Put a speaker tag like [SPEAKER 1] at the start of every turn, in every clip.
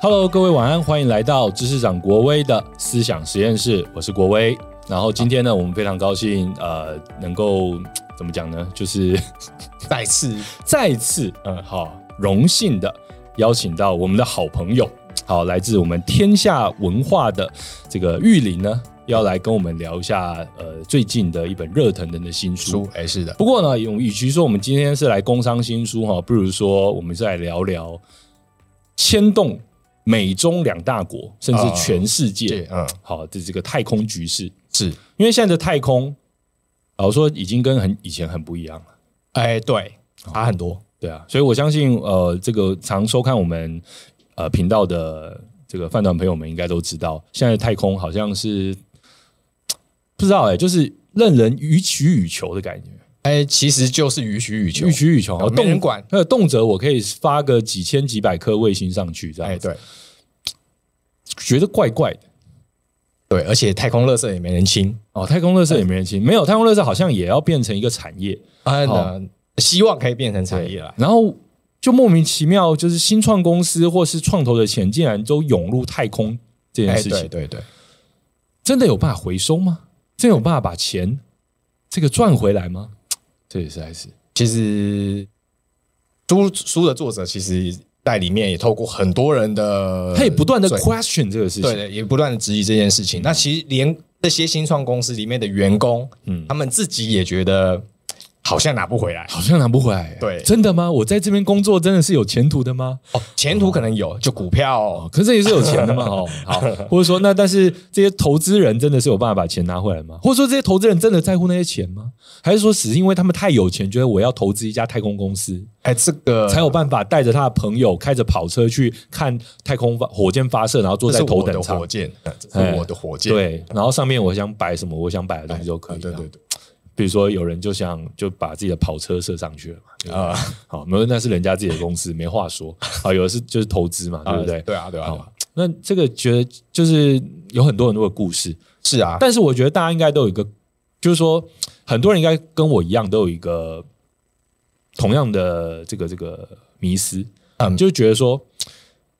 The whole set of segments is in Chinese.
[SPEAKER 1] Hello，各位晚安，欢迎来到知识长国威的思想实验室，我是国威。然后今天呢，我们非常高兴，呃，能够嘖怎么讲呢？就是
[SPEAKER 2] 再次
[SPEAKER 1] 再次，嗯，好，荣幸的邀请到我们的好朋友，好，来自我们天下文化的这个玉林呢，要来跟我们聊一下，呃，最近的一本热腾腾的新书。
[SPEAKER 2] 输，哎、是的，
[SPEAKER 1] 不过呢，与与其说我们今天是来工商新书哈，不如说我们是来聊聊牵动美中两大国，甚至全世界，
[SPEAKER 2] 对，嗯，
[SPEAKER 1] 好的这个太空局势。
[SPEAKER 2] 是，
[SPEAKER 1] 因为现在的太空，老实说已经跟很以前很不一样了。
[SPEAKER 2] 哎、对，差很多，
[SPEAKER 1] 对啊，所以我相信，呃，这个常收看我们呃频道的这个饭团朋友们应该都知道，现在太空好像是不知道哎、就是任人予取予求的感觉。
[SPEAKER 2] 哎、其实就是予取予求哦
[SPEAKER 1] 予，取予求，
[SPEAKER 2] 没人管
[SPEAKER 1] 那动辄我可以发个几千几百颗卫星上去，这
[SPEAKER 2] 哎、
[SPEAKER 1] 样子、
[SPEAKER 2] 对，
[SPEAKER 1] 觉得怪怪的。
[SPEAKER 2] 对，而且太空垃圾也没人清，
[SPEAKER 1] 哦，太空垃圾也没人清，没有太空垃圾好像也要变成一个产业好
[SPEAKER 2] 啊，那希望可以变成产业啦，
[SPEAKER 1] 然后就莫名其妙，就是新创公司或是创投的钱竟然都涌入太空这
[SPEAKER 2] 哎、
[SPEAKER 1] 件事情，
[SPEAKER 2] 对对对，
[SPEAKER 1] 真的有办法回收吗？真有办法把钱这个赚回来吗？这也实在是
[SPEAKER 2] 其实书书的作者其实在里面也透过很多人的，
[SPEAKER 1] 他也不断的
[SPEAKER 2] 呃对
[SPEAKER 1] question 这个事
[SPEAKER 2] 对
[SPEAKER 1] 情，
[SPEAKER 2] 对，也不断的质疑这件事情。那其实连这些新创公司里面的员工，
[SPEAKER 1] 嗯
[SPEAKER 2] 他们自己也觉得好像拿不回来。
[SPEAKER 1] 好像拿不回来。
[SPEAKER 2] 对
[SPEAKER 1] 真的吗？我在这边工作真的是有前途的吗？
[SPEAKER 2] 哦，前途可能有，就股票
[SPEAKER 1] 哦，可是这也是有钱的嘛，哦， 好，或者说那但是这些投资人真的是有办法把钱拿回来吗？或者说这些投资人真的在乎那些钱吗？还是说只是因为他们太有钱，觉得我要投资一家太空公司，
[SPEAKER 2] 哎，这个
[SPEAKER 1] 才有办法带着他的朋友开着跑车去看太空发火箭发射，然后坐
[SPEAKER 2] 这
[SPEAKER 1] 在
[SPEAKER 2] 是
[SPEAKER 1] 头
[SPEAKER 2] 我的
[SPEAKER 1] 等舱哎
[SPEAKER 2] 火，箭，嗯这是我的火箭。
[SPEAKER 1] 对，然后上面我想摆什么，我想摆的东西就可
[SPEAKER 2] 啊，
[SPEAKER 1] 以。
[SPEAKER 2] 对对，对，
[SPEAKER 1] 比如说有人就想就把自己的跑车射上去了嘛，对吧
[SPEAKER 2] 啊，
[SPEAKER 1] 好，没有那是人家自己的公司，没话说。好，有的是就是投资嘛，对不对
[SPEAKER 2] 啊？对啊，对啊对啊，
[SPEAKER 1] 那这个觉得就是有很多很多的故事，
[SPEAKER 2] 是啊，
[SPEAKER 1] 但是我觉得大家应该都有一个，就是说很多人应该跟我一样都有一个同样的这个这个迷思，
[SPEAKER 2] 嗯
[SPEAKER 1] 就是觉得说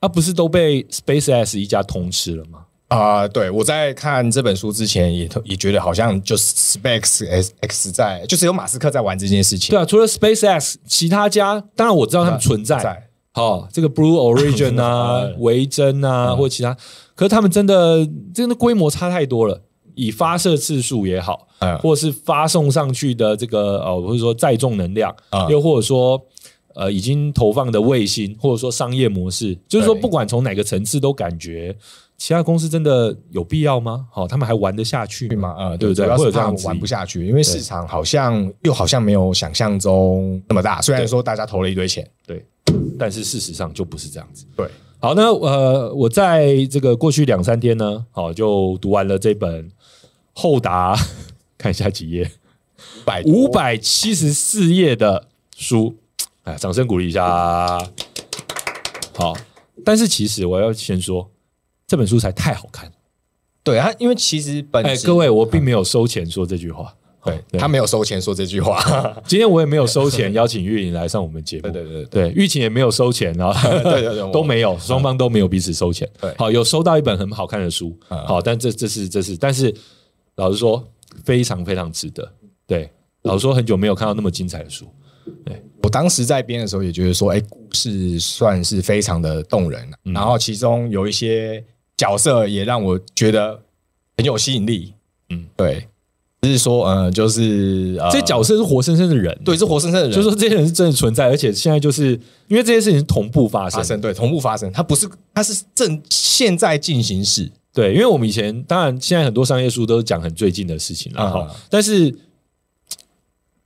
[SPEAKER 1] 啊，不是都被 SpaceX 一家通吃了吗？
[SPEAKER 2] 啊，对我在看这本书之前也也觉得好像就是 Space X X 在，就是有马斯克在玩这件事情
[SPEAKER 1] 对。啊，除了 SpaceX，其他家当然我知道他们存在，
[SPEAKER 2] 在
[SPEAKER 1] 好、这个 Blue Origin 啊
[SPEAKER 2] 嗯、
[SPEAKER 1] 维珍啊，或其他，可是他们真的真的规模差太多了，以发射次数也好，
[SPEAKER 2] 嗯
[SPEAKER 1] 或是发送上去的这个哦，或者说载重能量，
[SPEAKER 2] 嗯
[SPEAKER 1] 又或者说呃已经投放的卫星，或者说商业模式，就是说
[SPEAKER 2] 对
[SPEAKER 1] 不管从哪个层次都感觉。其他公司真的有必要吗？好、他们还玩得下去
[SPEAKER 2] 嘛，呃，
[SPEAKER 1] 对不对？
[SPEAKER 2] 主要
[SPEAKER 1] 会有
[SPEAKER 2] 是
[SPEAKER 1] 这
[SPEAKER 2] 怕
[SPEAKER 1] 样
[SPEAKER 2] 我
[SPEAKER 1] 子
[SPEAKER 2] 玩不下去，因为市场好像又好像没有想象中那么大。虽然说大家投了一堆钱，
[SPEAKER 1] 对，但是事实上就不是这样子。
[SPEAKER 2] 对，
[SPEAKER 1] 好，那呃，我在这个过去两三天呢，好就读完了这本厚达， 看一下几页，
[SPEAKER 2] 百多
[SPEAKER 1] 五百七十四页的书，哎，掌声鼓励一下。好，但是其实我要先说，这本书才太好看。
[SPEAKER 2] 对他，它因为其实本
[SPEAKER 1] 哎，
[SPEAKER 2] 质
[SPEAKER 1] 各位，我并没有收钱说这句话，
[SPEAKER 2] 对
[SPEAKER 1] 对
[SPEAKER 2] 他没有收钱说这句话，
[SPEAKER 1] 今天我也没有收钱邀请玉莹来上我们节目。
[SPEAKER 2] 对对
[SPEAKER 1] 对，玉琴也没有收钱，啊然后
[SPEAKER 2] 对对对
[SPEAKER 1] 都没有，双方都没有彼此收钱。
[SPEAKER 2] 对
[SPEAKER 1] 好，有收到一本很好看的书，
[SPEAKER 2] 嗯
[SPEAKER 1] 好，但这这是这是，但是老实说，非常非常值得。对，老实说，很久没有看到那么精彩的书。
[SPEAKER 2] 我当时在编的时候也觉得说，哎、故事算是非常的动人、啊
[SPEAKER 1] 嗯
[SPEAKER 2] 然后其中有一些角色也让我觉得很有吸引力。
[SPEAKER 1] 嗯
[SPEAKER 2] 嗯，对，就是说，呃，就是呃，
[SPEAKER 1] 这角色是活生生的人，，
[SPEAKER 2] 对是活生生的人，
[SPEAKER 1] 就是说这些人是真的存在，而且现在就是因为这些事情是同步发生
[SPEAKER 2] 发，生，对，同步发生，它不是，它是正现在进行式，
[SPEAKER 1] 对，因为我们以前当然现在很多商业书都是讲很最近的事情了
[SPEAKER 2] 嗯
[SPEAKER 1] 哈，但是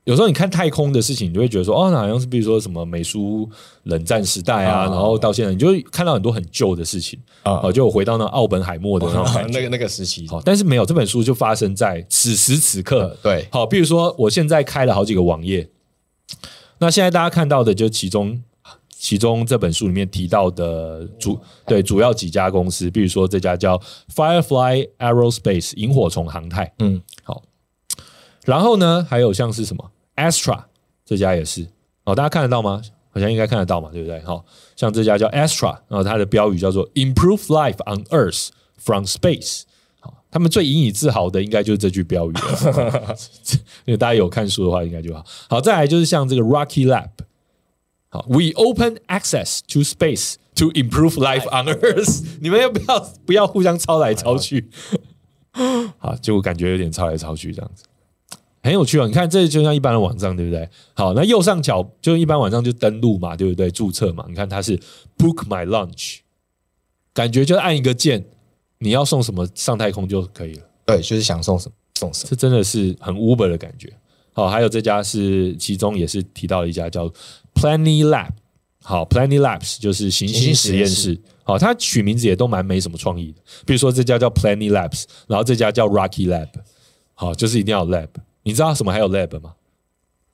[SPEAKER 1] 有时候你看太空的事情，你就会觉得说哦，那好像是比如说什么美苏冷战时代啊，
[SPEAKER 2] 嗯
[SPEAKER 1] 然后到现在，你就会看到很多很旧的事情
[SPEAKER 2] 嗯
[SPEAKER 1] 啊，哦就回到那奥本海默的那种感觉。
[SPEAKER 2] 那个那个时期，
[SPEAKER 1] 好，但是没有这本书就发生在此时此刻。
[SPEAKER 2] 对，
[SPEAKER 1] 好，比如说我现在开了好几个网页，那现在大家看到的就其中其中这本书里面提到的主对主要几家公司，比如说这家叫 Firefly Aerospace 萤火虫航太，
[SPEAKER 2] 嗯，
[SPEAKER 1] 好，然后呢还有像是什么 Astra 这家也是哦，大家看得到吗？好像应该看得到嘛，对不对？好、像这家叫 Astra，然后它的标语叫做 “Improve Life on Earth from Space”。好，他们最引以自豪的应该就是这句标语了。 因为大家有看书的话，应该就好。好，再来就是像这个 Rocky Lab，好，We open access to space to improve life on Earth。你 们要不要不要互相抄来抄去？ 好，就我感觉有点抄来抄去这样子，很有趣哦。你看，这就像一般的网站，对不对？好，那右上角就一般网站就登录嘛，对不对？注册嘛，你看它是 Book My Lunch，感觉就按一个键，你要送什么上太空就可以了。
[SPEAKER 2] 对，就是想送什么送什么。
[SPEAKER 1] 这真的是很 Uber 的感觉。好，还有这家是其中也是提到了一家叫 Planny Lab，好，Planny Labs 就是行星实验
[SPEAKER 2] 行星
[SPEAKER 1] 室。好，它取名字也都蛮没什么创意的，比如说这家叫 Planny Labs，然后这家叫 Rocky Lab，好，就是一定要有 lab。你知道什么还有 lab 吗？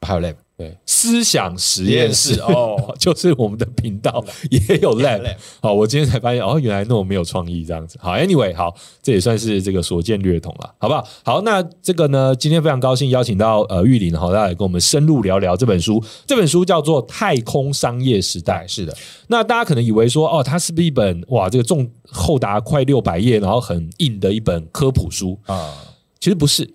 [SPEAKER 2] 还有 lab，
[SPEAKER 1] 对，思想实验室
[SPEAKER 2] 实验室 哦，
[SPEAKER 1] 就是我们的频道也有 lab
[SPEAKER 2] lab。
[SPEAKER 1] 好，我今天才发现哦，原来那么没有创意这样子。好，anyway，好，这也算是这个所见略同了，好不好？好，那这个呢，今天非常高兴邀请到呃玉林，好，大家来跟我们深入聊聊这本书。这本书叫做《太空商业时代》
[SPEAKER 2] 哎，。是的，
[SPEAKER 1] 那大家可能以为说，哦，它是不是一本哇，这个重厚达快六百页，然后很硬的一本科普书？
[SPEAKER 2] 啊，
[SPEAKER 1] 其实不是，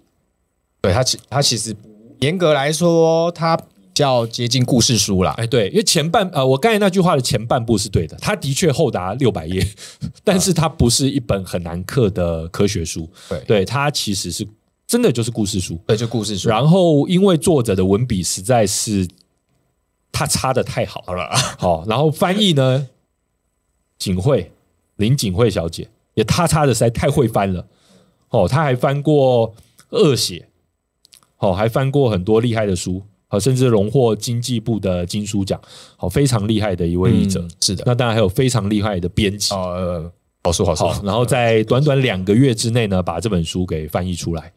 [SPEAKER 2] 对它其它其实严格来说，它比较接近故事书啦。
[SPEAKER 1] 哎，对，因为前半呃，我刚才那句话的前半部是对的，它的确厚达六百页， 但是它不是一本很难刻的科学书，
[SPEAKER 2] 对
[SPEAKER 1] 对，它其实是真的就是故事书。
[SPEAKER 2] 对，就故事书。
[SPEAKER 1] 然后因为作者的文笔实在是他擦的太好
[SPEAKER 2] 好
[SPEAKER 1] 了，
[SPEAKER 2] 了，
[SPEAKER 1] 好，然后翻译呢，景惠林景惠小姐也她擦的实在太会翻了，哦，她还翻过恶血，哦，还翻过很多厉害的书，哦，甚至荣获经济部的金书奖，哦，非常厉害的一位译者。
[SPEAKER 2] 嗯是的，
[SPEAKER 1] 那当然还有非常厉害的编辑，
[SPEAKER 2] 呃，好说好
[SPEAKER 1] 好，
[SPEAKER 2] 说，
[SPEAKER 1] 然后在短短两个月之内呢，把这本书给翻译出来。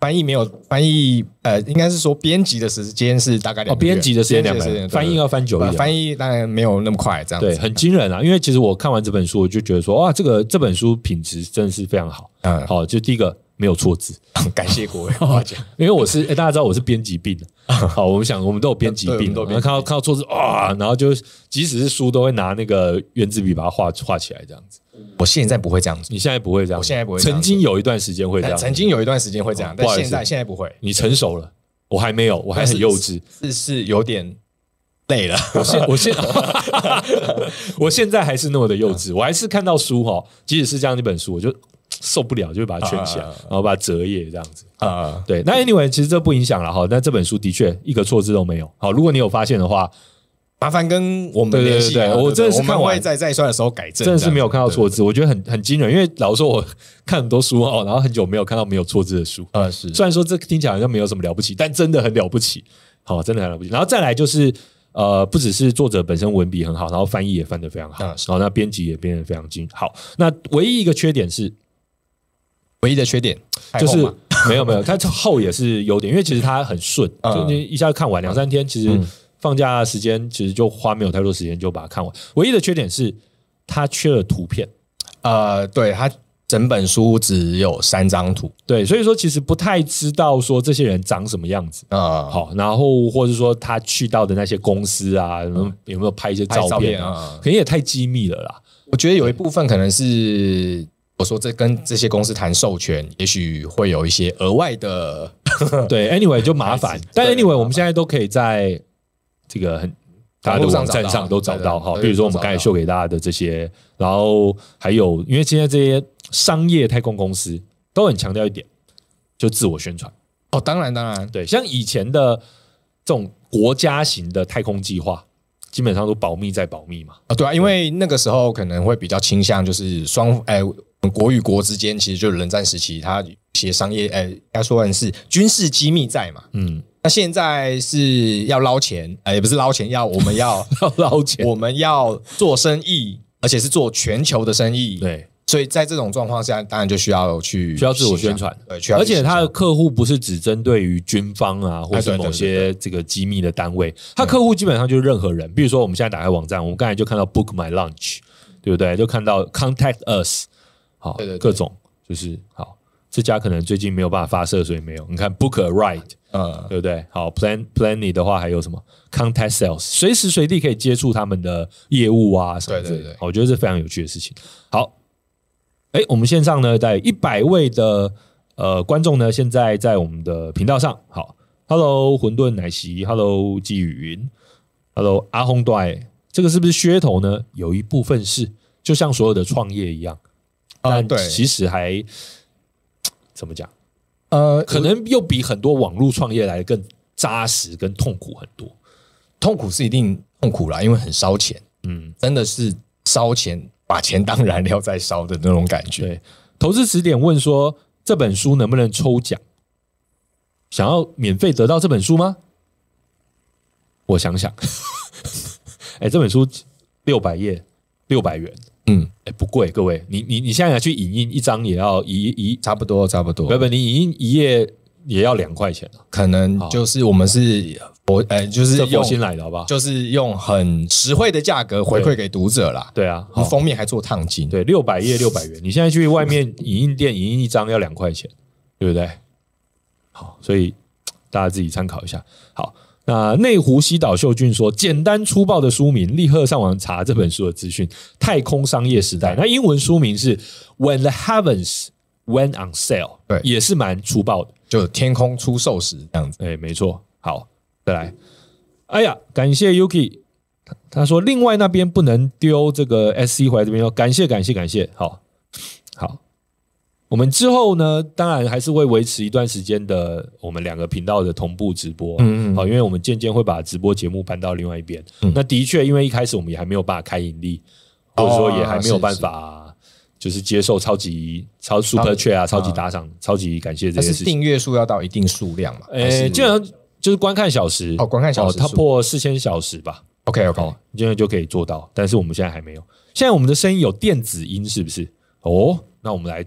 [SPEAKER 2] 翻译没有翻译，呃，应该是说编辑的时间是大概
[SPEAKER 1] 哦，
[SPEAKER 2] 两个月，
[SPEAKER 1] 编辑的时间
[SPEAKER 2] 编
[SPEAKER 1] 两
[SPEAKER 2] 辑
[SPEAKER 1] 个
[SPEAKER 2] 时
[SPEAKER 1] 月，
[SPEAKER 2] 间
[SPEAKER 1] 翻译要翻久一
[SPEAKER 2] 对哦
[SPEAKER 1] 点，
[SPEAKER 2] 翻译当然没有那么快，这样
[SPEAKER 1] 对，
[SPEAKER 2] 子。
[SPEAKER 1] 很惊人啊！因为其实我看完这本书，我就觉得说，哇，这个这本书品质真的是非常好。
[SPEAKER 2] 嗯
[SPEAKER 1] 好，就第一个没有错字，
[SPEAKER 2] 感谢各位， 好讲
[SPEAKER 1] 因为我是、哎诶大家知道我是编辑病的。好，我们想我们都有编辑
[SPEAKER 2] 对我
[SPEAKER 1] 病
[SPEAKER 2] 们
[SPEAKER 1] 的，
[SPEAKER 2] 都有
[SPEAKER 1] 然后看到看到错字啊，然后就即使是书都会拿那个圆珠笔把它画画起来这样子。
[SPEAKER 2] 我现在不会这样子，
[SPEAKER 1] 你现在不会这样，
[SPEAKER 2] 我现在不会这样
[SPEAKER 1] 曾经有一段时间会这样，
[SPEAKER 2] 曾经有一段时间会这
[SPEAKER 1] 哦
[SPEAKER 2] 样，
[SPEAKER 1] 不
[SPEAKER 2] 但
[SPEAKER 1] 好意思
[SPEAKER 2] 现在现在不会，
[SPEAKER 1] 你成熟了，我还没有，我还很幼 稚。
[SPEAKER 2] 是是有点累了。
[SPEAKER 1] 我现我现我现在还是那么的幼稚，我还是看到书哈，即使是这样一本书，我就受不了，就会把它圈起来
[SPEAKER 2] 啊啊啊，
[SPEAKER 1] 然后把它折页这样子。
[SPEAKER 2] 呃，
[SPEAKER 1] 对，那 anyway，其实这不影响了哈。那这本书的确一个错字都没有。好，如果你有发现的话，
[SPEAKER 2] 麻烦跟我们
[SPEAKER 1] 对对
[SPEAKER 2] 联系啊。
[SPEAKER 1] 对对我真的是
[SPEAKER 2] 我们
[SPEAKER 1] 看完
[SPEAKER 2] 会在再算的时候改正，
[SPEAKER 1] 真的是没有看到
[SPEAKER 2] 这样
[SPEAKER 1] 错
[SPEAKER 2] 子。
[SPEAKER 1] 字，我觉得很很惊人。因为老实说，我 看很多书哦，然后很久没有看到没有错字的书。
[SPEAKER 2] 对呃，是
[SPEAKER 1] 虽然说这听起来好像没有什么了不起，但真的很了不起，好，真的很了不起。然后再来就是，呃，不只是作者本身文笔很好，然后翻译也翻得非常好，
[SPEAKER 2] 嗯是
[SPEAKER 1] 好，那编辑也编得非常精好。那唯一一个缺点是，
[SPEAKER 2] 唯一的缺点
[SPEAKER 1] 就
[SPEAKER 2] 太厚
[SPEAKER 1] 是
[SPEAKER 2] 嘛
[SPEAKER 1] 没有没有，它厚也是优点，因为其实它很顺，
[SPEAKER 2] 嗯
[SPEAKER 1] 就你一下看完两三天，其实放假的时间其实就花没有太多时间就把它看完。唯一的缺点是它缺了图片。
[SPEAKER 2] 呃，对它整本书只有三张图，
[SPEAKER 1] 对，所以说其实不太知道说这些人长什么样子，
[SPEAKER 2] 呃，
[SPEAKER 1] 好，然后或者说他去到的那些公司啊，有没有有没有拍一些照
[SPEAKER 2] 嗯拍照
[SPEAKER 1] 片
[SPEAKER 2] 片
[SPEAKER 1] 啊
[SPEAKER 2] 嗯？
[SPEAKER 1] 可能也太机密了啦。
[SPEAKER 2] 我觉得有一部分可能是我说这跟这些公司谈授权，也许会有一些额外的
[SPEAKER 1] 对，anyway 就麻烦
[SPEAKER 2] 还是。
[SPEAKER 1] 但
[SPEAKER 2] 对
[SPEAKER 1] anyway
[SPEAKER 2] 麻
[SPEAKER 1] 我们现在都可以在这个很大家的网站上都找到哈，
[SPEAKER 2] 对对对
[SPEAKER 1] 比如说我们刚才秀给大家的这些，然后还有因为现在这些商业太空公司都很强调一点，就自我宣传。
[SPEAKER 2] 哦，当然当然，
[SPEAKER 1] 对，像以前的这种国家型的太空计划，基本上都保密再保密嘛。
[SPEAKER 2] 啊，对啊，因为那个时候可能会比较倾向就是双哎。国与国之间其实就是冷战时期，它一些商业，哎，应该说的是军事机密在嘛。
[SPEAKER 1] 嗯，
[SPEAKER 2] 那现在是要捞钱，哎，也不是捞钱，要我们要
[SPEAKER 1] 要捞钱。
[SPEAKER 2] 我们要做生意，而且是做全球的生意。，
[SPEAKER 1] 对，
[SPEAKER 2] 所以在这种状况下，当然就需要去
[SPEAKER 1] 需要自我宣
[SPEAKER 2] 形象
[SPEAKER 1] 传
[SPEAKER 2] 对，需要
[SPEAKER 1] 而
[SPEAKER 2] 去
[SPEAKER 1] 且
[SPEAKER 2] 形
[SPEAKER 1] 他
[SPEAKER 2] 象
[SPEAKER 1] 的客户不是只针对于军方啊，或
[SPEAKER 2] 哎
[SPEAKER 1] 是
[SPEAKER 2] 对对
[SPEAKER 1] 某
[SPEAKER 2] 对嗯
[SPEAKER 1] 些这个机密的单位，他客户基本上就是任何人。比如说，我们现在打开网站，我们刚才就看到 Book My Lunch，对不对？就看到 Contact Us，好，
[SPEAKER 2] 对对对
[SPEAKER 1] 各种就是好。这家可能最近没有办法发射，所以没有。你看 Book a Ride，
[SPEAKER 2] 呃，
[SPEAKER 1] 对不对？好，Plan Planny 的话还有什么 Contact Sales，随时随地可以接触他们的业务啊什么之类的。
[SPEAKER 2] 对对对
[SPEAKER 1] 好我觉得是非常有趣的事情。好，哎，我们线上呢，在一百位的呃观众呢，现在在我们的频道上。好，Hello 混沌奶昔，Hello 季雨云，Hello 阿轰对，这个是不是噱头呢？有一部分是，就像所有的创业一样，
[SPEAKER 2] 啊
[SPEAKER 1] 但
[SPEAKER 2] 对
[SPEAKER 1] 其实还怎么讲？
[SPEAKER 2] 呃，
[SPEAKER 1] 可能又比很多网络创业来的更扎实、跟痛苦很多。
[SPEAKER 2] 痛苦是一定痛苦啦，因为很烧钱，
[SPEAKER 1] 嗯，
[SPEAKER 2] 真的是烧钱，把钱当燃料在烧的那种感觉。
[SPEAKER 1] 对。投资词典问说这本书能不能抽奖？想要免费得到这本书吗？我想 想，哎，这本书六百页，六百元，
[SPEAKER 2] 嗯，
[SPEAKER 1] 哎，不贵，各位，你你你现在拿去影印一张也要一一，
[SPEAKER 2] 差不多，差不
[SPEAKER 1] 不
[SPEAKER 2] 多，
[SPEAKER 1] 不，你影印一页也要两块钱啊，
[SPEAKER 2] 可能就是我们是佛，呃，就是
[SPEAKER 1] 这佛
[SPEAKER 2] 用
[SPEAKER 1] 心来的好不好？
[SPEAKER 2] 就是用很实惠的价格回馈给读者啦。
[SPEAKER 1] 对啊，
[SPEAKER 2] 我
[SPEAKER 1] 好
[SPEAKER 2] 们封面还做烫金，
[SPEAKER 1] 对，六百页六百元，你现在去外面影印店影印一张要两块钱，对不对？好，所以大家自己参考一下。好，那内湖西岛秀俊说，简单粗暴的书名，立刻上网查这本书的资讯，《太空商业时代》。那英文书名是《When the Heavens Went on Sale》，
[SPEAKER 2] 对
[SPEAKER 1] 也是蛮粗暴的。
[SPEAKER 2] 就天空出售时这样子。
[SPEAKER 1] 哎，没错。好，再来。哎呀，感谢 Yuki，他他说另外那边不能丢这个 SC 回来这边哦，感谢感谢感谢。好，好，我们之后呢，当然还是会维持一段时间的我们两个频道的同步直播。
[SPEAKER 2] 嗯嗯
[SPEAKER 1] 好，因为我们渐渐会把直播节目搬到另外一边。那的确，因为一开始我们也还没有办法开盈利，或者说也还没有办法。就是接受超级超 super chat 啊，超级打赏、超级感谢这
[SPEAKER 2] 但
[SPEAKER 1] 些事
[SPEAKER 2] 是
[SPEAKER 1] 情。
[SPEAKER 2] 订阅数要到一定数量嘛？还
[SPEAKER 1] 诶，
[SPEAKER 2] 是
[SPEAKER 1] 哎基本上就是观看小时
[SPEAKER 2] 哦观看小时
[SPEAKER 1] 哦它哦
[SPEAKER 2] 数
[SPEAKER 1] 破四千小时吧，
[SPEAKER 2] OK OK，
[SPEAKER 1] 你这样就可以做到。但是我们现在还没有，现在我们的声音有电子音，是不是？哦，那我们来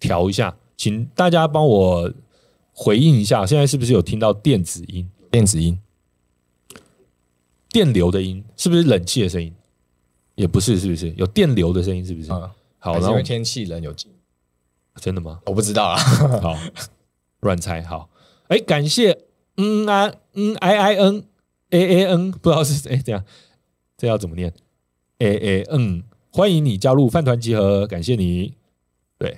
[SPEAKER 1] 调一下，请大家帮我回应一下，现在是不是有听到电子音、
[SPEAKER 2] 电子音
[SPEAKER 1] 电流的音？是不是冷气的声音？也不是，是不是有电流的声音？是不是？
[SPEAKER 2] 啊，
[SPEAKER 1] 好，
[SPEAKER 2] 还是
[SPEAKER 1] 然
[SPEAKER 2] 因
[SPEAKER 1] 后
[SPEAKER 2] 为天气冷有进，
[SPEAKER 1] 真的吗？
[SPEAKER 2] 我不知道啊。
[SPEAKER 1] 好，乱猜好。哎，感谢嗯啊嗯 i i n a a n，不知道是哎怎样，这要怎么念？a a n，欢迎你加入饭团集合，感谢你。对，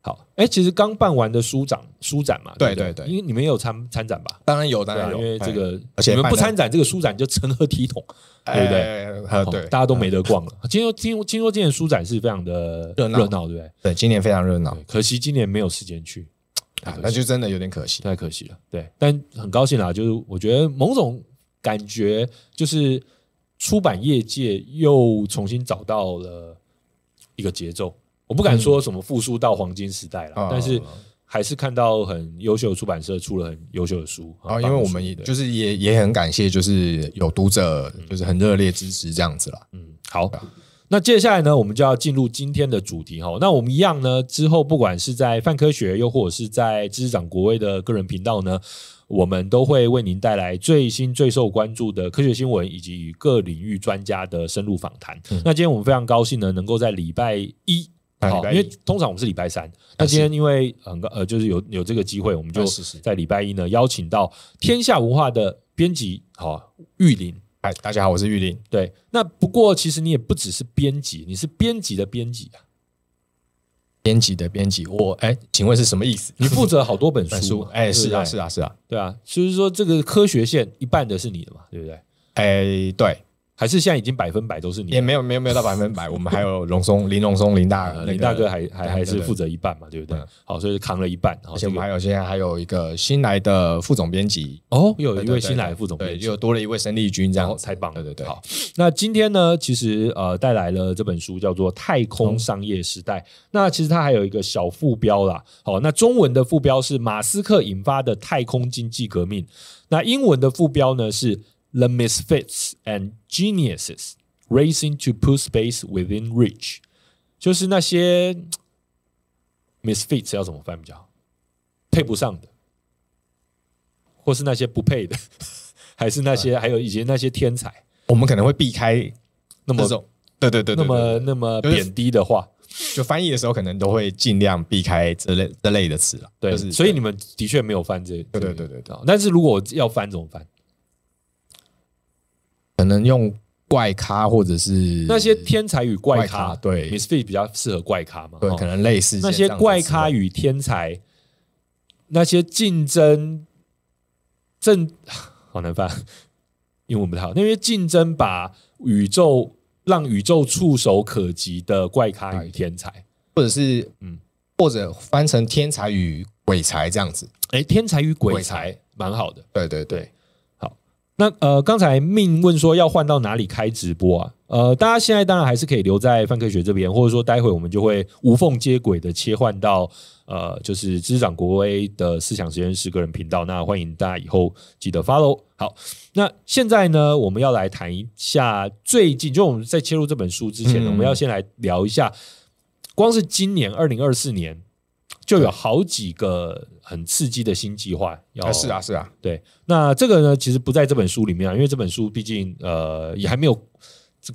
[SPEAKER 1] 好，哎，其实刚办完的书展书展嘛，
[SPEAKER 2] 对
[SPEAKER 1] 不对
[SPEAKER 2] 对对
[SPEAKER 1] 因为你们也有参参展吧？
[SPEAKER 2] 当然有，当
[SPEAKER 1] 对啊
[SPEAKER 2] 然，有，哎
[SPEAKER 1] 因为这个
[SPEAKER 2] 而且
[SPEAKER 1] 你们不
[SPEAKER 2] 办
[SPEAKER 1] 参展，这个书展就成何体统？
[SPEAKER 2] 哎
[SPEAKER 1] 对不对
[SPEAKER 2] 哎呃，
[SPEAKER 1] 哦
[SPEAKER 2] 对，
[SPEAKER 1] 大家都没得逛了。听说听说听说今年书展是非常的
[SPEAKER 2] 热闹
[SPEAKER 1] 热闹，对不对？
[SPEAKER 2] 对，今年非常热闹，
[SPEAKER 1] 对可惜今年没有时间去，可
[SPEAKER 2] 啊
[SPEAKER 1] 惜
[SPEAKER 2] 那就真的有点可惜。
[SPEAKER 1] 太可惜了。对，但很高兴啦，就是我觉得某种感觉就是出版业界又重新找到了一个节奏。我不敢说什么复苏到黄金时代了，
[SPEAKER 2] 嗯啊
[SPEAKER 1] 但是还是看到很优秀的出版社出了很优秀的书
[SPEAKER 2] 然啊后，因为我们也
[SPEAKER 1] 对
[SPEAKER 2] 就是也也很感谢，就是有读者就是很热烈支持这样子啦。啊
[SPEAKER 1] 嗯，好。那接下来呢，我们就要进入今天的主题哈。那我们一样呢，之后不管是在泛科学，又或者是在知识长国威的个人频道呢，我们都会为您带来最新最受关注的科学新闻，以及与各领域专家的深入访谈。那今天我们非常高兴呢，能够在礼拜一。
[SPEAKER 2] 啊
[SPEAKER 1] 好
[SPEAKER 2] 嗯礼，拜
[SPEAKER 1] 因
[SPEAKER 2] 一
[SPEAKER 1] 为通常我们是礼拜三，那今天因为很高呃，就是有有这个机会，我们就
[SPEAKER 2] 啊是是
[SPEAKER 1] 在礼拜一呢邀请到天下文化的编辑好玉林
[SPEAKER 2] 嗨，哎大家好，我是玉林。
[SPEAKER 1] 对，那不过其实你也不只是编辑，你是编辑的编辑啊，
[SPEAKER 2] 编辑的编辑，我哎，请问是什么意思？
[SPEAKER 1] 你负责好多本书嘛
[SPEAKER 2] 本，书哎，是啊，是
[SPEAKER 1] 啊，
[SPEAKER 2] 啊，是啊，
[SPEAKER 1] 对啊，就是说这个科学线一半的是你的嘛，对不对？
[SPEAKER 2] 哎，对，
[SPEAKER 1] 还是现在已经百分百都是你
[SPEAKER 2] 也？没有没有没有到百分百，我们还有龙松林龙松林大
[SPEAKER 1] 呃
[SPEAKER 2] 那个
[SPEAKER 1] 林大哥，还还还是
[SPEAKER 2] 对对
[SPEAKER 1] 负责一半嘛，对不对
[SPEAKER 2] 嗯？
[SPEAKER 1] 好，所以扛了一半。好
[SPEAKER 2] 而且
[SPEAKER 1] 这
[SPEAKER 2] 我们
[SPEAKER 1] 个
[SPEAKER 2] 还有现在还有一个新来的副总编辑，
[SPEAKER 1] 哦，又有
[SPEAKER 2] 对
[SPEAKER 1] 一
[SPEAKER 2] 对
[SPEAKER 1] 位
[SPEAKER 2] 对
[SPEAKER 1] 新来
[SPEAKER 2] 对
[SPEAKER 1] 的副总
[SPEAKER 2] 对，
[SPEAKER 1] 编辑
[SPEAKER 2] 又多了一位生力军这样
[SPEAKER 1] 哦
[SPEAKER 2] 子
[SPEAKER 1] 太棒了
[SPEAKER 2] 对对对，
[SPEAKER 1] 好，那今天呢，其实呃带来了这本书叫做《太空商业时代》。那其实它还有一个小副标啦，好，那中文的副标是马斯克引发的太空经济革命，那英文的副标呢是 The Misfits and Geniuses Racing to Put Space Within Reach，就是那些嗯 misfits 要怎么翻比较好？配不上的，或是那些不配的，还是那些还有以前那些天才。
[SPEAKER 2] 我们可能会避开
[SPEAKER 1] 那么
[SPEAKER 2] 这种，对对对，
[SPEAKER 1] 那
[SPEAKER 2] 对对
[SPEAKER 1] 么那么
[SPEAKER 2] 就是
[SPEAKER 1] 贬低的话，
[SPEAKER 2] 就翻译的时候，可能都会尽量避开这类这类的词了。
[SPEAKER 1] 对，
[SPEAKER 2] 就是
[SPEAKER 1] 所以你们的确没有翻这，这
[SPEAKER 2] 对对对
[SPEAKER 1] 个
[SPEAKER 2] 对对，嗯
[SPEAKER 1] 哦但是如果要翻怎么翻？
[SPEAKER 2] 可能用怪咖或者是
[SPEAKER 1] 那些天才与怪咖，
[SPEAKER 2] 怪咖对
[SPEAKER 1] Misfit 比较适合怪咖嘛？
[SPEAKER 2] 对，
[SPEAKER 1] 哦
[SPEAKER 2] 可能类似
[SPEAKER 1] 那些怪咖
[SPEAKER 2] 语
[SPEAKER 1] 与天才，那些竞争正好难翻， 英文不太好。那些竞争把宇宙让宇宙触手可及的怪咖
[SPEAKER 2] 哎
[SPEAKER 1] 与天才，
[SPEAKER 2] 或者是
[SPEAKER 1] 嗯
[SPEAKER 2] 嗯，或者翻成天才与鬼才这样子。
[SPEAKER 1] 哎，天才与鬼
[SPEAKER 2] 鬼
[SPEAKER 1] 才蛮好的。
[SPEAKER 2] 对对对，
[SPEAKER 1] 对，好，那呃，刚才命问说要换到哪里开直播啊？呃，大家现在当然还是可以留在范科学这边，或者说待会我们就会无缝接轨的切换到呃，就是知识长国威的思想实验室个人频道。那欢迎大家以后记得 follow。好，那现在呢，我们要来谈一下最近，就我们在切入这本书之前呢，
[SPEAKER 2] 嗯
[SPEAKER 1] 我们要先来聊一下，光是今年二零二四年。就有好几个很刺激的新计划要
[SPEAKER 2] 啊是啊是啊，
[SPEAKER 1] 对，那这个呢，其实不在这本书里面啊，因为这本书毕竟呃也还没有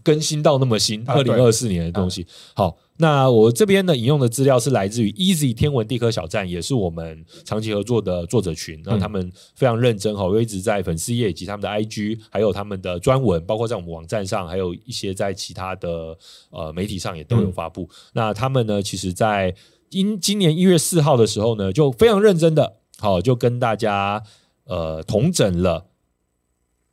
[SPEAKER 1] 更新到那么新，
[SPEAKER 2] 啊
[SPEAKER 1] 二
[SPEAKER 2] 对啊
[SPEAKER 1] 零二四年的东西。好，那我这边呢引用的资料是来自于 Easy 天文地科小站，也是我们长期合作的作者群。
[SPEAKER 2] 嗯
[SPEAKER 1] 那他们非常认真哈，我一直在粉丝页以及他们的 IG，还有他们的专文，包括在我们网站上，还有一些在其他的呃媒体上也都有
[SPEAKER 2] 嗯
[SPEAKER 1] 发布。那他们呢，其实在今今年一月四号的时候呢，就非常认真的，好、就跟大家呃统整了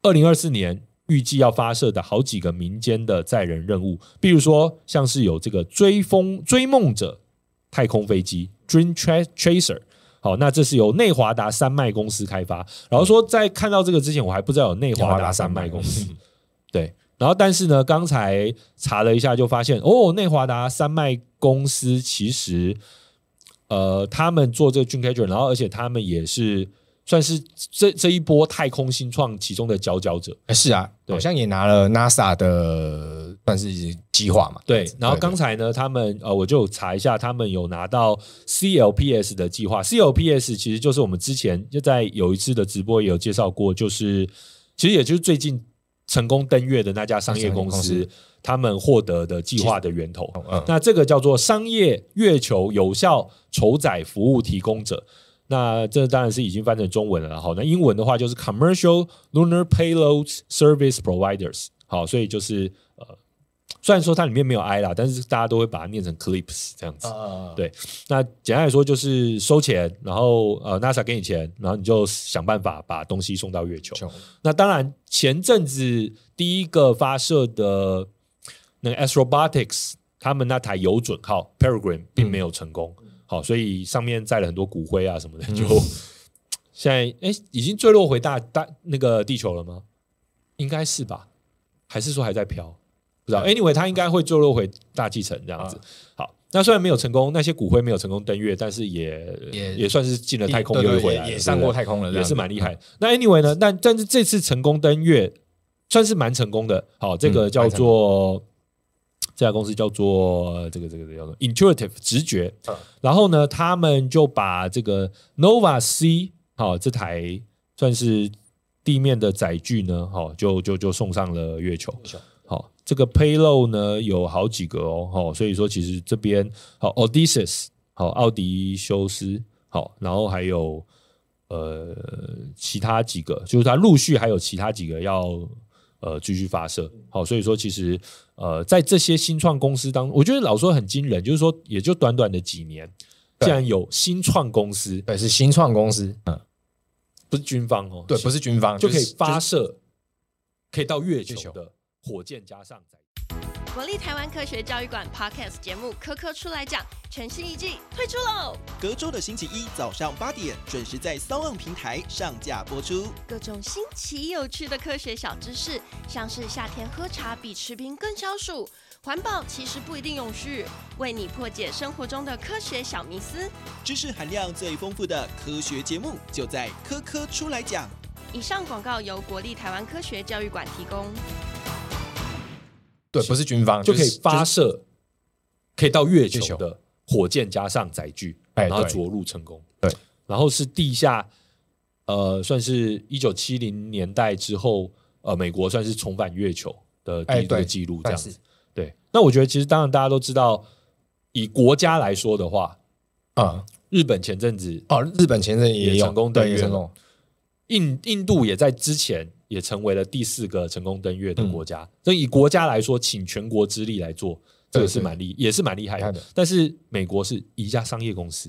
[SPEAKER 1] 二零二四年预计要发射的好几个民间的载人任务，比如说像是有这个追风追梦者太空飞机 Dream Tra- Tracer。好，那这是由内华达山脉公司开发。然后说，在看到这个之前，我还不知道有内华达山脉公司。 对，然后但是呢，刚才查了一下，就发现哦，内华达山脉公司其实呃，他们做这个 Dream Catcher，然后而且他们也是算是这这一波太空新创其中的佼佼者。
[SPEAKER 2] 哎是啊，
[SPEAKER 1] 对
[SPEAKER 2] 好像也拿了 NASA 的算是计划嘛。
[SPEAKER 1] 对，然后
[SPEAKER 2] 对
[SPEAKER 1] 刚才呢，他们呃，我就查一下，他们有拿到 CLPS 的计划。CLPS 其实就是我们之前就在有一次的直播也有介绍过，就是其实也就是最近成功登月的那家商业公司，
[SPEAKER 2] 商业公
[SPEAKER 1] 他们获得的计划的源头。
[SPEAKER 2] 嗯，
[SPEAKER 1] 那这个叫做商业月球有效筹载服务提供者。那这当然是已经翻成中文了啦，好，那英文的话就是 Commercial Lunar Payload Service Providers，好，所以就是呃，虽然说它里面没有 i 啦，但是大家都会把它念成 clips 这样子。
[SPEAKER 2] 呃
[SPEAKER 1] 对那简单来说就是收钱，然后呃 NASA 给你钱，然后你就想办法把东西送到月球。
[SPEAKER 2] 就
[SPEAKER 1] 那当然，前阵子第一个发射的那个 Astrobotics，他们那台有准号 Peregrine 并没
[SPEAKER 2] 嗯
[SPEAKER 1] 有成功，好，所以上面载了很多骨灰啊什么的，
[SPEAKER 2] 嗯
[SPEAKER 1] 就现在哎、诶已经坠落回大大那个地球了吗？应该是吧，还是说还在飘？不知
[SPEAKER 2] 嗯
[SPEAKER 1] 道。Anyway，它应该会坠落回大气层这样
[SPEAKER 2] 啊
[SPEAKER 1] 子。好，那虽然没有成功，那些骨灰没有成功登月，但是也也
[SPEAKER 2] 也
[SPEAKER 1] 算是进了太空
[SPEAKER 2] 对
[SPEAKER 1] 又
[SPEAKER 2] 对
[SPEAKER 1] 回
[SPEAKER 2] 也
[SPEAKER 1] 来了
[SPEAKER 2] 也
[SPEAKER 1] 对
[SPEAKER 2] 上
[SPEAKER 1] 不对
[SPEAKER 2] 过太空了，
[SPEAKER 1] 也是蛮厉害。那 anyway 呢？但但是这次成功登月算是蛮成功的。好，这个
[SPEAKER 2] 嗯
[SPEAKER 1] 叫
[SPEAKER 2] 蛮成
[SPEAKER 1] 做、这家公司叫做这个这个叫做 Intuitive 直觉。
[SPEAKER 2] 嗯
[SPEAKER 1] 然后呢，他们就把这个 Nova C 好、这台算是地面的载具呢，好、就就就送上了月球。
[SPEAKER 2] 这样。
[SPEAKER 1] 好，这个 payload 呢有好几个哦，好、所以说其实这边好 Odysseus，好奥迪修斯，好，然后还有呃其他几个，就是它陆续还有其他几个要呃继续发射，好，所以说其实呃在这些新创公司当中，我觉得老说很惊人，就是说也就短短的几年，
[SPEAKER 2] 对
[SPEAKER 1] 竟然有新创公司，
[SPEAKER 2] 对，是新创公司，嗯，
[SPEAKER 1] 不是军方哦，
[SPEAKER 2] 对，不是军方，
[SPEAKER 1] 就可以
[SPEAKER 2] 是
[SPEAKER 1] 发射可以到月
[SPEAKER 2] 月
[SPEAKER 1] 球
[SPEAKER 2] 球
[SPEAKER 1] 的火箭加上载。
[SPEAKER 3] 国立台湾科学教育馆 Podcast 节目《科科出来讲》全新一季推出喽！
[SPEAKER 4] 隔周的星期一早上八点准时在骚浪平台上架播出。
[SPEAKER 3] 各种新奇有趣的科学小知识，像是夏天喝茶比吃冰更消暑，环保其实不一定永续，为你破解生活中的科学小迷思。
[SPEAKER 4] 知识含量最丰富的科学节目，就在《科科出来讲》。
[SPEAKER 3] 以上广告由国立台湾科学教育馆提供。
[SPEAKER 2] 对，不是军方
[SPEAKER 1] 啊就可以
[SPEAKER 2] 是
[SPEAKER 1] 发
[SPEAKER 2] 就是
[SPEAKER 1] 射可以到月
[SPEAKER 2] 月
[SPEAKER 1] 球
[SPEAKER 2] 球
[SPEAKER 1] 的火箭加上载具，
[SPEAKER 2] 哎
[SPEAKER 1] 然后
[SPEAKER 2] 对
[SPEAKER 1] 着陆成功。
[SPEAKER 2] 对，
[SPEAKER 1] 然后是地下，呃，算是一九七零年代之后，呃，美国算是重返月球的第
[SPEAKER 2] 哎
[SPEAKER 1] 一个
[SPEAKER 2] 对
[SPEAKER 1] 记录这样
[SPEAKER 2] 算
[SPEAKER 1] 子
[SPEAKER 2] 是。
[SPEAKER 1] 对，那我觉得其实当然大家都知道，以国家来说的话，
[SPEAKER 2] 啊、
[SPEAKER 1] 日本前阵子
[SPEAKER 2] 哦，日本前阵也
[SPEAKER 1] 也
[SPEAKER 2] 有
[SPEAKER 1] 成功登
[SPEAKER 2] 对
[SPEAKER 1] 月
[SPEAKER 2] 也成功，
[SPEAKER 1] 印印度也在之前也成为了第四个成功登月的
[SPEAKER 2] 嗯
[SPEAKER 1] 国家。所以以国家来说，请全国之力来做，这个是蛮厉，也是蛮厉害的
[SPEAKER 2] 厉害的。
[SPEAKER 1] 但是美国是一家商业公司，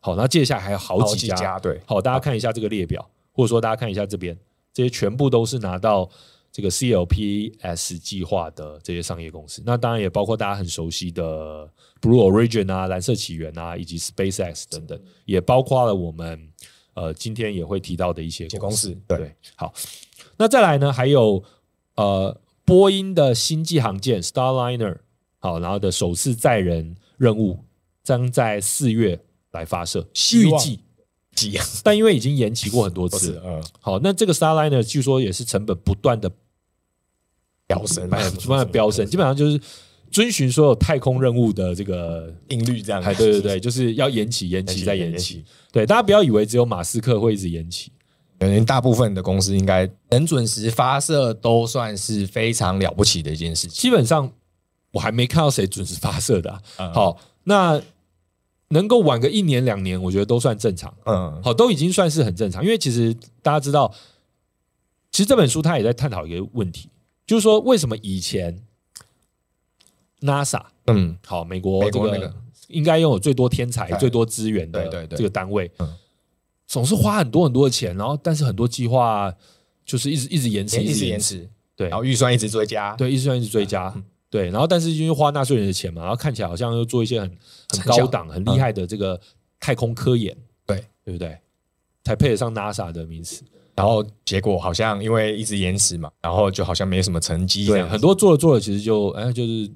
[SPEAKER 1] 好，那接下来还有好
[SPEAKER 2] 好
[SPEAKER 1] 几家。
[SPEAKER 2] 家 对，
[SPEAKER 1] 好，大家看一下这个列表，或者说大家看一下这边，这些全部都是拿到这个 CLPS 计划的这些商业公司。那当然也包括大家很熟悉的 Blue Origin 啊、蓝色起源啊，以及 SpaceX 等等，也包括了我们呃今天也会提到的一些
[SPEAKER 2] 解
[SPEAKER 1] 公
[SPEAKER 2] 公
[SPEAKER 1] 司。
[SPEAKER 2] 司对
[SPEAKER 1] 对，好，那再来呢，还有呃，波音的星际航舰 Starliner，好，然后的首次载人任务将在四月来发射，
[SPEAKER 2] 希
[SPEAKER 1] 预
[SPEAKER 2] 望
[SPEAKER 1] 计，
[SPEAKER 2] 几样
[SPEAKER 1] 但因为已经延期过很多
[SPEAKER 2] 不
[SPEAKER 1] 次
[SPEAKER 2] 是
[SPEAKER 1] 了。
[SPEAKER 2] 嗯，
[SPEAKER 1] 好，那这个 Starliner 据说也是成本不断的
[SPEAKER 2] 飙升，啊
[SPEAKER 1] 不断的飙 升，基本上就是遵循所有太空任务的这个，
[SPEAKER 2] 定律这样，
[SPEAKER 1] 哎，对对对，就是要延期、延
[SPEAKER 2] 延
[SPEAKER 1] 期
[SPEAKER 2] 期
[SPEAKER 1] 再
[SPEAKER 2] 延
[SPEAKER 1] 延
[SPEAKER 2] 期
[SPEAKER 1] 期。对，大家不要以为只有马斯克会一直延期，
[SPEAKER 2] 感觉大部分的公司应该能准时发射，都算是非常了不起的一件事情。
[SPEAKER 1] 基本上我还没看到谁准时发射的啊、
[SPEAKER 2] 嗯
[SPEAKER 1] 好，那能够晚个一年两年，我觉得都算正常。
[SPEAKER 2] 嗯，
[SPEAKER 1] 好，都已经算是很正常，因为其实大家知道，其实这本书它也在探讨一个问题，就是说为什么以前 NASA
[SPEAKER 2] 嗯，
[SPEAKER 1] 好美国
[SPEAKER 2] 美
[SPEAKER 1] 这
[SPEAKER 2] 国
[SPEAKER 1] 个、
[SPEAKER 2] 那个
[SPEAKER 1] 应该拥有最多天才、
[SPEAKER 2] 对
[SPEAKER 1] 最多资源的
[SPEAKER 2] 对对对
[SPEAKER 1] 这个单位，
[SPEAKER 2] 嗯
[SPEAKER 1] 总是花很多很多的钱，然后但是很多计划就是一直一直延迟，
[SPEAKER 2] 一直
[SPEAKER 1] 延
[SPEAKER 2] 延
[SPEAKER 1] 迟，
[SPEAKER 2] 迟，
[SPEAKER 1] 对
[SPEAKER 2] 然后预算一直追加，，
[SPEAKER 1] 对，一直一直追加。对，然后但是因为花纳税人的钱嘛，然后看起来好像又做一些很很
[SPEAKER 2] 成效
[SPEAKER 1] 高档、很厉害的这个太空科研，
[SPEAKER 2] 对
[SPEAKER 1] 对不对？才配得上 NASA 的名词。
[SPEAKER 2] 然后结果好像因为一直延迟嘛，然后就好像没什么成绩这
[SPEAKER 1] 对，
[SPEAKER 2] 样子，
[SPEAKER 1] 很多做了做了，其实就哎就是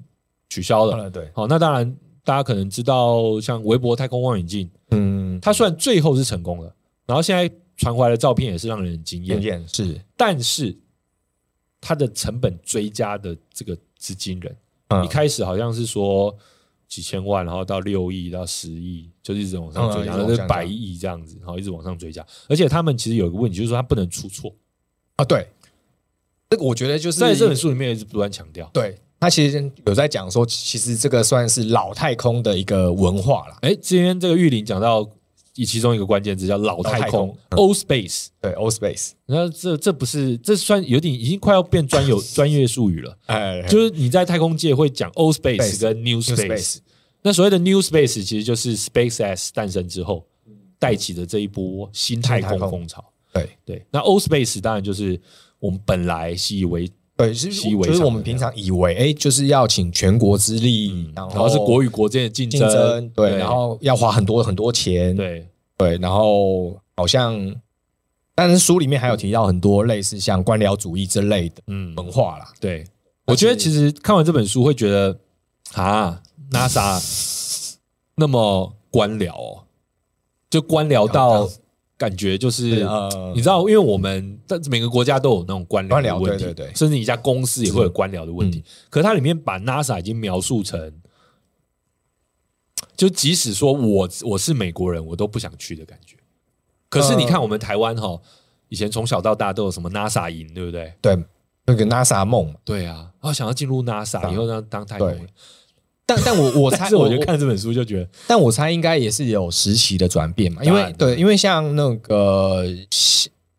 [SPEAKER 1] 取消了。
[SPEAKER 2] 嗯对，
[SPEAKER 1] 好，那当然大家可能知道，像微博太空望远镜，
[SPEAKER 2] 嗯，
[SPEAKER 1] 它虽然最后是成功了，然后现在传回来的照片也是让人很惊
[SPEAKER 2] 验
[SPEAKER 1] 艳，
[SPEAKER 2] 验是，
[SPEAKER 1] 但是它的成本追加的这个资金人，
[SPEAKER 2] 嗯
[SPEAKER 1] 一开始好像是说几千万，然后到六亿到十亿，就是一直往上追加，
[SPEAKER 2] 嗯
[SPEAKER 1] 然后就
[SPEAKER 2] 一直往
[SPEAKER 1] 是
[SPEAKER 2] 上
[SPEAKER 1] 百亿这样子，然后一直往上追加。而且他们其实有一个问题，就是说他不能出错，
[SPEAKER 2] 啊，对，这个我觉得就是
[SPEAKER 1] 在这本书里面一直不断强调。
[SPEAKER 2] 对。他其实有在讲说，其实这个算是老太空的一个文化啦，
[SPEAKER 1] 哎，今天这个玉林讲到以其中一个关键字叫老太
[SPEAKER 2] 老太
[SPEAKER 1] 空嗯
[SPEAKER 2] 空
[SPEAKER 1] （Old Space），
[SPEAKER 2] 对，old space，
[SPEAKER 1] 那这这不是这算有点已经快要变专 有专业术语了。
[SPEAKER 2] 哎，
[SPEAKER 1] 就是你在太空界会讲 old space
[SPEAKER 2] Space
[SPEAKER 1] 跟 new
[SPEAKER 2] New
[SPEAKER 1] space，那所谓的 new space 其实就是 SpaceX 诞生之后带起的这一波新太空
[SPEAKER 2] 新太空
[SPEAKER 1] 风潮。
[SPEAKER 2] 嗯对
[SPEAKER 1] 对，那 old space 当然就是我们本来习以为，
[SPEAKER 2] 对，是
[SPEAKER 1] 习以为
[SPEAKER 2] 就是
[SPEAKER 1] 常
[SPEAKER 2] 我
[SPEAKER 1] 的
[SPEAKER 2] 们平常以为，哎，就是要请全国之力，嗯然
[SPEAKER 1] 嗯然
[SPEAKER 2] 后
[SPEAKER 1] 后是国与国之间的竞
[SPEAKER 2] 竞争，对，
[SPEAKER 1] 对
[SPEAKER 2] 然后要花很多很多钱，
[SPEAKER 1] 对
[SPEAKER 2] 对，然后好像，但是书里面还有提到很多类似像官僚主义这类的
[SPEAKER 1] 嗯
[SPEAKER 2] 文化啦，
[SPEAKER 1] 对，我觉得其实看完这本书会觉得啊，NASA 那么官僚哦，就官僚到感觉就是
[SPEAKER 2] 是呃
[SPEAKER 1] 你知道，因为我们但每个国家都有那种官僚
[SPEAKER 2] 官僚
[SPEAKER 1] 的问题，
[SPEAKER 2] 对对对嗯
[SPEAKER 1] 甚至一家公司也会有官僚的问题。可是它里面把 NASA 已经描述成，就即使说我我是美国人，我都不想去的感觉。可是你看，我们台湾哈，以前从小到大都有什么 NASA 营，对不对？
[SPEAKER 2] 对，那个 NASA 梦嘛，
[SPEAKER 1] 对啊，啊，想要进入 NASA
[SPEAKER 2] 啊
[SPEAKER 1] 以后当当太空人
[SPEAKER 2] 对。但但我 我
[SPEAKER 1] 但
[SPEAKER 2] 猜，
[SPEAKER 1] 是我
[SPEAKER 2] 我
[SPEAKER 1] 觉得
[SPEAKER 2] 我
[SPEAKER 1] 看这本书就觉得，
[SPEAKER 2] 但我猜应该也是有时期的转变嘛，因
[SPEAKER 1] 当
[SPEAKER 2] 为
[SPEAKER 1] 然
[SPEAKER 2] 对，因为像那个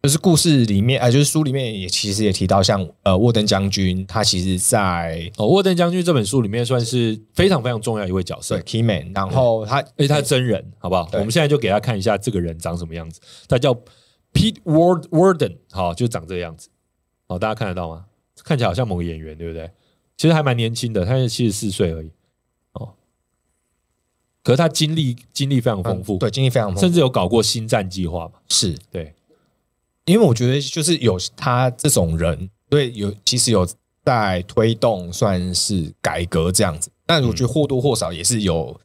[SPEAKER 2] 就是故事里面，啊，就是书里面也其实也提到像呃沃登将军，他其实在
[SPEAKER 1] 哦，沃登将军这本书里面算是非常非常重要一位角色
[SPEAKER 2] 对，Keyman，然后他
[SPEAKER 1] 而且哎他是真人，好不好？我
[SPEAKER 2] 对
[SPEAKER 1] 们现在就给他看一下这个人长什么样子。他叫 Pete Ward Warden，好，就长这个样子。好，大家看得到吗？看起来好像某个演员，对不对？其实还蛮年轻的，他现在七十四岁而已。哦，可是他经历经历非常丰富，
[SPEAKER 2] 嗯对，经历非常丰富，
[SPEAKER 1] 甚至有搞过星战计划嘛？
[SPEAKER 2] 是
[SPEAKER 1] 对，
[SPEAKER 2] 因为我觉得就是有他这种人，所以有其实有在推动算是改革这样子，但我觉得或多或少也是有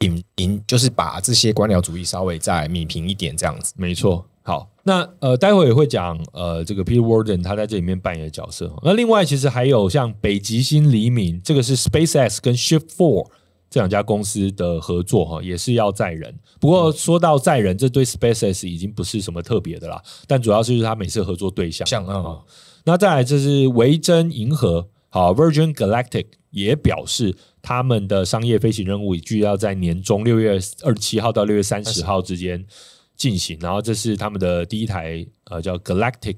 [SPEAKER 2] 引引，就是把这些官僚主义稍微再弭平一点这样子。
[SPEAKER 1] 没错。好，那呃，待会也会讲呃，这个 Peter Warden 他在这里面扮演的角色。那另外其实还有像北极星黎明，这个是 SpaceX 跟 Shift Four 这两家公司的合作哈，也是要载人。不过说到载人，这对 SpaceX 已经不是什么特别的啦，但主要是就是他每次合作对象。
[SPEAKER 2] 像嗯
[SPEAKER 1] 那再来就是维珍银河，好 Virgin Galactic 也表示，他们的商业飞行任务已具要在年中六月二十七号到六月三十号之间进行。然后，这是他们的第一台呃叫 Galactic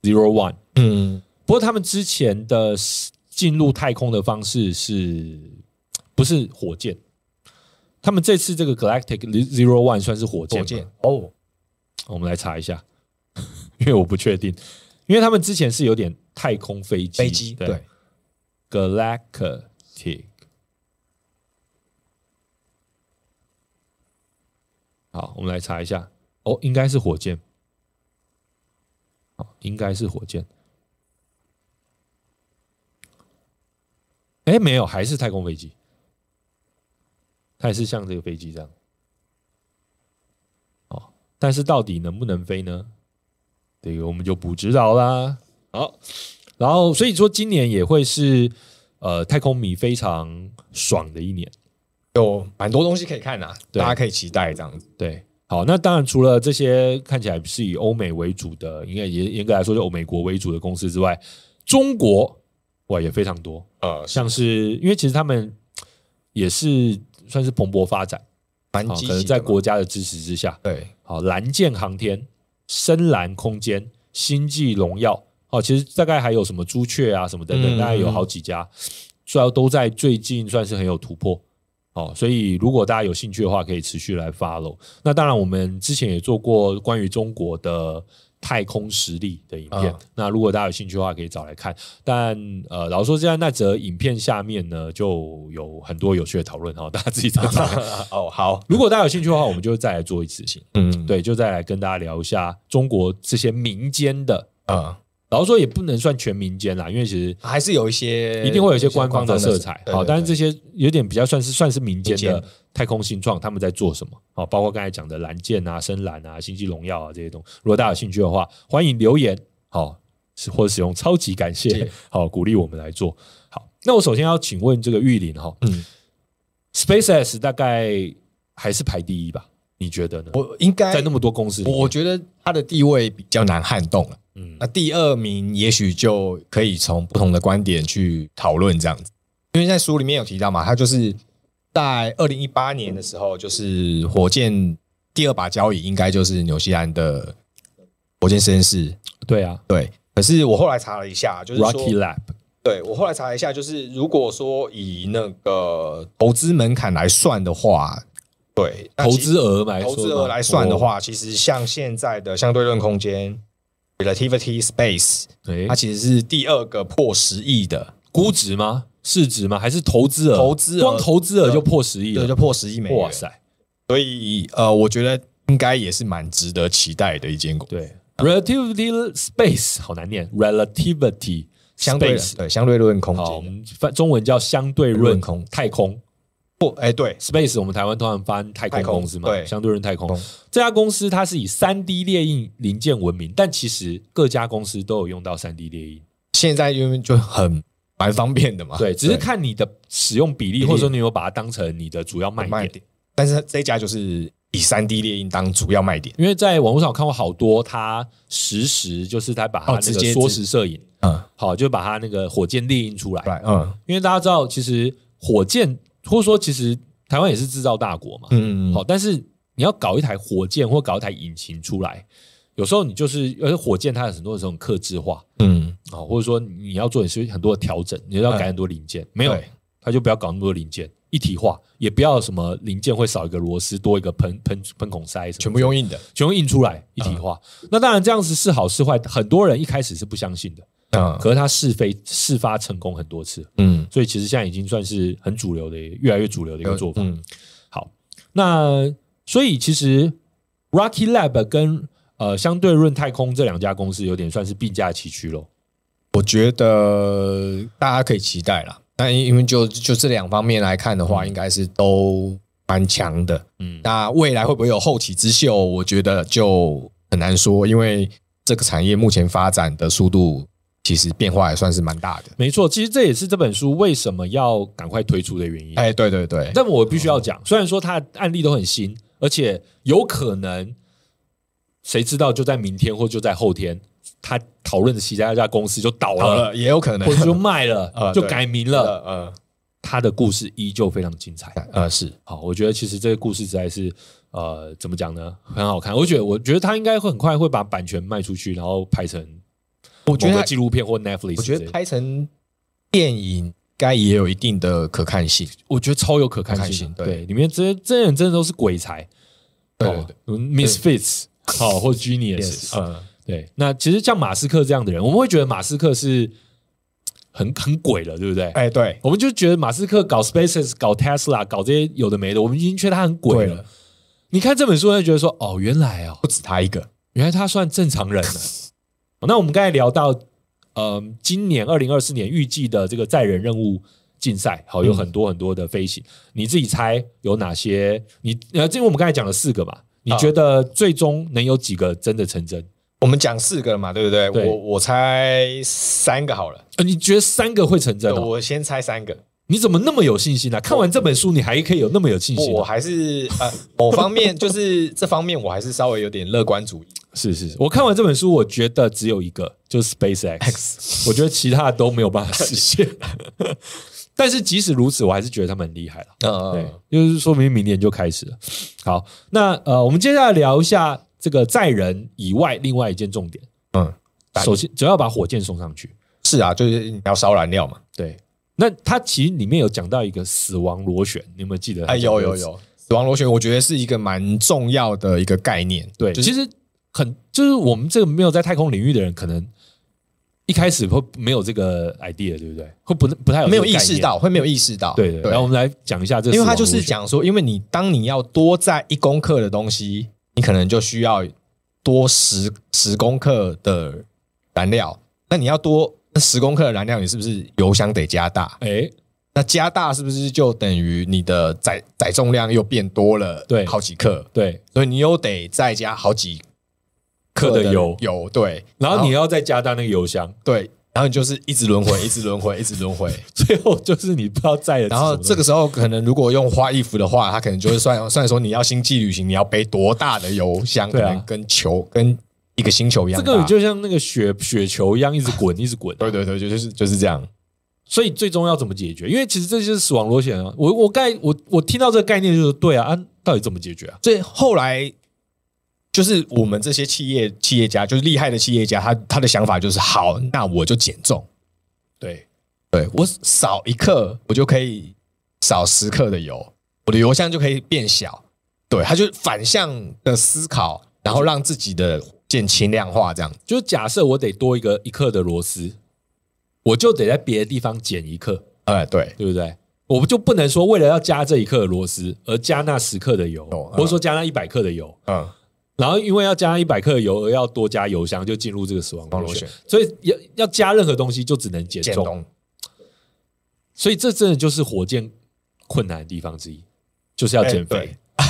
[SPEAKER 1] Zero One。
[SPEAKER 2] 嗯，
[SPEAKER 1] 不过，他们之前的进入太空的方式是不是火箭？他们这次这个 Galactic Zero One 算是火箭
[SPEAKER 2] 火
[SPEAKER 1] 吗
[SPEAKER 2] 箭哦，
[SPEAKER 1] 我们来查一下， 因为我不确定，因为他们之前是有点太空飞嗯机，
[SPEAKER 2] 飞机对，
[SPEAKER 1] Galactic。好，我们来查一下，哦，应该是火箭，好，应该是火箭。哎，没有，还是太空飞机，它也是像这个飞机这样。哦，但是到底能不能飞呢？这个我们就不知道啦。好，然后所以说今年也会是呃太空迷非常爽的一年。
[SPEAKER 2] 有蛮多东西可以看呐、啊
[SPEAKER 1] 对
[SPEAKER 2] 大家可以期待这样子。
[SPEAKER 1] 对，好，那当然除了这些看起来是以欧美为主的，应该严严格来说就欧美国为主的公司之外，中国哇也非常多，
[SPEAKER 2] 呃，
[SPEAKER 1] 像是因为其实他们也是算是蓬勃发展，
[SPEAKER 2] 蛮
[SPEAKER 1] 好，可
[SPEAKER 2] 积极的嘛
[SPEAKER 1] 能在国家的支持之下，
[SPEAKER 2] 对
[SPEAKER 1] 好，啊蓝箭航天、深蓝空间、星际荣耀，哦，其实大概还有什么朱雀啊什么等等，
[SPEAKER 2] 嗯
[SPEAKER 1] 大概有好几家，虽然都在最近算是很有突破。哦，所以如果大家有兴趣的话，可以持续来 follow。那当然，我们之前也做过关于中国的太空实力的影片，
[SPEAKER 2] 啊
[SPEAKER 1] 那如果大家有兴趣的话，可以找来看。但呃，老实说，现在那则影片下面呢，就有很多有趣的讨论哦，大家自己再找 来。
[SPEAKER 2] 哦，好，
[SPEAKER 1] 如果大家有兴趣的话，我们就再来做一次。
[SPEAKER 2] 嗯，
[SPEAKER 1] 对，就再来跟大家聊一下中国这些民间的，
[SPEAKER 2] 呃，
[SPEAKER 1] 老实说也不能算全民间啦，因为其实
[SPEAKER 2] 还是有一些
[SPEAKER 1] 一定呃会有一些官方的色彩。好，但是这
[SPEAKER 2] 些
[SPEAKER 1] 些有点比较算是算是民间
[SPEAKER 2] 民
[SPEAKER 1] 的
[SPEAKER 2] 间
[SPEAKER 1] 太空新创，他们在做什么？好，包括刚才讲的蓝箭啊、深蓝啊、星际荣耀啊这些东西，如果大家有兴趣的话，欢迎留言。好。是或者使用超级感谢
[SPEAKER 2] 谢，
[SPEAKER 1] 好鼓励我们来做好。那我首先要请问这个玉林哈，
[SPEAKER 2] 嗯
[SPEAKER 1] ，SpaceX 大概还是排第一吧？你觉得呢？
[SPEAKER 2] 我应该
[SPEAKER 1] 在那么多公司里面，
[SPEAKER 2] 我觉得他的地位比较难撼动了。
[SPEAKER 1] 嗯
[SPEAKER 2] 那第二名也许就可以从不同的观点去讨论这样子，因为在书里面有提到嘛，他就是在二零一八年的时候，就是火箭第二把交椅应该就是纽西兰的火箭实验室。
[SPEAKER 1] 对啊，
[SPEAKER 2] 对，可是我后来查了一下，就是说
[SPEAKER 1] Rocky Lab，
[SPEAKER 2] 对我后来查了一下，就是如果说以那个投资门槛来算的话，对那
[SPEAKER 1] 投
[SPEAKER 2] 其
[SPEAKER 1] 资额来说哦
[SPEAKER 2] 投
[SPEAKER 1] 吧
[SPEAKER 2] 资额来算的，话，其实像现在的相对论空间 （relativity space），
[SPEAKER 1] 哦诶
[SPEAKER 2] 它其实是第二个破十亿的，
[SPEAKER 1] 估值吗？市值吗？还是投资额？
[SPEAKER 2] 投资额
[SPEAKER 1] 嗯光投资额就破十亿
[SPEAKER 2] 对，就
[SPEAKER 1] 了，
[SPEAKER 2] 破十亿美元。
[SPEAKER 1] 哇！塞！
[SPEAKER 2] 所以呃，我觉得应该也是蛮值得期待的一间公司，
[SPEAKER 1] 对，relativity space 好难念，relativity
[SPEAKER 2] 相对
[SPEAKER 1] space
[SPEAKER 2] 对相对论空
[SPEAKER 1] 好，我
[SPEAKER 2] 间。
[SPEAKER 1] 们翻中文叫相对论
[SPEAKER 2] 论空
[SPEAKER 1] 太空
[SPEAKER 2] 不，哎，对，
[SPEAKER 1] space，我们台湾通常翻太空
[SPEAKER 2] 太空
[SPEAKER 1] 公司嘛，
[SPEAKER 2] 对
[SPEAKER 1] 相对论太空
[SPEAKER 2] 空
[SPEAKER 1] 这家公司它是以三 D 列印零件闻名，但其实各家公司都有用到三 D 列印。
[SPEAKER 2] 现在因为就很蛮方便的嘛，
[SPEAKER 1] 对，只是看你的使用比例，
[SPEAKER 2] 啊例
[SPEAKER 1] 或者说你有把它当成你的主要卖
[SPEAKER 2] 卖
[SPEAKER 1] 点。
[SPEAKER 2] 点。但是这一家就是以三 D 猎鹰当主要卖点，
[SPEAKER 1] 因为在网络上我看过好多，他实时就是他把他
[SPEAKER 2] 哦
[SPEAKER 1] 那
[SPEAKER 2] 直
[SPEAKER 1] 个
[SPEAKER 2] 接
[SPEAKER 1] 缩时摄影，
[SPEAKER 2] 嗯，
[SPEAKER 1] 好就把他那个火箭列印出来。
[SPEAKER 2] 对，嗯
[SPEAKER 1] 因为大家知道，其实火箭或者说其实台湾也是制造大国嘛，
[SPEAKER 2] 嗯，
[SPEAKER 1] 好，但是你要搞一台火箭或搞一台引擎出来，有时候你就是而且火箭它有很多这种克制化
[SPEAKER 2] 嗯，
[SPEAKER 1] 啊，或者说你要做是很多的调整，你要
[SPEAKER 2] 哎
[SPEAKER 1] 改很多零件，没有
[SPEAKER 2] 对
[SPEAKER 1] 他就不要搞那么多零件，一体化，也不要什么零件会少一个螺丝，多一个喷喷喷孔塞什么，
[SPEAKER 2] 全部用啊硬的，
[SPEAKER 1] 全部印出来一体化。那当然这样子是好是坏，很多人一开始是不相信的，
[SPEAKER 2] 嗯
[SPEAKER 1] 可是他试飞试发成功很多次，
[SPEAKER 2] 嗯，
[SPEAKER 1] 所以其实现在已经算是很主流的，越来越主流的一个做法。
[SPEAKER 2] 嗯
[SPEAKER 1] 好，那所以其实 Rocky Lab 跟呃相对论太空这两家公司有点算是并驾齐驱咯。
[SPEAKER 2] 我觉得大家可以期待啦。那因因为就就这两方面来看的话，应该是都蛮强的。
[SPEAKER 1] 嗯，
[SPEAKER 2] 那未来会不会有后起之秀？我觉得就很难说，因为这个产业目前发展的速度其实变化也算是蛮大的。
[SPEAKER 1] 没错，其实这也是这本书为什么要赶快推出的原因。
[SPEAKER 2] 哎，对对对，
[SPEAKER 1] 但我必须要讲，虽然说它的案例都很新，而且有可能谁知道就在明天或就在后天，他讨论的其他一家公司就倒
[SPEAKER 2] 好
[SPEAKER 1] 了，
[SPEAKER 2] 了，也有可能
[SPEAKER 1] 或者 就卖了，
[SPEAKER 2] 呃
[SPEAKER 1] 就
[SPEAKER 2] 对
[SPEAKER 1] 改名
[SPEAKER 2] 呃
[SPEAKER 1] 了，
[SPEAKER 2] 呃
[SPEAKER 1] 他的故事依旧非常精彩。
[SPEAKER 2] 呃是
[SPEAKER 1] 好，我觉得其实这个故事实在是，呃，怎么讲呢，很好看。我觉得，我觉得他应该会很快会把版权卖出去，然后拍成
[SPEAKER 2] 我
[SPEAKER 1] 某
[SPEAKER 2] 觉得
[SPEAKER 1] 个纪录片或 Netflix 之类的。
[SPEAKER 2] 我觉得拍成电影该也有一定的可看性。
[SPEAKER 1] 我觉得超有可看
[SPEAKER 2] 可看
[SPEAKER 1] 性
[SPEAKER 2] 性
[SPEAKER 1] 的，
[SPEAKER 2] 对
[SPEAKER 1] 对，里面这些真人真的都是鬼才，
[SPEAKER 2] 对
[SPEAKER 1] 哦，Misfits 好或 Genius，
[SPEAKER 2] 呃，
[SPEAKER 1] 对。那其实像马斯克这样的人，我们会觉得马斯克是很很鬼了，对不对？
[SPEAKER 2] 哎，对，
[SPEAKER 1] 我们就觉得马斯克搞 SpaceX、搞 Tesla、搞这些有的没的，我们已经觉得他很鬼
[SPEAKER 2] 对
[SPEAKER 1] 了
[SPEAKER 2] 了。
[SPEAKER 1] 你看这本书，就觉得说，哦，原来哦，
[SPEAKER 2] 不止他一个，
[SPEAKER 1] 原来他算正常人了。 好那我们刚才聊到，呃，今年二零二四年预计的这个载人任务竞赛，好，有
[SPEAKER 2] 嗯
[SPEAKER 1] 很多很多的飞行，你自己猜有哪些？你呃，这我们刚才讲了四个嘛，你觉得最终能有几个真的成真？
[SPEAKER 2] 我们讲四个了嘛，对不对？
[SPEAKER 1] 对
[SPEAKER 2] 我我猜三个好了，
[SPEAKER 1] 呃，你觉得三个会成真哦？
[SPEAKER 2] 我先猜三个。
[SPEAKER 1] 你怎么那么有信心呢、啊看完这本书，你还可以有那么有信心
[SPEAKER 2] 我
[SPEAKER 1] 啊、
[SPEAKER 2] 我还是呃 某方面就是这方面我还是稍微有点乐观主义。
[SPEAKER 1] 是是，是我看完这本书，我觉得只有一个，就是 SpaceX，我觉 得其他的都没有办法实现。 但是即使如此，我还是觉得他们很厉害了。对
[SPEAKER 2] 嗯，，
[SPEAKER 1] 就是说明明年就开始了。好，那呃，我们接下来聊一下这个载人以外另外一件重点。
[SPEAKER 2] 嗯，
[SPEAKER 1] 首先只要把火箭送上去。
[SPEAKER 2] 是啊，就是你要烧燃料嘛。
[SPEAKER 1] 对，那它其实里面有讲到一个死亡螺旋，你有没有记得？
[SPEAKER 2] 哎，有有。有，死亡螺旋，我觉得是一个蛮重要的一个概念。
[SPEAKER 1] 对，
[SPEAKER 2] 就是
[SPEAKER 1] 其实很就是我们这个没有在太空领域的人，可能一开始会没有这个 idea，对不对？会不不太有这个
[SPEAKER 2] 没有意
[SPEAKER 1] 概
[SPEAKER 2] 识
[SPEAKER 1] 念。
[SPEAKER 2] 到，会没有意识到。
[SPEAKER 1] 对对对。然后我们来讲一下这个死
[SPEAKER 2] 因为
[SPEAKER 1] 亡
[SPEAKER 2] 它
[SPEAKER 1] 螺旋，
[SPEAKER 2] 就是讲说，因为你当你要多载一公克的东西，你可能就需要多十十公克的燃料。那你要多那十公克的燃料，你是不是油箱得加大？
[SPEAKER 1] 哎，
[SPEAKER 2] 那加大是不是就等于你的载载重量又变多了？
[SPEAKER 1] 对
[SPEAKER 2] 好几克，
[SPEAKER 1] 对，
[SPEAKER 2] 所以你又得再加好几
[SPEAKER 1] 克的油，
[SPEAKER 2] 油对。
[SPEAKER 1] 然后你要再加大那个油箱。
[SPEAKER 2] 对，然后你就是一直轮回，一直轮回，一直轮回。
[SPEAKER 1] 最后就是你不知道载了。
[SPEAKER 2] 然后这个，时候，可能如果用花衣服的话，它可能就会算 算说你要星际旅行，你要背多大的油箱，
[SPEAKER 1] 对
[SPEAKER 2] 可
[SPEAKER 1] 啊
[SPEAKER 2] 能跟球跟一个星球一样
[SPEAKER 1] 这
[SPEAKER 2] 大。
[SPEAKER 1] 个就像那个雪雪球一样，一直滚，一直滚。
[SPEAKER 2] 对对对，就就是就是这样。
[SPEAKER 1] 所以最终要怎么解决？因为其实这就是死亡螺旋啊。我我概我我听到这个概念就是对啊，啊，到底怎么解决啊？
[SPEAKER 2] 所以后来就是我们这些企业企业家，就是厉害的企业家，他他的想法就是好，那我就减重，
[SPEAKER 1] 对，
[SPEAKER 2] 对我少一克，我就可以少十克的油，我的油箱就可以变小。对，他就反向的思考，然后让自己的火箭轻量化，这样。
[SPEAKER 1] 就是假设我得多一个一克的螺丝，我就得在别的地方减一克，
[SPEAKER 2] 呃，对，
[SPEAKER 1] 对不对？我就不能说为了要加这一克的螺丝而加那十克的油，
[SPEAKER 2] 哦
[SPEAKER 1] 或
[SPEAKER 2] 嗯
[SPEAKER 1] 者说加那一百克的油，
[SPEAKER 2] 嗯，
[SPEAKER 1] 然后因为要加一百克的油而要多加油箱，就进入这个死亡螺旋
[SPEAKER 2] 死。
[SPEAKER 1] 所以要要加任何东西就只能减
[SPEAKER 2] 哦减
[SPEAKER 1] 重。
[SPEAKER 2] 重，
[SPEAKER 1] 所以这真的就是火箭困难的地方之一，就是要减肥，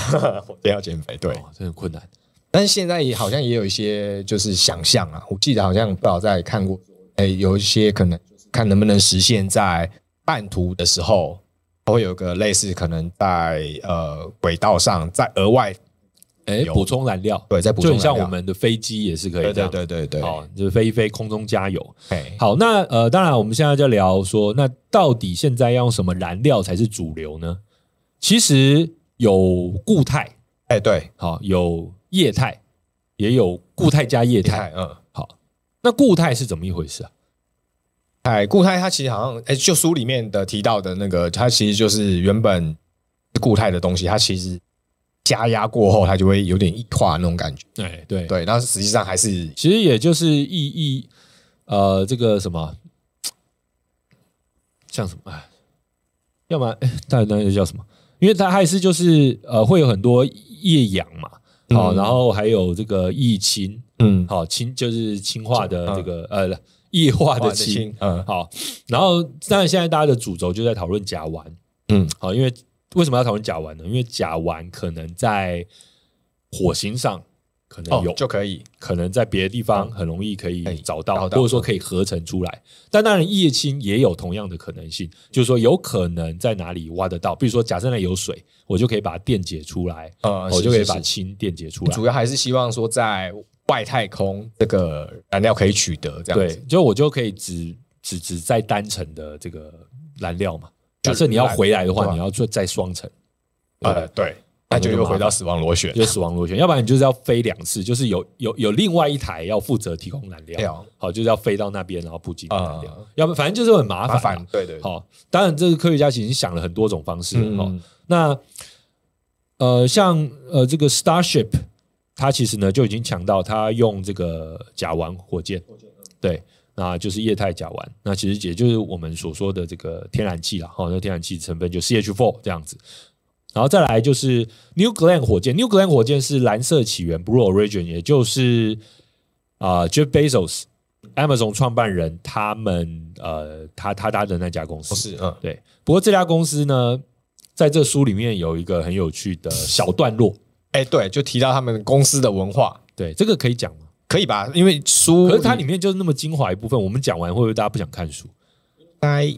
[SPEAKER 2] 不要减肥，哎对。
[SPEAKER 1] 哎哦，真的困难。
[SPEAKER 2] 但是现在也好像也有一些就是想象啊，我记得好像不好在看过，哎，有一些可能看能不能实现在半途的时候，它会有个类似可能在呃轨道上再额外
[SPEAKER 1] 哎，
[SPEAKER 2] 有
[SPEAKER 1] 补充燃料，
[SPEAKER 2] 对再补
[SPEAKER 1] 就
[SPEAKER 2] 充
[SPEAKER 1] 很像
[SPEAKER 2] 燃料
[SPEAKER 1] 我们的飞机也是可以
[SPEAKER 2] 对
[SPEAKER 1] 这
[SPEAKER 2] 对
[SPEAKER 1] 样，
[SPEAKER 2] 对对对，
[SPEAKER 1] 哦，就是飞一飞空中加油。
[SPEAKER 2] 哎，
[SPEAKER 1] 好，那呃，当然我们现在就聊说，那到底现在要用什么燃料才是主流呢？其实有固态，
[SPEAKER 2] 哎对，
[SPEAKER 1] 好、有液态，也有固态加液
[SPEAKER 2] 液
[SPEAKER 1] 态。
[SPEAKER 2] 态嗯。
[SPEAKER 1] 好，那固态是怎么一回事啊？
[SPEAKER 2] 哎，固态它其实好像，哎，就书里面的提到的那个，它其实就是原本是固态的东西，它其实加压过后，它就会有点液化那种感觉。
[SPEAKER 1] 对对
[SPEAKER 2] 对，然后实际上还是
[SPEAKER 1] 其实也就是意义，呃，这个什么，像什么，哎，要么哎那那就叫什么？因为它还是就是呃，会有很多液氧嘛，好、
[SPEAKER 2] 嗯
[SPEAKER 1] 然后还有这个液氢，
[SPEAKER 2] 嗯，
[SPEAKER 1] 好、氢就是氢化的
[SPEAKER 2] 嗯
[SPEAKER 1] 这个、呃液化的
[SPEAKER 2] 的
[SPEAKER 1] 氢，
[SPEAKER 2] 轻，嗯
[SPEAKER 1] 好，然后当然现在大家的主轴就在讨论甲烷，
[SPEAKER 2] 嗯，
[SPEAKER 1] 好，因为为什么要讨论甲烷呢？因为甲烷可能在火星上可能有、
[SPEAKER 2] 哦就可以，
[SPEAKER 1] 可能在别的地方很容易可以
[SPEAKER 2] 可以
[SPEAKER 1] 找到，
[SPEAKER 2] 找到嗯
[SPEAKER 1] 或者说可以合成出来。但当然，液氢也有同样的可能性，就是说有可能在哪里挖得到。比如说，假设那里有水，我就可以把它电解出来，
[SPEAKER 2] 呃
[SPEAKER 1] 我就可以把
[SPEAKER 2] 是是
[SPEAKER 1] 氢电解出
[SPEAKER 2] 是
[SPEAKER 1] 来。
[SPEAKER 2] 主要还是希望说在外太空这个燃料可以取得这样
[SPEAKER 1] 对
[SPEAKER 2] 子。，
[SPEAKER 1] 就我就可以只只只在单层的这个燃料嘛。
[SPEAKER 2] 就
[SPEAKER 1] 假设你要回来的
[SPEAKER 2] 对
[SPEAKER 1] 话，
[SPEAKER 2] 啊
[SPEAKER 1] 你要做再双层，
[SPEAKER 2] 呃，对，那
[SPEAKER 1] 那就
[SPEAKER 2] 就又
[SPEAKER 1] 麻烦
[SPEAKER 2] 回到死亡螺旋。
[SPEAKER 1] 就死亡螺旋，要不然你就是要飞两次，就是有有有另外一台要负责提供燃料
[SPEAKER 2] 料，
[SPEAKER 1] 好，就是要飞到那边然后补给你燃料
[SPEAKER 2] 啊，
[SPEAKER 1] 要不然反正就是很麻
[SPEAKER 2] 麻
[SPEAKER 1] 烦
[SPEAKER 2] 烦
[SPEAKER 1] 啦。，
[SPEAKER 2] 对对，
[SPEAKER 1] 好，当然这个科学家其实想了很多种方式
[SPEAKER 2] 嗯
[SPEAKER 1] 哦。那呃，像呃这个 Starship，它其实呢就已经强到它用这个甲烷火箭，嗯对，那就是液态甲烷，那其实也就是我们所说的这个天然气啦，哦，那天然气成分就 CH4 这样子。然后再来就是 New Glenn 火箭，New Glenn 火箭是蓝色起源 Blue Origin，也就是啊、呃 Jeff Bezos Amazon 创办人他们呃他他搭的那家公司
[SPEAKER 2] 不是，嗯，
[SPEAKER 1] 对，不过这家公司呢，在这书里面有一个很有趣的小段落，
[SPEAKER 2] 哎，对，就提到他们公司的文化，
[SPEAKER 1] 对，这个可以讲吗？
[SPEAKER 2] 可以吧？因为书，
[SPEAKER 1] 可是它里面就是那么精华一部分，我们讲完会不会大家不想看书？
[SPEAKER 2] 该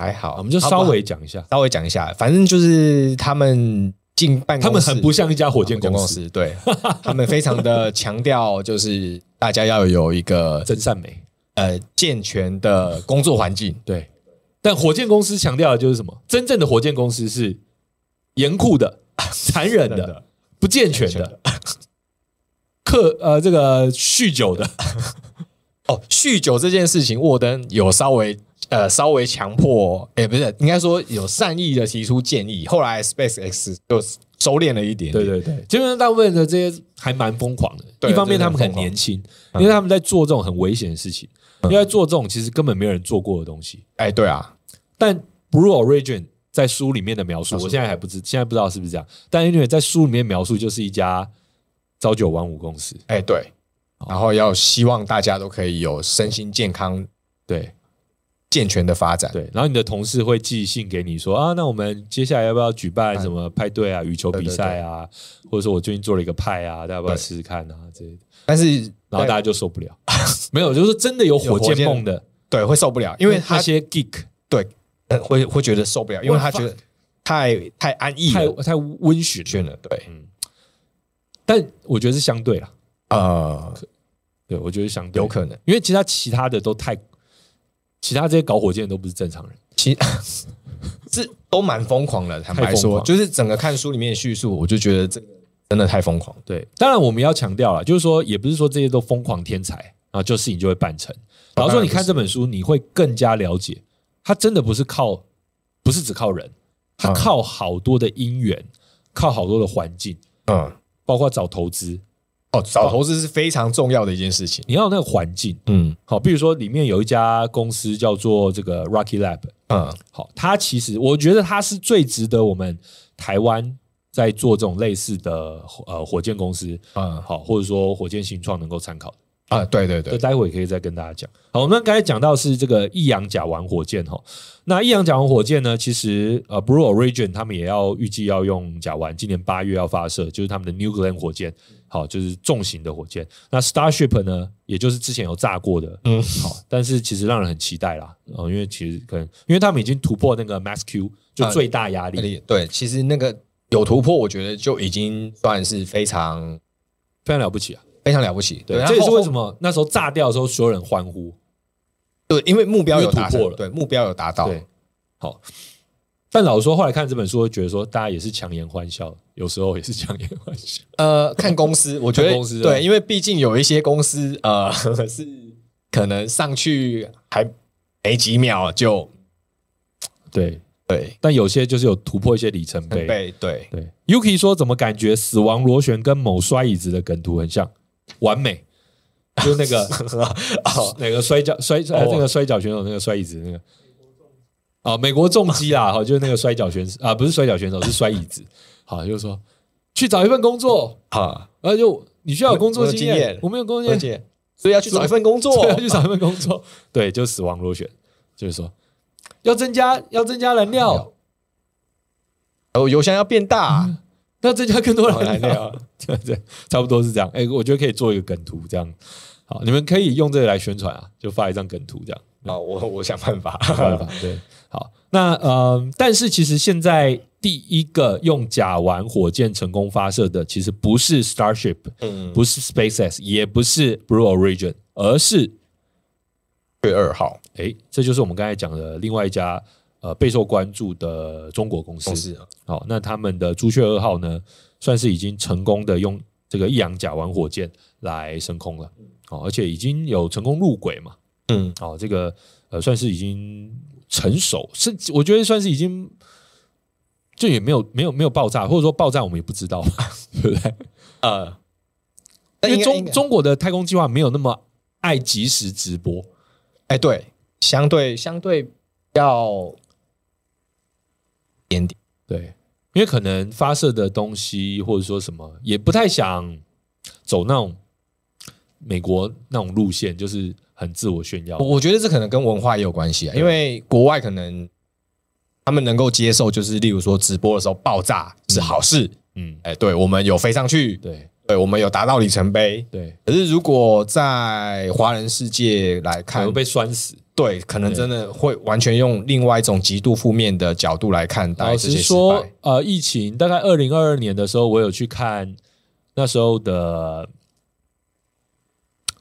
[SPEAKER 2] 还好，
[SPEAKER 1] 我们就
[SPEAKER 2] 好
[SPEAKER 1] 稍
[SPEAKER 2] 不好
[SPEAKER 1] 微讲一下，
[SPEAKER 2] 稍微讲一下，反正就是他们进办公室，
[SPEAKER 1] 他们很不像一家火箭公
[SPEAKER 2] 公
[SPEAKER 1] 司，，
[SPEAKER 2] 对他们非常的强调，就是大家要有一个
[SPEAKER 1] 真善美。
[SPEAKER 2] 呃健全的工作环境，
[SPEAKER 1] 对，但火箭公司强调的就是什么？真正的火箭公司是严酷的、残忍
[SPEAKER 2] 真
[SPEAKER 1] 的
[SPEAKER 2] 的、
[SPEAKER 1] 不健全
[SPEAKER 2] 健全
[SPEAKER 1] 的、克呃这个酗酒的，
[SPEAKER 2] 哦，酗酒这件事情，沃登有稍微呃稍微强迫，哎、不是，应该说有善意的提出建议。后来 SpaceX 就收敛了一点
[SPEAKER 1] 对
[SPEAKER 2] 点，
[SPEAKER 1] 对对，基本上大部分的这些还蛮疯狂的。
[SPEAKER 2] 对
[SPEAKER 1] 一方面他们
[SPEAKER 2] 真
[SPEAKER 1] 很
[SPEAKER 2] 的很疯狂嗯
[SPEAKER 1] 年轻，因为他们在做这种很危险的事情，因为在做这种其实根本没有人做过的东西。
[SPEAKER 2] 哎、对啊，
[SPEAKER 1] 但 Blue Origin 在书里面的描述，我现在还不知，现在不知道是不是这样。但因为在书里面描述就是一家朝九晚五公司，
[SPEAKER 2] 哎、对，
[SPEAKER 1] 哦
[SPEAKER 2] 然后要希望大家都可以有身心健康、
[SPEAKER 1] 对
[SPEAKER 2] 健全的发展。
[SPEAKER 1] 对。然后你的同事会寄信给你说啊，那我们接下来要不要举
[SPEAKER 2] 哎
[SPEAKER 1] 办什么派对啊、羽球比赛啊，或者说我最近做了一个派啊，大家要不要
[SPEAKER 2] 对
[SPEAKER 1] 试试看啊之类的。
[SPEAKER 2] 但是
[SPEAKER 1] 然后大家就受不 了，没有，就是真的有火
[SPEAKER 2] 有火
[SPEAKER 1] 箭
[SPEAKER 2] 箭
[SPEAKER 1] 梦的。
[SPEAKER 2] 对会受不了，因为
[SPEAKER 1] 那
[SPEAKER 2] 他
[SPEAKER 1] 些 geek
[SPEAKER 2] 对呃会会觉得受不了，因为他觉得太太安逸
[SPEAKER 1] 太
[SPEAKER 2] 了，
[SPEAKER 1] 太温驯了，
[SPEAKER 2] 倦了。对，
[SPEAKER 1] 但我觉得是相对啦，
[SPEAKER 2] 呃，
[SPEAKER 1] 对我觉得是相对，
[SPEAKER 2] 有可能
[SPEAKER 1] 因为其他其他的都太，其他这些搞火箭的都不是正常人，
[SPEAKER 2] 其是都蛮疯狂的，坦白
[SPEAKER 1] 太疯
[SPEAKER 2] 说，
[SPEAKER 1] 狂
[SPEAKER 2] 就是整个看书里面的叙述，我就觉得这个真的太疯狂。
[SPEAKER 1] 对。当然我们要强调了，就是说也不是说这些都疯狂天才啊，就事情就会办成。
[SPEAKER 2] 哦
[SPEAKER 1] 然后说你看这本书，你会更加了解，它真的不是靠，不是只靠人，它
[SPEAKER 2] 嗯
[SPEAKER 1] 靠好多的因缘，靠好多的环境，
[SPEAKER 2] 嗯，
[SPEAKER 1] 包括找投资，
[SPEAKER 2] 哦，找投资是非常重要的一件事情。
[SPEAKER 1] 你要有那个环境。
[SPEAKER 2] 嗯
[SPEAKER 1] 好，比如说里面有一家公司叫做这个 Rocky Lab，
[SPEAKER 2] 嗯，
[SPEAKER 1] 好，它其实我觉得它是最值得我们台湾在做这种类似的呃火箭公司，
[SPEAKER 2] 嗯
[SPEAKER 1] 好，或者说火箭新创能够参考的。
[SPEAKER 2] 啊，对对
[SPEAKER 1] 这
[SPEAKER 2] 对，
[SPEAKER 1] 待会也可以再跟大家讲。好，我们刚才讲到是这个一氧甲烷火箭哈，那一氧甲烷火箭呢，其实呃 Blue Origin 他们也要预计要用甲烷，今年八月要发射，就是他们的 New Glenn 火箭，好，就是重型的火箭。那 Starship 呢，也就是之前有炸过的，
[SPEAKER 2] 嗯，
[SPEAKER 1] 好，但是其实让人很期待啦，哦，因为其实可能因为他们已经突破那个 Max Q
[SPEAKER 2] 啊
[SPEAKER 1] 就最大压力，
[SPEAKER 2] 对，其实那个有突破，我觉得就已经算是非常
[SPEAKER 1] 非常了不起啊。
[SPEAKER 2] 非常了不起。
[SPEAKER 1] 对，
[SPEAKER 2] 然
[SPEAKER 1] 这也是
[SPEAKER 2] 后
[SPEAKER 1] 为什么那时候炸掉的时候所有人欢呼，
[SPEAKER 2] 对，因为目标有
[SPEAKER 1] 因
[SPEAKER 2] 达
[SPEAKER 1] 为突破
[SPEAKER 2] 成
[SPEAKER 1] 了
[SPEAKER 2] 对，目标有达到。
[SPEAKER 1] 对，好。但老实说，后来看这本书，会觉得说大家也是强颜欢笑，有时候也是 强颜欢笑。
[SPEAKER 2] 呃，看公司，我觉
[SPEAKER 1] 看
[SPEAKER 2] 得
[SPEAKER 1] 公司啊
[SPEAKER 2] 对，因为毕竟有一些公司呃 是可能上去还没几秒就
[SPEAKER 1] 对，
[SPEAKER 2] 对
[SPEAKER 1] 但有些就是有突破一些里程碑。
[SPEAKER 2] 对对，
[SPEAKER 1] 对，Yuki 说，怎么感觉死亡螺旋跟某摔椅子的梗图很像？完美，就那 个哪个摔跤摔呃
[SPEAKER 2] 哦
[SPEAKER 1] 那个摔跤选手那个摔椅子那个。啊，美国重击啦，哈，就是那个摔跤选手啊，不是摔跤选手，是摔椅子。好，就是说去找一份工作，
[SPEAKER 2] 啊，
[SPEAKER 1] 然后就你需要有工作
[SPEAKER 2] 我有
[SPEAKER 1] 经
[SPEAKER 2] 经
[SPEAKER 1] 验
[SPEAKER 2] 验，
[SPEAKER 1] 我没有工作
[SPEAKER 2] 而
[SPEAKER 1] 经验，
[SPEAKER 2] 且所以要去找一份工作
[SPEAKER 1] 对，要去找一份工作，对，就死亡螺旋，就是说要增加要增加燃料，
[SPEAKER 2] 哦，邮箱要变 大，
[SPEAKER 1] 要增加更多
[SPEAKER 2] 哦
[SPEAKER 1] 燃
[SPEAKER 2] 燃
[SPEAKER 1] 料
[SPEAKER 2] 料，
[SPEAKER 1] 对对，差不多是这 样。哎，我觉得可以做一个梗图这样，好，你们可以用这个来宣传啊，就发一张梗图这样，
[SPEAKER 2] 好，我我想办法。
[SPEAKER 1] 办法。对，好，那呃，但是其实现在第一个用甲烷火箭成功发射的，其实不是 Starship，
[SPEAKER 2] 嗯，
[SPEAKER 1] 不是 SpaceX，也不是 Blue Origin，而是
[SPEAKER 2] 月二号
[SPEAKER 1] 诶，这就是我们刚才讲的另外一家呃备受关注的中国公司。
[SPEAKER 2] 公司啊
[SPEAKER 1] 好，那他们的朱雀二号呢，算是已经成功的用这个一氧甲烷火箭来升空了，哦，而且已经有成功入轨嘛，
[SPEAKER 2] 嗯，
[SPEAKER 1] 哦，这个呃算是已经成熟，是我觉得算是已经就也没有没有没有爆炸，或者说爆炸我们也不知道， 对不对？
[SPEAKER 2] 呃，
[SPEAKER 1] 因为中
[SPEAKER 2] 中
[SPEAKER 1] 中国的太空计划没有那么爱及时直播，
[SPEAKER 2] 哎、对，相对相对要点点，
[SPEAKER 1] 对，因为可能发射的东西或者说什么也不太想走那种美国那种路线，就是很自我炫耀
[SPEAKER 2] 我。我觉得这可能跟文化也有关系啊，因为国外可能他们能够接受，就是例如说直播的时候爆炸是好事，
[SPEAKER 1] 嗯，
[SPEAKER 2] 哎、对我们有飞上去，对
[SPEAKER 1] 对
[SPEAKER 2] 我们有达到里程碑。
[SPEAKER 1] 对，
[SPEAKER 2] 可是如果在华人世界来
[SPEAKER 1] 可
[SPEAKER 2] 看
[SPEAKER 1] 能，被嗯拴死。
[SPEAKER 2] 对，可能真的会完全用另外一种极度负面的角度来看待
[SPEAKER 1] 老
[SPEAKER 2] 这
[SPEAKER 1] 实
[SPEAKER 2] 些失
[SPEAKER 1] 说
[SPEAKER 2] 败。，
[SPEAKER 1] 呃，疫情大概二零二二年的时候，我有去看那时候的，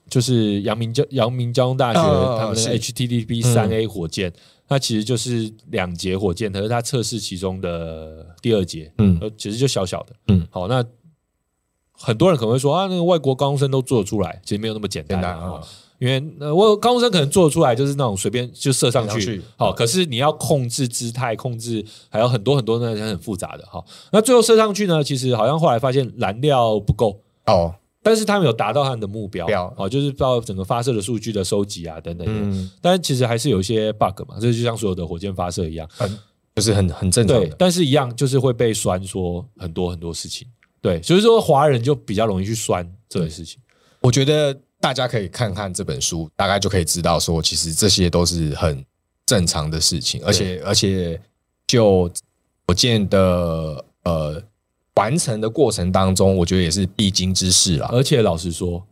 [SPEAKER 1] 就是阳明交阳明交通大学、
[SPEAKER 2] 嗯
[SPEAKER 1] 他们
[SPEAKER 2] 是
[SPEAKER 1] 的 HTTP 三 A 火箭，那其实就是两节火箭，可是它测试其中的第二节，
[SPEAKER 2] 嗯
[SPEAKER 1] 呃，其实就小小的，
[SPEAKER 2] 嗯，
[SPEAKER 1] 好，那很多人可能会说啊，那个外国高中生都做得出来，其实没有那么简单
[SPEAKER 2] 简
[SPEAKER 1] 啊
[SPEAKER 2] 单啊，
[SPEAKER 1] 因为呃，我高中生可能做得出来，就是那种随便就射上
[SPEAKER 2] 射上
[SPEAKER 1] 去
[SPEAKER 2] 去，嗯
[SPEAKER 1] 好、可是你要控制姿态，控制还有很多很多那很复杂的哈、那最后射上去呢，其实好像后来发现燃料不够，
[SPEAKER 2] 哦，
[SPEAKER 1] 但是他们有达到他们的目标，
[SPEAKER 2] 标
[SPEAKER 1] 哦，就是到整个发射的数据的收集啊等等的。
[SPEAKER 2] 嗯，
[SPEAKER 1] 但其实还是有一些 bug 嘛，这就像所有的火箭发射一样，
[SPEAKER 2] 就是很很正常
[SPEAKER 1] 对
[SPEAKER 2] 的，，
[SPEAKER 1] 但是一样就是会被酸说很多很多事情，对，所以说华人就比较容易去酸这些事
[SPEAKER 2] 嗯
[SPEAKER 1] 情，
[SPEAKER 2] 我觉得大家可以看看这本书，大概就可以知道说，其实这些都是很正常的事情，而且而且就火箭的呃完成的过程当中，我觉得也是必经之事啦。
[SPEAKER 1] 而且老实说，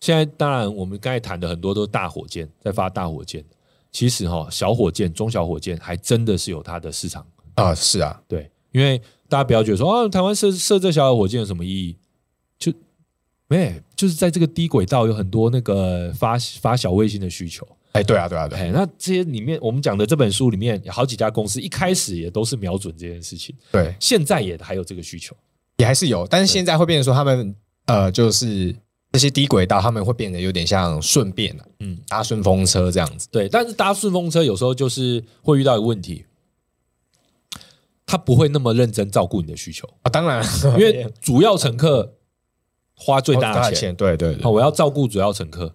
[SPEAKER 1] 现在当然我们刚才谈的很多都是大火箭在发大火箭，其实哈、小火箭、中小火箭还真的是有它的市场，
[SPEAKER 2] 啊，是啊，
[SPEAKER 1] 对，因为大家不要觉得说啊，台湾射射这小火箭有什么意义？就没就是在这个低轨道有很多那个发发小卫星的需求。
[SPEAKER 2] 哎，对啊，对啊，对啊，
[SPEAKER 1] 哎，那这些里面我们讲的这本书里面有好几家公司，一开始也都是瞄准这件事情，
[SPEAKER 2] 对，
[SPEAKER 1] 现在也还有这个需求。
[SPEAKER 2] 也还是有，但是现在会变成说他们呃，就是这些低轨道，他们会变得有点像顺便了，
[SPEAKER 1] 嗯
[SPEAKER 2] 嗯，搭顺风车这样子。
[SPEAKER 1] 对，但是搭顺风车有时候就是会遇到一个问题，他不会那么认真照顾你的需求，
[SPEAKER 2] 啊，当然，
[SPEAKER 1] 因为主要乘客花最大的钱，
[SPEAKER 2] 钱， 对对
[SPEAKER 1] 好，
[SPEAKER 2] 对，
[SPEAKER 1] 我要照顾主要乘客。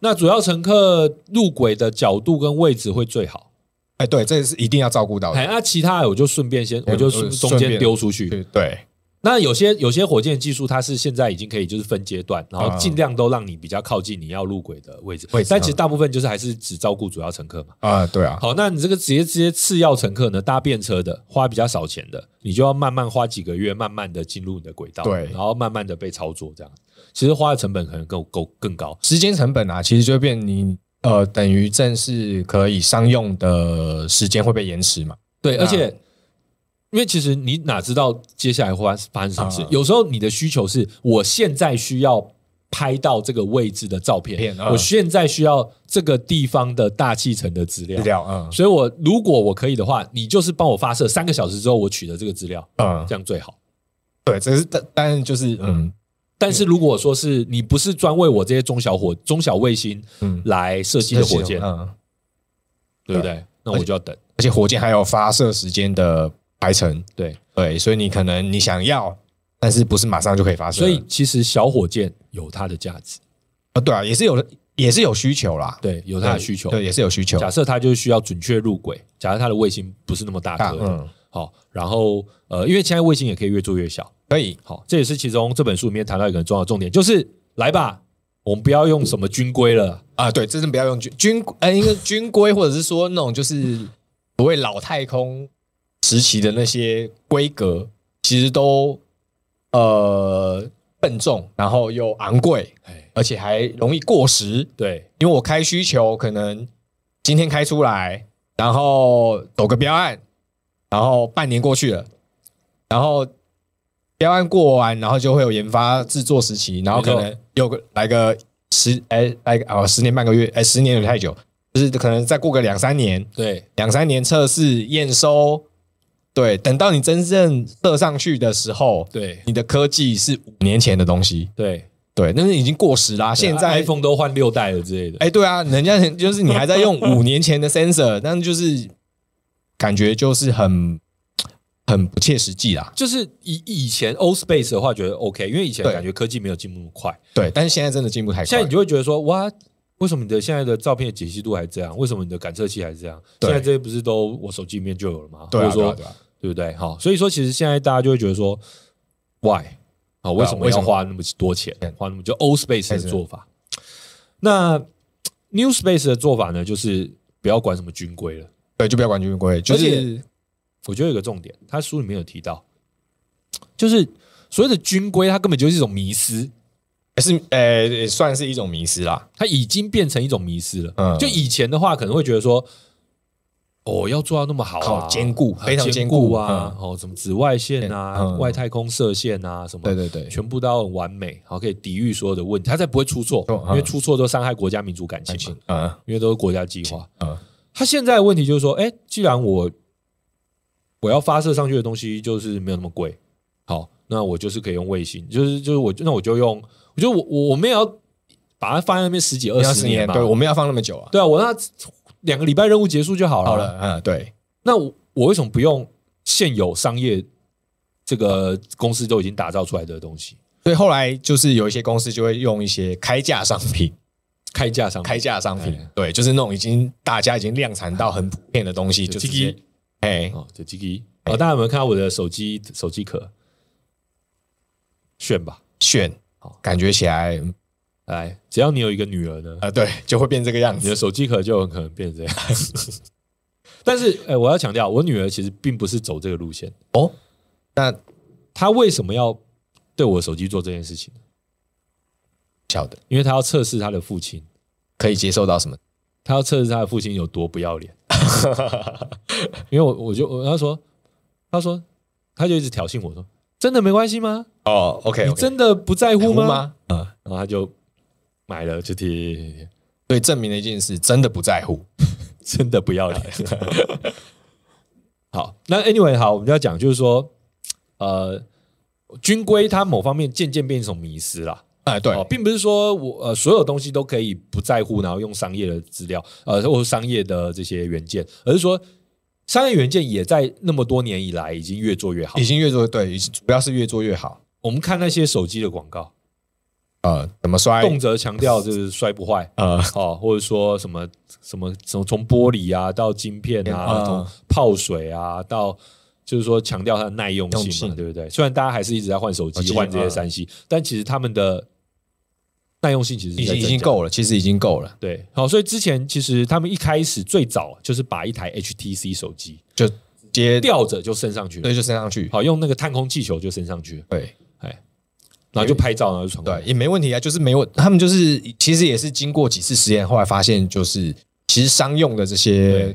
[SPEAKER 1] 那主要乘客入轨的角度跟位置会最好，
[SPEAKER 2] 哎，对，这是一定要照顾到
[SPEAKER 1] 哎，
[SPEAKER 2] 的，
[SPEAKER 1] 那其他的我就顺便先，我就顺
[SPEAKER 2] 嗯
[SPEAKER 1] 中
[SPEAKER 2] 顺
[SPEAKER 1] 间
[SPEAKER 2] 便
[SPEAKER 1] 丢出去。
[SPEAKER 2] 对对，
[SPEAKER 1] 那有些有些火箭技术，它是现在已经可以就是分阶段，然后
[SPEAKER 2] 啊
[SPEAKER 1] 尽量都让你比较靠近你要入轨的位置
[SPEAKER 2] 位。置
[SPEAKER 1] 但其实
[SPEAKER 2] 啊
[SPEAKER 1] 大部分就是还是只照顾主要乘客嘛。
[SPEAKER 2] 啊，对啊，
[SPEAKER 1] 好，那你这个直接直接次要乘客呢，搭便车的花比较少钱的，你就要慢慢花几个月，慢慢的进入你的轨道，
[SPEAKER 2] 对
[SPEAKER 1] 然后慢慢的被操作，这样其实花的成本可能更够更高。
[SPEAKER 2] 时间成本啊，其实就会变你呃，等于正式可以商用的时间会被延迟嘛。
[SPEAKER 1] 对，
[SPEAKER 2] 那
[SPEAKER 1] 而且因为其实你哪知道接下来会发生什么事？
[SPEAKER 2] 啊
[SPEAKER 1] 有时候你的需求是我现在需要拍到这个位置的照片，嗯
[SPEAKER 2] 片啊
[SPEAKER 1] 我现在需要这个地方的大气层的资料，
[SPEAKER 2] 资料，嗯
[SPEAKER 1] 所以我如果我可以的话，你就是帮我发射三个小时之后我取得这个资料，
[SPEAKER 2] 嗯，
[SPEAKER 1] 这样最好。
[SPEAKER 2] 对，这是但但是就是嗯
[SPEAKER 1] 但是如果说是你不是专为我这些中小火、中小卫星
[SPEAKER 2] 嗯，
[SPEAKER 1] 来设计的火箭，
[SPEAKER 2] 嗯，
[SPEAKER 1] 对不对？那我就要等。
[SPEAKER 2] 而且火箭还有发射时间的排程，
[SPEAKER 1] 对，
[SPEAKER 2] 对，所以你可能你想要，但是不是马上就可以发射，
[SPEAKER 1] 所以其实小火箭有它的价值，
[SPEAKER 2] 啊，对啊，也是有也是有需求啦，
[SPEAKER 1] 对，有
[SPEAKER 2] 对，
[SPEAKER 1] 它的需求。
[SPEAKER 2] 对，也是有需求，
[SPEAKER 1] 假设它就是需要准确入轨，假设它的卫星不是那么大
[SPEAKER 2] 大
[SPEAKER 1] 颗的，
[SPEAKER 2] 嗯，
[SPEAKER 1] 好，然后呃，因为现在卫星也可以越做越小，
[SPEAKER 2] 可以，
[SPEAKER 1] 好，这也是其中这本书里面谈到一个很重要的重点，就是来吧，我们不要用什么军规了，
[SPEAKER 2] 啊，对，真的不要用军军呃，应该是军规，或者是说那种就是所谓老太空时期的那些规格，其实都呃笨重，然后又昂贵，
[SPEAKER 1] 哎，
[SPEAKER 2] 而且还容易过时。
[SPEAKER 1] 对
[SPEAKER 2] 因为我开需求可能今天开出来，然后走个标案，然后半年过去了，然后标案过完，然后就会有研发制作时期，然后可
[SPEAKER 1] 没
[SPEAKER 2] 能有个来个十哎来个哦十年半个月哎十年有点太久，就是可能再过个两三年，
[SPEAKER 1] 对，
[SPEAKER 2] 两三年测试验收，对，等到你真正射上去的时候，
[SPEAKER 1] 对
[SPEAKER 2] 你的科技是五年前的东西，
[SPEAKER 1] 对，
[SPEAKER 2] 对，那是已经过时啦。现在
[SPEAKER 1] 啊 iPhone 都换六代了之类的。
[SPEAKER 2] 哎，对啊，人家就是你还在用五年前的 sensor，但 就是感觉就是很很不切实际啦。
[SPEAKER 1] 就是以以前 old space 的话，觉得 OK，因为以前
[SPEAKER 2] 对
[SPEAKER 1] 感觉科技没有进步那么快。
[SPEAKER 2] 对，但是现在真的进步太快。
[SPEAKER 1] 现在你就会觉得说，哇，为什么你的现在的照片的解析度还这样？为什么你的感测器还这样？
[SPEAKER 2] 对
[SPEAKER 1] 现在这些不是都我手机里面就有了吗？
[SPEAKER 2] 对
[SPEAKER 1] 或
[SPEAKER 2] 啊，
[SPEAKER 1] 者
[SPEAKER 2] 对啊
[SPEAKER 1] 说
[SPEAKER 2] 对啊，
[SPEAKER 1] 对不对？好，所以说其实现在大家就会觉得说，why 啊，为什么
[SPEAKER 2] 为什
[SPEAKER 1] 要
[SPEAKER 2] 么
[SPEAKER 1] 花那么多钱，花那么就 old space 的做法？那 new space 的做法呢，就是不要管什么军规了。
[SPEAKER 2] 对，就不要管军规，就
[SPEAKER 1] 而
[SPEAKER 2] 是
[SPEAKER 1] 且我觉得有个重点，他书里面有提到，就是所谓的军规，它根本就是一种迷失，
[SPEAKER 2] 是呃，也算是一种迷失啦。
[SPEAKER 1] 它已经变成一种迷失了。
[SPEAKER 2] 嗯
[SPEAKER 1] 就以前的话，可能会觉得说，哦，要做到那么好、啊，
[SPEAKER 2] 好坚固
[SPEAKER 1] 很
[SPEAKER 2] 非常
[SPEAKER 1] 坚
[SPEAKER 2] 坚固
[SPEAKER 1] 啊，哦，什么紫外线啊、
[SPEAKER 2] 嗯
[SPEAKER 1] 外太空射线啊，什么，
[SPEAKER 2] 对对对，
[SPEAKER 1] 全部都要很完美，好可以抵御所有的问题，它才不会出错，
[SPEAKER 2] 哦嗯
[SPEAKER 1] 因为出错都伤害国家民族感情嘛，
[SPEAKER 2] 嗯
[SPEAKER 1] 因为都是国家计划。
[SPEAKER 2] 嗯，
[SPEAKER 1] 他现在的问题就是说，哎、既然我我要发射上去的东西就是没有那么贵，好，那我就是可以用卫星，就是就是我那我就用，我就我我我们也要把它放在那边十几二
[SPEAKER 2] 二
[SPEAKER 1] 十
[SPEAKER 2] 十年，
[SPEAKER 1] 嘛，
[SPEAKER 2] 对，我们要放那么久啊。
[SPEAKER 1] 对啊，我那两个礼拜任务结束就好了。
[SPEAKER 2] 好了，嗯，对，
[SPEAKER 1] 那我我为什么不用现有商业这个公司都已经打造出来的东西，
[SPEAKER 2] 所以后来就是有一些公司就会用一些开价商品，
[SPEAKER 1] 开价商品
[SPEAKER 2] 开价商品
[SPEAKER 1] 哎，
[SPEAKER 2] 对，就是那种已经大家已经量产到很普遍的东西，
[SPEAKER 1] 就
[SPEAKER 2] 就直
[SPEAKER 1] 鸡
[SPEAKER 2] 接
[SPEAKER 1] 鸡
[SPEAKER 2] 哎，
[SPEAKER 1] 哦，对，机机哦，大家有没有看到我的手机手机壳？炫吧，
[SPEAKER 2] 炫
[SPEAKER 1] 好，
[SPEAKER 2] 感觉起来，
[SPEAKER 1] 来，只要你有一个女儿呢，
[SPEAKER 2] 呃，对，就会变这个样
[SPEAKER 1] 你的
[SPEAKER 2] 子。
[SPEAKER 1] 手机壳就很可能变成这样。 但是，哎、我要强调，我女儿其实并不是走这个路线。
[SPEAKER 2] 那
[SPEAKER 1] 她为什么要对我手机做这件事情？
[SPEAKER 2] 晓得
[SPEAKER 1] 因为她要测试她的父亲，
[SPEAKER 2] 可以接受到什么？
[SPEAKER 1] 她要测试她的父亲有多不要脸。 因为我我就我她说，她说，她就一直挑衅我说：“真的没关系吗？
[SPEAKER 2] 哦，OK，
[SPEAKER 1] 你真的不在乎
[SPEAKER 2] 乎
[SPEAKER 1] 吗？”
[SPEAKER 2] 吗？嗯，
[SPEAKER 1] 然后她就买了，就贴贴贴贴贴
[SPEAKER 2] 所以证明了一件事，真的不在乎。
[SPEAKER 1] 真的不要脸。好，那 anyway 好，我们就要讲就是说，呃，军规它某方面渐渐变成一种迷失啦。
[SPEAKER 2] 哎，对
[SPEAKER 1] 哦，，并不是说我呃所有东西都可以不在乎，然后用商业的资料呃或者商业的这些元件，而是说商业元件也在那么多年以来已经越做越好
[SPEAKER 2] 已。经越做对，已经主要是越做越好。
[SPEAKER 1] 我们看那些手机的广告，
[SPEAKER 2] 呃，怎么摔？
[SPEAKER 1] 动辄强调就是摔不坏，
[SPEAKER 2] 呃，
[SPEAKER 1] 哦，或者说什么什么从从玻璃啊到晶片啊，
[SPEAKER 2] 嗯
[SPEAKER 1] 从泡水啊到就是说强调它的耐用
[SPEAKER 2] 用
[SPEAKER 1] 性嘛，
[SPEAKER 2] 性
[SPEAKER 1] 对不对？虽然大家还是一直在换手
[SPEAKER 2] 手
[SPEAKER 1] 机、
[SPEAKER 2] 机
[SPEAKER 1] 换这些
[SPEAKER 2] 嗯
[SPEAKER 1] 三 C，但其实他们的耐用性其实是
[SPEAKER 2] 已
[SPEAKER 1] 在
[SPEAKER 2] 经已
[SPEAKER 1] 增
[SPEAKER 2] 经
[SPEAKER 1] 加
[SPEAKER 2] 够了，其实已经够了，
[SPEAKER 1] 对。好，所以之前其实他们一开始最早就是把一台 HTC 手机
[SPEAKER 2] 就直接
[SPEAKER 1] 吊着就升上去了，
[SPEAKER 2] 对，就升上去。
[SPEAKER 1] 好用那个探空气球就升上去了，
[SPEAKER 2] 对
[SPEAKER 1] 然后就拍照，然后就传过来
[SPEAKER 2] 对，也没问题啊，就是没有，他们就是其实也是经过几次实验，后来发现就是其实商用的这些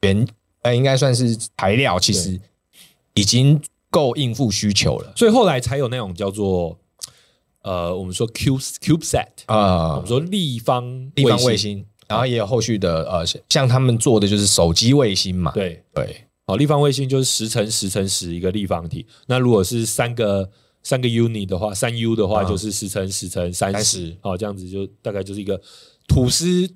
[SPEAKER 1] 对
[SPEAKER 2] 原呃应该算是材料，其实已经够应付需求了
[SPEAKER 1] 所以后来才有那种叫做呃，我们说 Cube CubeSat。我
[SPEAKER 2] 啊
[SPEAKER 1] 们。说立方
[SPEAKER 2] 地方卫，星，然后也有后续的呃，像像他们做的就是手机卫星嘛，
[SPEAKER 1] 对，
[SPEAKER 2] 对
[SPEAKER 1] 好，立方卫星就是十乘十乘十一个立方体。那如果是三个三个 uni 的话，三 u 的话
[SPEAKER 2] 嗯
[SPEAKER 1] 就是十乘十乘三十
[SPEAKER 2] 30，
[SPEAKER 1] 好，这样子就大概就是一个吐司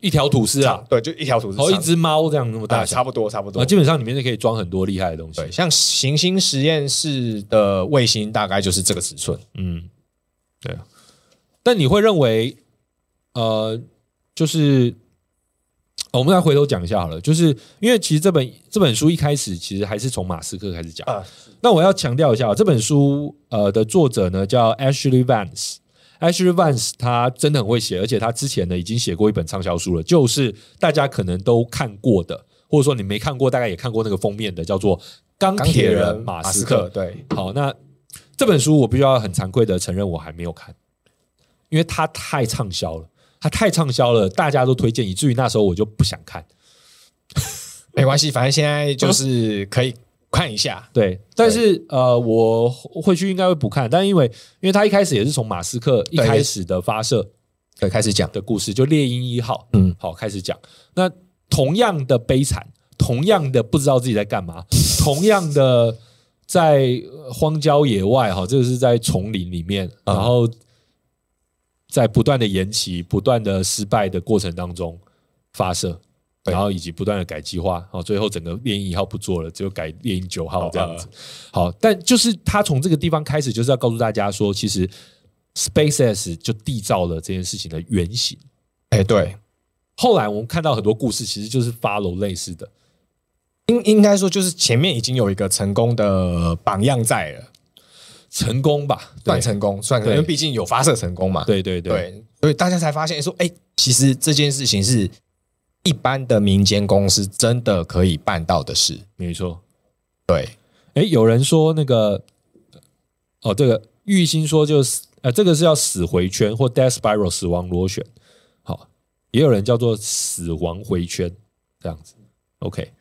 [SPEAKER 1] 一条吐司啊，
[SPEAKER 2] 对，就哦一条图
[SPEAKER 1] 然后一只猫这样那么大小，
[SPEAKER 2] 不多哎差不
[SPEAKER 1] 啊，基本上里面是可以装很多厉害的东西。
[SPEAKER 2] 对，像行星实验室的卫星大概就是这个尺寸，
[SPEAKER 1] 嗯，对啊。但你会认为，呃，就是、呃我们再回头讲一下好了，就是因为其实这本这本书一开始其实还是从马斯克开始讲。
[SPEAKER 2] 啊
[SPEAKER 1] 那我要强调一下，这本书呃的作者呢叫 Ashley Vance。Ashley Vance 他真的很会写，而且他之前呢已经写过一本畅销书了，就是大家可能都看过的，或者说你没看过，大概也看过那个封面的，叫做《钢
[SPEAKER 2] 钢
[SPEAKER 1] 铁
[SPEAKER 2] 铁
[SPEAKER 1] 人
[SPEAKER 2] 人
[SPEAKER 1] 马
[SPEAKER 2] 马
[SPEAKER 1] 斯
[SPEAKER 2] 斯
[SPEAKER 1] 克
[SPEAKER 2] 克，》。对，
[SPEAKER 1] 好，那这本书我必须要很惭愧的承认，我还没有看，因为它太畅销了。它太畅销了，大家都推荐，以至于那时候我就不想看。
[SPEAKER 2] 没关系，反正现在就是可以看一下。
[SPEAKER 1] 对，但是呃，我会去应该会不看，但因为因为他一开始也是从马斯克一
[SPEAKER 2] 对
[SPEAKER 1] 开始的发射
[SPEAKER 2] 对，开始讲。
[SPEAKER 1] 的故事，就猎鹰一号，
[SPEAKER 2] 嗯，
[SPEAKER 1] 好开始讲。那同样的悲惨，同样的不知道自己在干 嘛，同样的在呃荒郊野外哈，这个是在丛林里面，
[SPEAKER 2] 啊
[SPEAKER 1] 然后在不断的延期、不断的失败的过程当中发射。
[SPEAKER 2] 对
[SPEAKER 1] 然后以及不断的改计划，好，最后整个猎鹰一号不做了，只有改猎鹰九号这样
[SPEAKER 2] 啊
[SPEAKER 1] 子。好，但就是他从这个地方开始，就是要告诉大家说，其实 SpaceX 就缔造了这件事情的原型。
[SPEAKER 2] 哎，对，
[SPEAKER 1] 后来我们看到很多故事，其实就是 follow 类似的，
[SPEAKER 2] 应应该说就是前面已经有一个成功的榜样在了，
[SPEAKER 1] 成功吧？
[SPEAKER 2] 算成功，算成功，
[SPEAKER 1] 对
[SPEAKER 2] 因为毕竟有发射成功嘛。
[SPEAKER 1] 对对对
[SPEAKER 2] 对，所以大家才发现说，哎，其实这件事情是一般的民间公司真的可以办到的事。
[SPEAKER 1] 没错。
[SPEAKER 2] 对，
[SPEAKER 1] 哎，有人说那个，哦，这个玉兴说就是，呃，这个是叫死回圈或 death spiral 死亡螺旋，好，也有人叫做死亡回圈这样子。OK，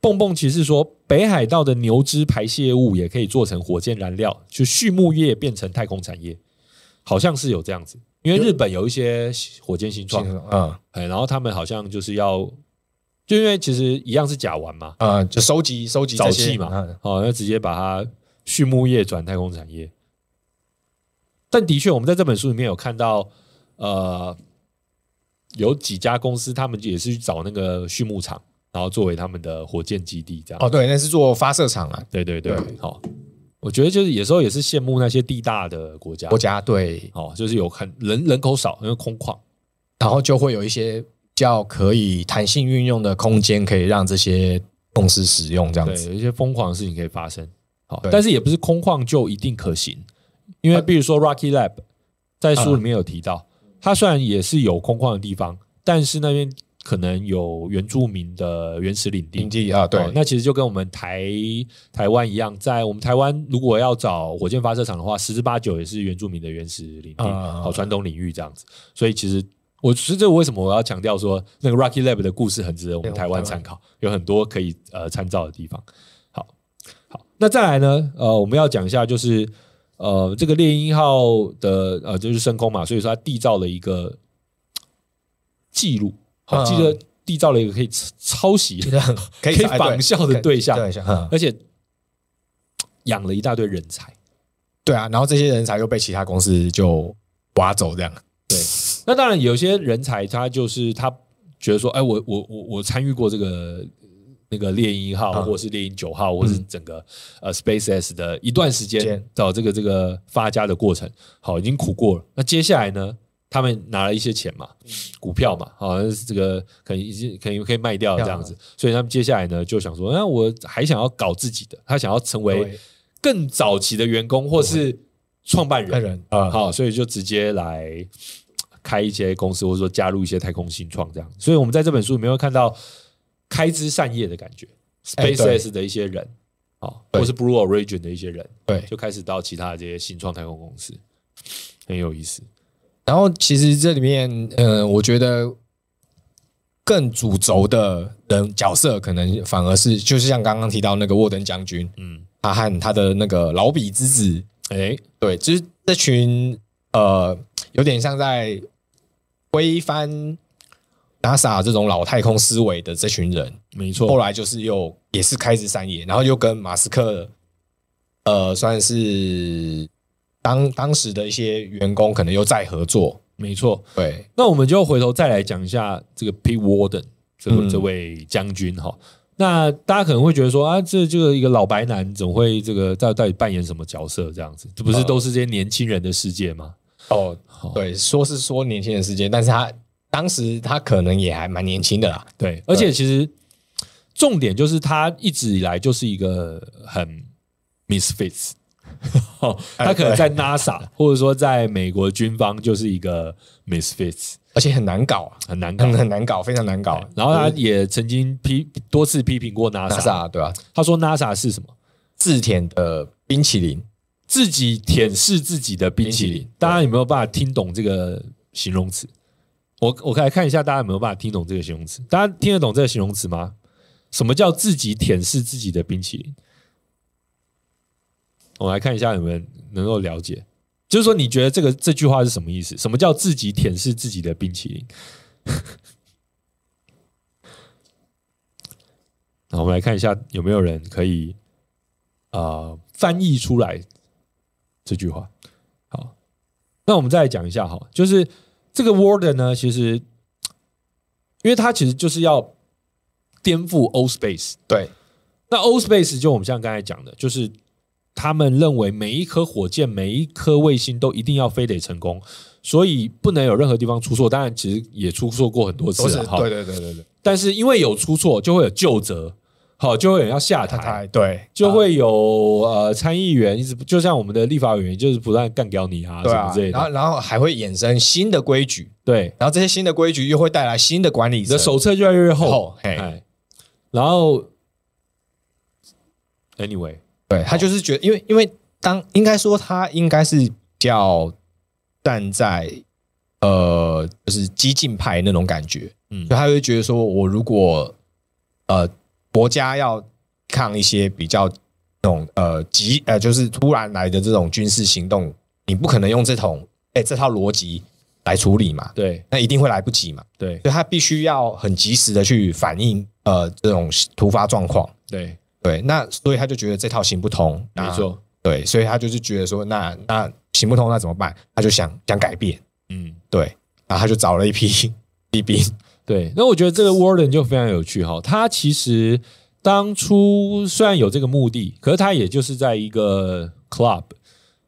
[SPEAKER 1] 蹦蹦骑士说，北海道的牛脂排泄物也可以做成火箭燃料，就畜牧业变成太空产业，好像是有这样子。因为日本有一些火箭新创，
[SPEAKER 2] 嗯
[SPEAKER 1] 哎，然后他们好像就是要，就因为其实一样是甲烷嘛，
[SPEAKER 2] 呃，就收集收集这些
[SPEAKER 1] 沼气嘛
[SPEAKER 2] 嗯
[SPEAKER 1] 哦，那直接把它畜牧业转太空产业。但的确，我们在这本书里面有看到，呃，有几家公司他们也是去找那个畜牧场，然后作为他们的火箭基地这样。
[SPEAKER 2] 哦，对，那是做发射场啊，
[SPEAKER 1] 对对对
[SPEAKER 2] 对，
[SPEAKER 1] 好、我觉得就是有时候也是羡慕那些地大的国家，
[SPEAKER 2] 国家队，
[SPEAKER 1] 哦，就是有很人人口少，因为空旷。
[SPEAKER 2] 然后就会有一些比较可以弹性运用的空间，可以让这些公司使用这样
[SPEAKER 1] 对，
[SPEAKER 2] 子。
[SPEAKER 1] 有一些疯狂的事情可以发生。好，
[SPEAKER 2] 对呃
[SPEAKER 1] 但是也不是空旷就一定可行，因为比如说 Rocky Lab 在书里面有提到，它虽然也是有空旷的地方，但是那边可能有原住民的原始领地。
[SPEAKER 2] 营地啊，对
[SPEAKER 1] 哦，那其实就跟我们台台湾一样，在我们台湾如果要找火箭发射场的话，十之八九也是原住民的原始领地，
[SPEAKER 2] 啊
[SPEAKER 1] 好传统领域这样子。所以其实我是这为什么我要强调说那个 Rocky Lab 的故事很值得我们
[SPEAKER 2] 对
[SPEAKER 1] 台
[SPEAKER 2] 我
[SPEAKER 1] 湾
[SPEAKER 2] 们台
[SPEAKER 1] 参
[SPEAKER 2] 湾
[SPEAKER 1] 考，有很多可以呃参照的地方。好，好，那再来呢？呃，我们要讲一下就是呃这个猎鹰号的呃就是升空嘛，所以说它缔造了一个记录，好，
[SPEAKER 2] 嗯
[SPEAKER 1] 记得缔造了一个可以抄抄袭。
[SPEAKER 2] 可以
[SPEAKER 1] 可以
[SPEAKER 2] 哎对
[SPEAKER 1] 仿效的
[SPEAKER 2] 可以
[SPEAKER 1] 对象
[SPEAKER 2] 对象，嗯
[SPEAKER 1] 而且养了一大堆人才。
[SPEAKER 2] 对啊，然后这些人才又被其他公司就挖走，这样
[SPEAKER 1] 那当然，有些人才他就是他觉得说，哎，我我我我参与过这个那个猎鹰一号，
[SPEAKER 2] 啊
[SPEAKER 1] 或者是猎鹰九号，或者是整个、呃 SpaceX 的一段时间
[SPEAKER 2] 嗯间
[SPEAKER 1] 到这个这个发家的过程，好，已经苦过了。那接下来呢？他们拿了一些钱嘛，
[SPEAKER 2] 嗯
[SPEAKER 1] 股票嘛，好像是这个可能已经可以可以卖掉了这
[SPEAKER 2] 嗯
[SPEAKER 1] 样子，所以他们接下来呢就想说，那我还想要搞自己的，他想要成为
[SPEAKER 2] 对
[SPEAKER 1] 更早期的员工或是创办人
[SPEAKER 2] 那，人啊，
[SPEAKER 1] 好，所以就直接来嘖开一些公司，或者说加入一些太空新创这样。所以我们在这本书里面会看到开枝散叶的感觉
[SPEAKER 2] 哎对
[SPEAKER 1] ，SpaceX 的一些人，好，
[SPEAKER 2] 对
[SPEAKER 1] 或是 Blue Origin 的一些人，
[SPEAKER 2] 对，
[SPEAKER 1] 就开始到其他的这些新创太空公司，很有意思。
[SPEAKER 2] 然后其实这里面，呃，我觉得更主轴的人角色，可能反而是就是像刚刚提到那个沃登将军，
[SPEAKER 1] 嗯，
[SPEAKER 2] 他和他的那个老比之子，
[SPEAKER 1] 哎，
[SPEAKER 2] 对，就是这群呃，有点像在推翻 NASA 这种老太空思维的这群人，
[SPEAKER 1] 没
[SPEAKER 2] 后
[SPEAKER 1] 错，
[SPEAKER 2] 来就是又也是开枝散叶，然后又跟马斯克，呃，算是当当时的一些员工可能又再合作。
[SPEAKER 1] 没错。
[SPEAKER 2] 对，
[SPEAKER 1] 那我们就回头再来讲一下这个 Pete Warden 这个、
[SPEAKER 2] 嗯
[SPEAKER 1] 这位将军哈。那大家可能会觉得说啊，这就是一个老白男，怎么会这个到到底扮演什么角色这样子？这不是
[SPEAKER 2] 呃
[SPEAKER 1] 都是这些年轻人的世界吗？
[SPEAKER 2] 哦，
[SPEAKER 1] 好
[SPEAKER 2] 对，说是说年轻人世界，但是他当时他可能也还蛮年轻的啦。
[SPEAKER 1] 对，而且其实重点就是他一直以来就是一个很 misfits，他哦可能在 NASA 或者说在美国军方就是一个 misfits，
[SPEAKER 2] 而且很难搞啊，
[SPEAKER 1] 很难搞
[SPEAKER 2] 很。很难搞，非常难搞。
[SPEAKER 1] 嗯然后他也曾经批多次批评过 NASA，
[SPEAKER 2] NASA 对吧、啊？
[SPEAKER 1] 他说 NASA 是什么？
[SPEAKER 2] 自舔的冰淇淋，
[SPEAKER 1] 自己舔舐自己的冰淇
[SPEAKER 2] 冰淇
[SPEAKER 1] 淋
[SPEAKER 2] 淋，
[SPEAKER 1] 大家有没有办法听懂这个形容词。我我来看一下大家有没有办法听懂这个形容词？大家听得懂这个形容词吗？什么叫自己舔舐自己的冰淇淋？我们来看一下你们能够了解，就是说你觉得这个这句话是什么意思？什么叫自己舔舐自己的冰淇淋？ 那我们来看一下有没有人可以呃翻译出来这句话。好，那我们再来讲一下哈，就是这个 Warden 呢，其实因为它其实就是要颠覆 O Space。
[SPEAKER 2] 对，
[SPEAKER 1] 那 O Space 就我们像刚才讲的，就是他们认为每一颗火箭、每一颗卫星都一定要非得成功，所以不能有任何地方出错。当然，其实也出错过很多次啊
[SPEAKER 2] 都是啊
[SPEAKER 1] 了哈。
[SPEAKER 2] 对对对对对，
[SPEAKER 1] 但是因为有出错，就会有就责，好，就会有人要下
[SPEAKER 2] 他
[SPEAKER 1] 台，
[SPEAKER 2] 他对
[SPEAKER 1] 就会有呃参议员一直不就像我们的立法委员，就是不断干掉你啊
[SPEAKER 2] 对
[SPEAKER 1] 什么
[SPEAKER 2] 啊
[SPEAKER 1] 之类，
[SPEAKER 2] 然后
[SPEAKER 1] 的，
[SPEAKER 2] 然后还会衍生新的规矩，
[SPEAKER 1] 对，
[SPEAKER 2] 然后这些新的规矩又会带来新的管理
[SPEAKER 1] 你
[SPEAKER 2] 者
[SPEAKER 1] 的手册越来越厚
[SPEAKER 2] 厚，嘿
[SPEAKER 1] 哎，然后 anyway，
[SPEAKER 2] 对他就是觉得，因为因为当应该说他应该是比较站在呃，就是激进派那种感觉，
[SPEAKER 1] 嗯
[SPEAKER 2] 所以他会觉得说，我如果呃国家要抗一些比较那种呃急呃，就是突然来的这种军事行动，你不可能用这种哎、这套逻辑来处理嘛，
[SPEAKER 1] 对
[SPEAKER 2] 那一定会来不及嘛，
[SPEAKER 1] 对
[SPEAKER 2] 所以他必须要很及时的去反应呃这种突发状况。
[SPEAKER 1] 对，
[SPEAKER 2] 对，那所以他就觉得这套行不通，
[SPEAKER 1] 没
[SPEAKER 2] 那
[SPEAKER 1] 错，
[SPEAKER 2] 对，所以他就是觉得说，那那行不通，那怎么办？他就想想改变，
[SPEAKER 1] 嗯。
[SPEAKER 2] 对，然后他就找了 一批批兵，
[SPEAKER 1] 对，那我觉得这个 Warden 就非常有趣哈、他其实当初虽然有这个目的，可是他也就是在一个 club，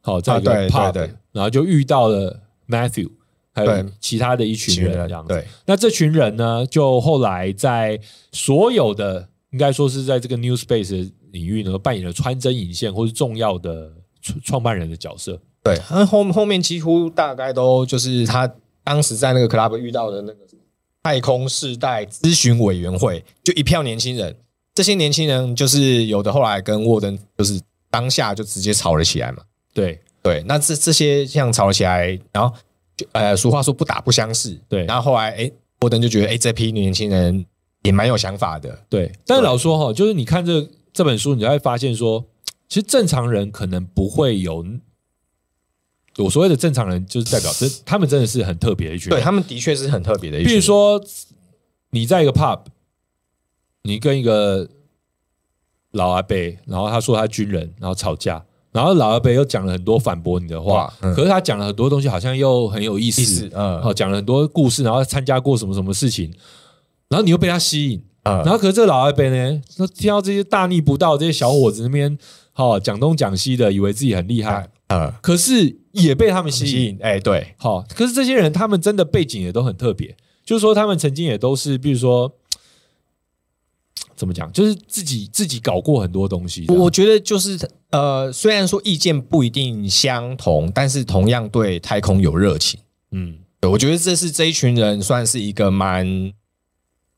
[SPEAKER 1] 好、在一
[SPEAKER 2] 啊
[SPEAKER 1] 个
[SPEAKER 2] 对
[SPEAKER 1] pub，、
[SPEAKER 2] 对对
[SPEAKER 1] 然后就遇到了 Matthew，还有
[SPEAKER 2] 对
[SPEAKER 1] 其他的一群人
[SPEAKER 2] 人
[SPEAKER 1] 这样子。
[SPEAKER 2] 对
[SPEAKER 1] 那这群人呢，就后来在所有的应该说是在这个 New Space 的领域呢，扮演了穿针引线或是重要的创创办人的角色。
[SPEAKER 2] 对，那后后面几乎大概都就是他当时在那个 club 遇到的那个太空世代咨询委员会，就一票年轻人，这些年轻人就是有的后来跟沃登就是当下就直接吵了起来嘛。
[SPEAKER 1] 对
[SPEAKER 2] 对，那这这些像吵起来，然后就呃，俗话说不打不相识，
[SPEAKER 1] 对
[SPEAKER 2] 然后后来，哎，波登就觉得，哎，这批年轻人也蛮有想法的，
[SPEAKER 1] 对，但是老实说哈，就是你看这这本书，你就会发现说，其实正常人可能不会有。我所谓的正常人，就是代表这他们真的是很特别的一群
[SPEAKER 2] 对
[SPEAKER 1] 人。
[SPEAKER 2] 他们的确是很特别的一群人。
[SPEAKER 1] 比如说，你在一个 pub，你跟一个老阿伯，然后他说他军人，然后吵架，然后老阿伯又讲了很多反驳你的话
[SPEAKER 2] 哇，嗯
[SPEAKER 1] 可是他讲了很多东西，好像又很有意
[SPEAKER 2] 意
[SPEAKER 1] 思哦
[SPEAKER 2] 思，，嗯
[SPEAKER 1] 好讲了很多故事，然后参加过什么什么事情，然后你又被他吸引，然
[SPEAKER 2] 嗯，
[SPEAKER 1] 后可是这个老阿伯呢，说听到这些大逆不道这些小伙子那边，好、讲东讲西的，以为自己很厉害，
[SPEAKER 2] 呃，
[SPEAKER 1] 可是也被他们吸
[SPEAKER 2] 吸
[SPEAKER 1] 引。
[SPEAKER 2] 引，哎，对，
[SPEAKER 1] 好、可是这些人他们真的背景也都很特别，就是说他们曾经也都是，比如说怎么讲，就是自己自己搞过很多东西这样。
[SPEAKER 2] 我觉得就是呃，虽然说意见不一定相同，但是同样对太空有热情。
[SPEAKER 1] 嗯，
[SPEAKER 2] 对我觉得这是这一群人算是一个蛮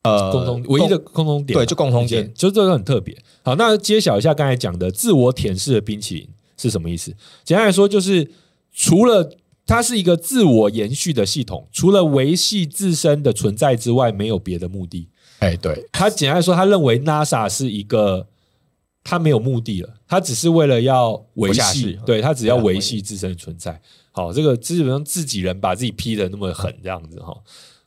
[SPEAKER 2] 呃
[SPEAKER 1] 共同唯一的共同点吧，
[SPEAKER 2] 对就共同点啊
[SPEAKER 1] 意见就这个很特别。好，那揭晓一下刚才讲的自我舔舐的冰淇淋是什么意思？简单来说，就是除了它是一个自我延续的系统，除了维系自身的存在之外，没有别的目的。
[SPEAKER 2] 哎对
[SPEAKER 1] 他简单来说，他认为 NASA 是一个他没有目的了，他只是为了要维
[SPEAKER 2] 活下
[SPEAKER 1] 系
[SPEAKER 2] 去，
[SPEAKER 1] 对他只要
[SPEAKER 2] 对啊
[SPEAKER 1] 维系自身的存在。好，这个基本上自己人把自己批的那么狠这样子哈，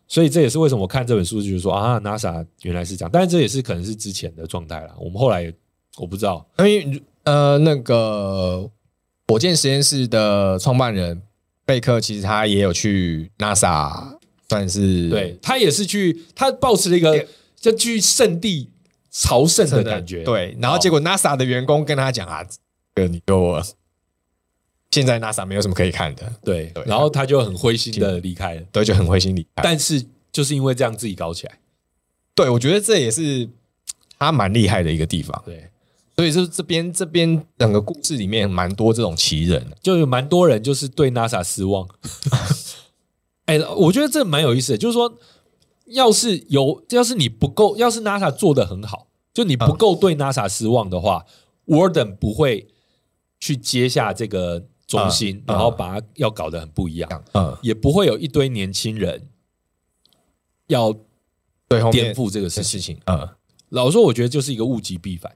[SPEAKER 1] 所以这也是为什么我看这本书就是说啊，NASA 原来是这样，但是这也是可能是之前的状态啦。我们后来也我不知道，
[SPEAKER 2] 因为呃，那个火箭实验室的创办人贝克，其实他也有去 NASA，算是
[SPEAKER 1] 对他也是去他保持了一个
[SPEAKER 2] 对
[SPEAKER 1] 就去圣地朝圣的
[SPEAKER 2] 真的
[SPEAKER 1] 感觉，
[SPEAKER 2] 对，然后结果 NASA 的员工跟他讲啊，这个你就现在 NASA 没有什么可以看的，
[SPEAKER 1] 对
[SPEAKER 2] 对，
[SPEAKER 1] 然后他就很灰心的离开了，
[SPEAKER 2] 对，就很灰心离开。
[SPEAKER 1] 但是就是因为这样自己搞起来，
[SPEAKER 2] 对，我觉得这也是他蛮厉害的一个地方。
[SPEAKER 1] 对。
[SPEAKER 2] 所以就是这边这边整个故事里面蛮多这种奇人的，
[SPEAKER 1] 就有蛮多人就是对 NASA 失望。 哎、我觉得这蛮有意思的，就是说，要是有，要是你不够，要是 NASA 做的很好，就你不够对 NASA 失望的话、w a r d e n 不会去接下这个中心，
[SPEAKER 2] 嗯
[SPEAKER 1] 然后把它要搞得很不一样，
[SPEAKER 2] 嗯，
[SPEAKER 1] 也不会有一堆年轻人要
[SPEAKER 2] 对，后
[SPEAKER 1] 颠
[SPEAKER 2] 面
[SPEAKER 1] 覆这个事
[SPEAKER 2] 的
[SPEAKER 1] 情。
[SPEAKER 2] 事情，嗯
[SPEAKER 1] 老实说，我觉得就是一个物极必反。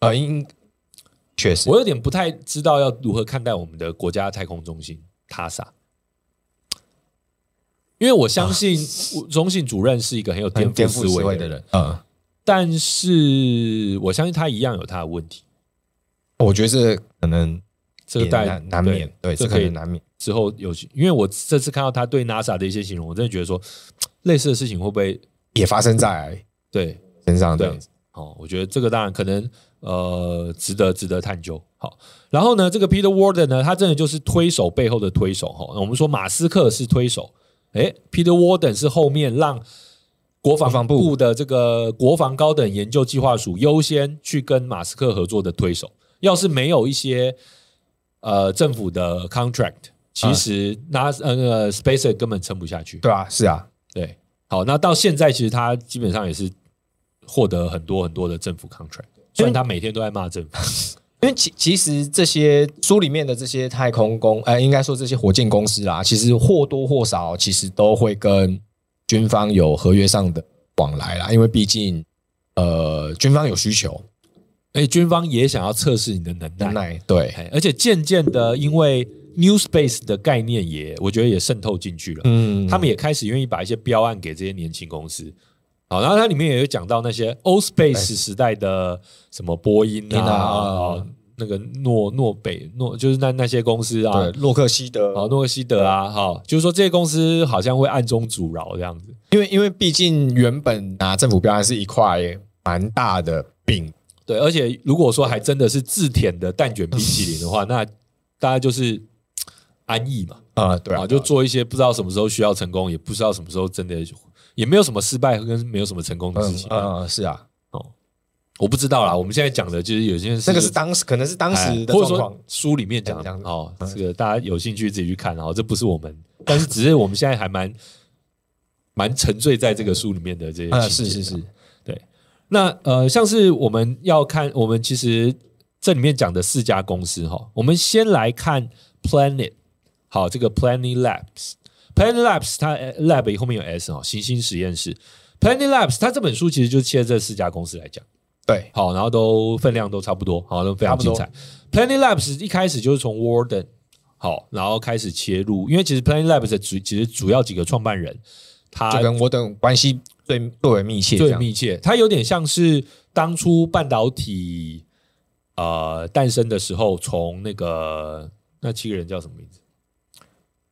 [SPEAKER 2] 呃，应确实，
[SPEAKER 1] 我有点不太知道要如何看待我们的国家太空中心 NASA，因为我相信我中信主任是一个很有颠
[SPEAKER 2] 啊很颠
[SPEAKER 1] 覆
[SPEAKER 2] 覆
[SPEAKER 1] 思
[SPEAKER 2] 思
[SPEAKER 1] 维
[SPEAKER 2] 维
[SPEAKER 1] 的
[SPEAKER 2] 的
[SPEAKER 1] 人
[SPEAKER 2] 人，，嗯，
[SPEAKER 1] 但是我相信他一样有他的问题。
[SPEAKER 2] 我觉得这可能
[SPEAKER 1] 这个
[SPEAKER 2] 也
[SPEAKER 1] 带
[SPEAKER 2] 难难免，对，
[SPEAKER 1] 这
[SPEAKER 2] 这
[SPEAKER 1] 可
[SPEAKER 2] 可
[SPEAKER 1] 以
[SPEAKER 2] 能难免，
[SPEAKER 1] 之后有，因为我这次看到他对 NASA 的一些形容，我真的觉得说，嘖类似的事情会不会
[SPEAKER 2] 也发生在
[SPEAKER 1] 对
[SPEAKER 2] 身上这
[SPEAKER 1] 对
[SPEAKER 2] 样子，？
[SPEAKER 1] 哦，我觉得这个当然可能呃，值得值得探究。好，然后呢，这个 Peter Warden 呢，他真的就是推手背后的推手哈、哦。我们说马斯克是推手，诶 p e t e r Warden 是后面让国
[SPEAKER 2] 国
[SPEAKER 1] 防
[SPEAKER 2] 防部
[SPEAKER 1] 部的这个国防高等研究计划署优先去跟马斯克合作的推手。要是没有一些呃政府的 contract，其
[SPEAKER 2] 啊
[SPEAKER 1] 实那呃那个 SpaceX 根本撑不下去。
[SPEAKER 2] 对啊，是啊，
[SPEAKER 1] 对，好，那到现在其实他基本上也是获得很多很多的政府 contract，虽然他每天都在骂政府，
[SPEAKER 2] 因为其其实这些书里面的这些太空公，呃，应该说这些火箭公司啦，其实或多或少其实都会跟军方有合约上的往来啦，因为毕竟呃军方有需求，
[SPEAKER 1] 哎，军方也想要测试你的能耐，
[SPEAKER 2] 能耐对，
[SPEAKER 1] 哎而且渐渐的，因为 New Space 的概念也，我觉得也渗透进去了，
[SPEAKER 2] 嗯
[SPEAKER 1] 他们也开始愿意把一些标案给这些年轻公司。好，然后它里面也有讲到那些 Old Space 时代的什么波音
[SPEAKER 2] 波音
[SPEAKER 1] 啊，
[SPEAKER 2] 啊
[SPEAKER 1] 哦那个诺诺北诺，就是那那些公司啊
[SPEAKER 2] 对，洛克希德，
[SPEAKER 1] 好诺克希德啊，好，就是说这些公司好像会暗中阻挠这样子。
[SPEAKER 2] 因为因为毕竟原本拿政府标案是一块蛮大的饼，
[SPEAKER 1] 对，而且如果说还真的是自舔的蛋卷冰淇淋的 话，那大家就是嘖安逸嘛，
[SPEAKER 2] 呃，对啊，
[SPEAKER 1] 啊，就
[SPEAKER 2] 对啊
[SPEAKER 1] 做一些不知道什么时候需要成功，也不知道什么时候真的也没有什么失败跟没有什么成功的事
[SPEAKER 2] 嗯
[SPEAKER 1] 情。
[SPEAKER 2] 嗯嗯是啊，
[SPEAKER 1] 我不知道啦，我们现在讲的就是有些人
[SPEAKER 2] 这个是哎当时可能是当时的
[SPEAKER 1] 哎或者
[SPEAKER 2] 状
[SPEAKER 1] 说
[SPEAKER 2] 况，
[SPEAKER 1] 书里面讲
[SPEAKER 2] 这样
[SPEAKER 1] 的
[SPEAKER 2] 子
[SPEAKER 1] 哦，
[SPEAKER 2] 嗯
[SPEAKER 1] 这个大家有兴趣自己去看哦，这不是我们，但是只是我们现在还蛮蛮沉醉在这个书里面的这些
[SPEAKER 2] 呃，
[SPEAKER 1] 情
[SPEAKER 2] 是
[SPEAKER 1] 节
[SPEAKER 2] 是
[SPEAKER 1] 啊
[SPEAKER 2] 是，
[SPEAKER 1] 那呃，像是我们要看，我们其实这里面讲的四家公司哈，我们先来看 Planet，好，这个 Planet Labs。Planet Labs 它呃 Lab 后面有 S 哦，行星实验室。Planet Labs 它这本书其实就切这四家公司来讲，
[SPEAKER 2] 对，
[SPEAKER 1] 好，然后都分量都差不多，好，都非常精彩。Planet Labs 一开始就是从 Warden 好，然后开始切入，因为其实 Planet Labs 的主其实主要几个创办人，他
[SPEAKER 2] 就跟我等关系最啊最为密切，这
[SPEAKER 1] 最
[SPEAKER 2] 样。
[SPEAKER 1] 密切，它有点像是当初半导体呃诞生的时候，从那个那七个人叫什么名字？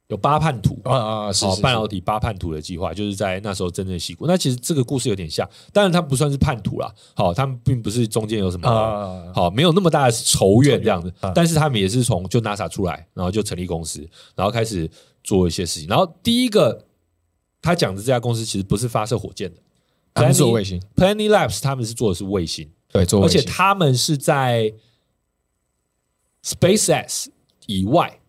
[SPEAKER 1] 有八叛徒
[SPEAKER 2] 啊啊是
[SPEAKER 1] 哦
[SPEAKER 2] 是，
[SPEAKER 1] 半导体八叛徒的计划，就是在那时候真正西谷。那其实这个故事有点像，当然他们不算是叛徒啦，好、他们并不是中间有什么。
[SPEAKER 2] 啊，
[SPEAKER 1] 好，没有那么大的仇怨这样子，
[SPEAKER 2] 嗯
[SPEAKER 1] 但是他们也是从就 NASA 出来，然后就成立公司，然后开始做一些事情。然后第一个他讲的这家公司其实不是发射火箭的，
[SPEAKER 2] 啊他们做卫星，
[SPEAKER 1] Planet Labs 他们是做的是卫星，
[SPEAKER 2] 对，做
[SPEAKER 1] 而
[SPEAKER 2] 卫
[SPEAKER 1] 且
[SPEAKER 2] 星，
[SPEAKER 1] 他们是在 SpaceX 以外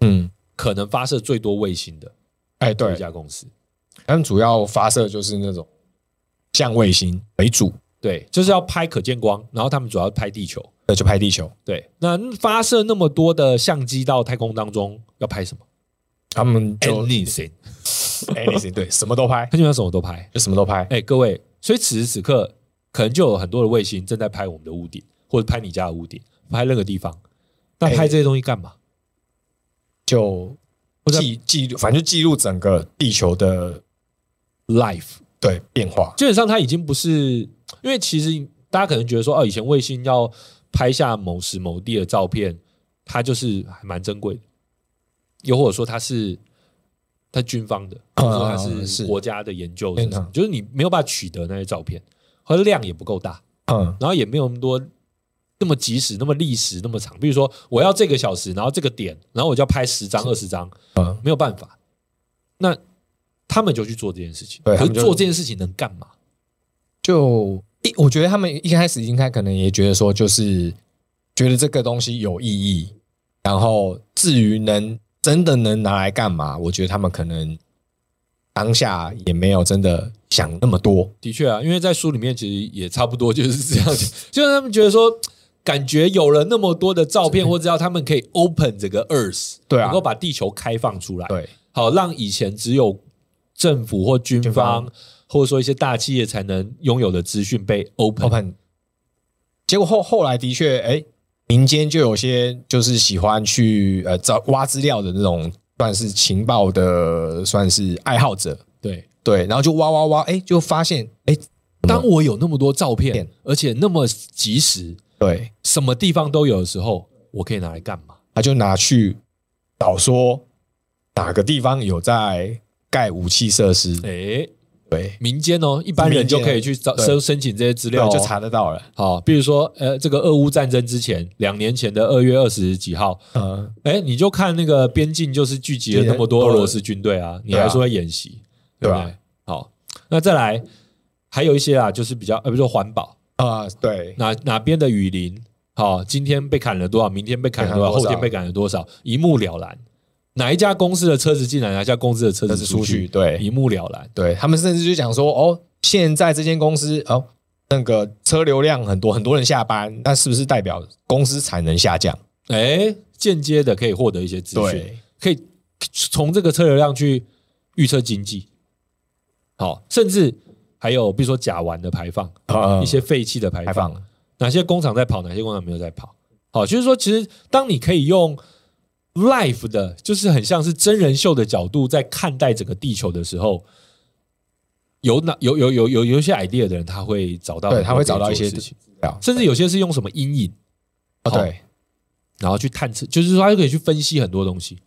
[SPEAKER 2] 嗯，
[SPEAKER 1] 可能发射最多卫星的
[SPEAKER 2] 哎，对
[SPEAKER 1] 一，家公司。
[SPEAKER 2] 他们主要发射就是那种像卫星为主，
[SPEAKER 1] 对，就是要拍可见光，然后他们主要拍地球。
[SPEAKER 2] 对，就拍地球。
[SPEAKER 1] 对，那发射那么多的相机到太空当中，要拍什么
[SPEAKER 2] 他们就
[SPEAKER 1] ？Anything，
[SPEAKER 2] anything，对，什么都拍，
[SPEAKER 1] 他基本上什么都拍。
[SPEAKER 2] 就什么都拍。
[SPEAKER 1] 哎，各位，所以此时此刻，可能就有很多的卫星正在拍我们的屋顶，或者拍你家的屋顶，拍任何地方。那
[SPEAKER 2] 哎
[SPEAKER 1] 拍这些东西干嘛？
[SPEAKER 2] 就记记录，反正就记录整个地球的
[SPEAKER 1] Life
[SPEAKER 2] 对变化。
[SPEAKER 1] 基本上它已经不是，因为其实大家可能觉得说，哦，以前卫星要拍下某时某地的照片，它就是还蛮珍贵的，又或者说它是它军方的，
[SPEAKER 2] 啊
[SPEAKER 1] 或者说它
[SPEAKER 2] 是
[SPEAKER 1] 是国家的研究什么什么
[SPEAKER 2] 天哪
[SPEAKER 1] 就是你没有办法取得那些照片，和量也不够大，
[SPEAKER 2] 嗯，
[SPEAKER 1] 然后也没有那么多。那么及时，那么历时，那么长。比如说，我要这个小时，然后这个点，然后我就要拍十张、二十张，
[SPEAKER 2] 嗯
[SPEAKER 1] 没有办法。那他们就去做这件事情，
[SPEAKER 2] 对
[SPEAKER 1] 可
[SPEAKER 2] 他
[SPEAKER 1] 是
[SPEAKER 2] 们就
[SPEAKER 1] 做这件事情能干嘛？
[SPEAKER 2] 就一，我觉得他们一开始应该可能也觉得说，就是觉得这个东西有意义，然后至于能真的能拿来干嘛，我觉得他们可能当下也没有真的想那么多。
[SPEAKER 1] 的确啊，因为在书里面其实也差不多就是这样子，就是他们觉得说感觉有了那么多的照片，或者要他们可以 open 这个 Earth，
[SPEAKER 2] 对啊
[SPEAKER 1] 能够把地球开放出来，
[SPEAKER 2] 对，
[SPEAKER 1] 好让以前只有政府或军
[SPEAKER 2] 军
[SPEAKER 1] 方
[SPEAKER 2] 方
[SPEAKER 1] 或者说一些大企业才能拥有的资讯被 open，,
[SPEAKER 2] open。结果后后来的确，哎，民间就有些就是喜欢去呃找挖资料的那种，算是情报的，算是爱好者，
[SPEAKER 1] 对。
[SPEAKER 2] 对，然后就挖挖挖，哎，就发现，哎，
[SPEAKER 1] 当我有那么多照片
[SPEAKER 2] 片，
[SPEAKER 1] 而且那么及时，
[SPEAKER 2] 对，
[SPEAKER 1] 什么地方都有的时候，我可以拿来干嘛？
[SPEAKER 2] 他就拿去找说哪个地方有在盖武器设施，
[SPEAKER 1] 诶，
[SPEAKER 2] 对，
[SPEAKER 1] 民间哦，一般人
[SPEAKER 2] 嗯民
[SPEAKER 1] 就
[SPEAKER 2] 间
[SPEAKER 1] 可以去找
[SPEAKER 2] 对
[SPEAKER 1] 申申请这些资料、
[SPEAKER 2] 对，
[SPEAKER 1] 哦，
[SPEAKER 2] 就查得到了，
[SPEAKER 1] 好，比如说，呃，这个俄乌战争之前，两年前的二月二十几号，
[SPEAKER 2] 嗯，
[SPEAKER 1] 哎，你就看那个边境就是聚集了那么多俄罗斯军队啊，你还说要演习，对
[SPEAKER 2] 对
[SPEAKER 1] 不
[SPEAKER 2] 啊
[SPEAKER 1] 对？好，那再来还有一些啊，就是比较，呃，比如说环保，
[SPEAKER 2] 啊，对，
[SPEAKER 1] 哪哪边的雨林，好，今天被砍了多少，明天被砍了多少，后
[SPEAKER 2] 被砍了多少
[SPEAKER 1] 天被砍了多少，一目了然。哪一家公司的车子进来，哪一家公司的车
[SPEAKER 2] 这
[SPEAKER 1] 子
[SPEAKER 2] 是
[SPEAKER 1] 出
[SPEAKER 2] 出
[SPEAKER 1] 去，
[SPEAKER 2] 去，对，
[SPEAKER 1] 一目了然。
[SPEAKER 2] 对他们甚至就讲说，哦，现在这间公司哦，那个车流量很多，很多人下班，那是不是代表公司产能下降？
[SPEAKER 1] 哎，间接的可以获得一些资讯。
[SPEAKER 2] 对，
[SPEAKER 1] 可以从这个车流量去预测经济。好，甚至还有比如说甲烷的排放、
[SPEAKER 2] 呃
[SPEAKER 1] 一些废气嗯的排
[SPEAKER 2] 开
[SPEAKER 1] 放，
[SPEAKER 2] 放，
[SPEAKER 1] 哪些工厂在跑，哪些工厂没有在跑。好，就是说，其实当你可以用 live 的，就是很像是真人秀的角度在看待整个地球的时候，有哪有有有有有一些 idea 的人，他会找到
[SPEAKER 2] 对，
[SPEAKER 1] 很多
[SPEAKER 2] 他会找到一
[SPEAKER 1] 可以做
[SPEAKER 2] 些
[SPEAKER 1] 的事
[SPEAKER 2] 资
[SPEAKER 1] 情，
[SPEAKER 2] 料，
[SPEAKER 1] 甚至有些是用什么阴影，
[SPEAKER 2] 哦对。
[SPEAKER 1] 然后去探测，就是说他就可以去分析很多东西。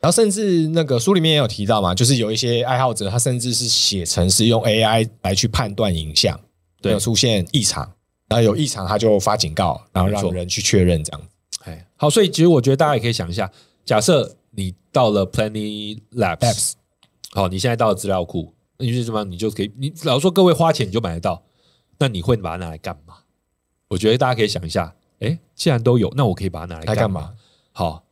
[SPEAKER 2] 然后甚至那个书里面也有提到嘛，就是有一些爱好者，他甚至是写成是用 AI 来去判断影像，
[SPEAKER 1] 对
[SPEAKER 2] 有出现异常，然后有异常他就发警告，然后
[SPEAKER 1] 没错
[SPEAKER 2] 让人去确认这样子。
[SPEAKER 1] 哎，好，所以其实我觉得大家也可以想一下，假设你到了 Planning Labs，,
[SPEAKER 2] Apps
[SPEAKER 1] 好，你现在到了资料库，那你就什么？你就可以，你老实说各位花钱你就买得到，那你会把它拿来干嘛？我觉得大家可以想一下，哎，既然都有，那我可以把它拿来
[SPEAKER 2] 来
[SPEAKER 1] 干
[SPEAKER 2] 干
[SPEAKER 1] 嘛？
[SPEAKER 2] 嘛？
[SPEAKER 1] 好，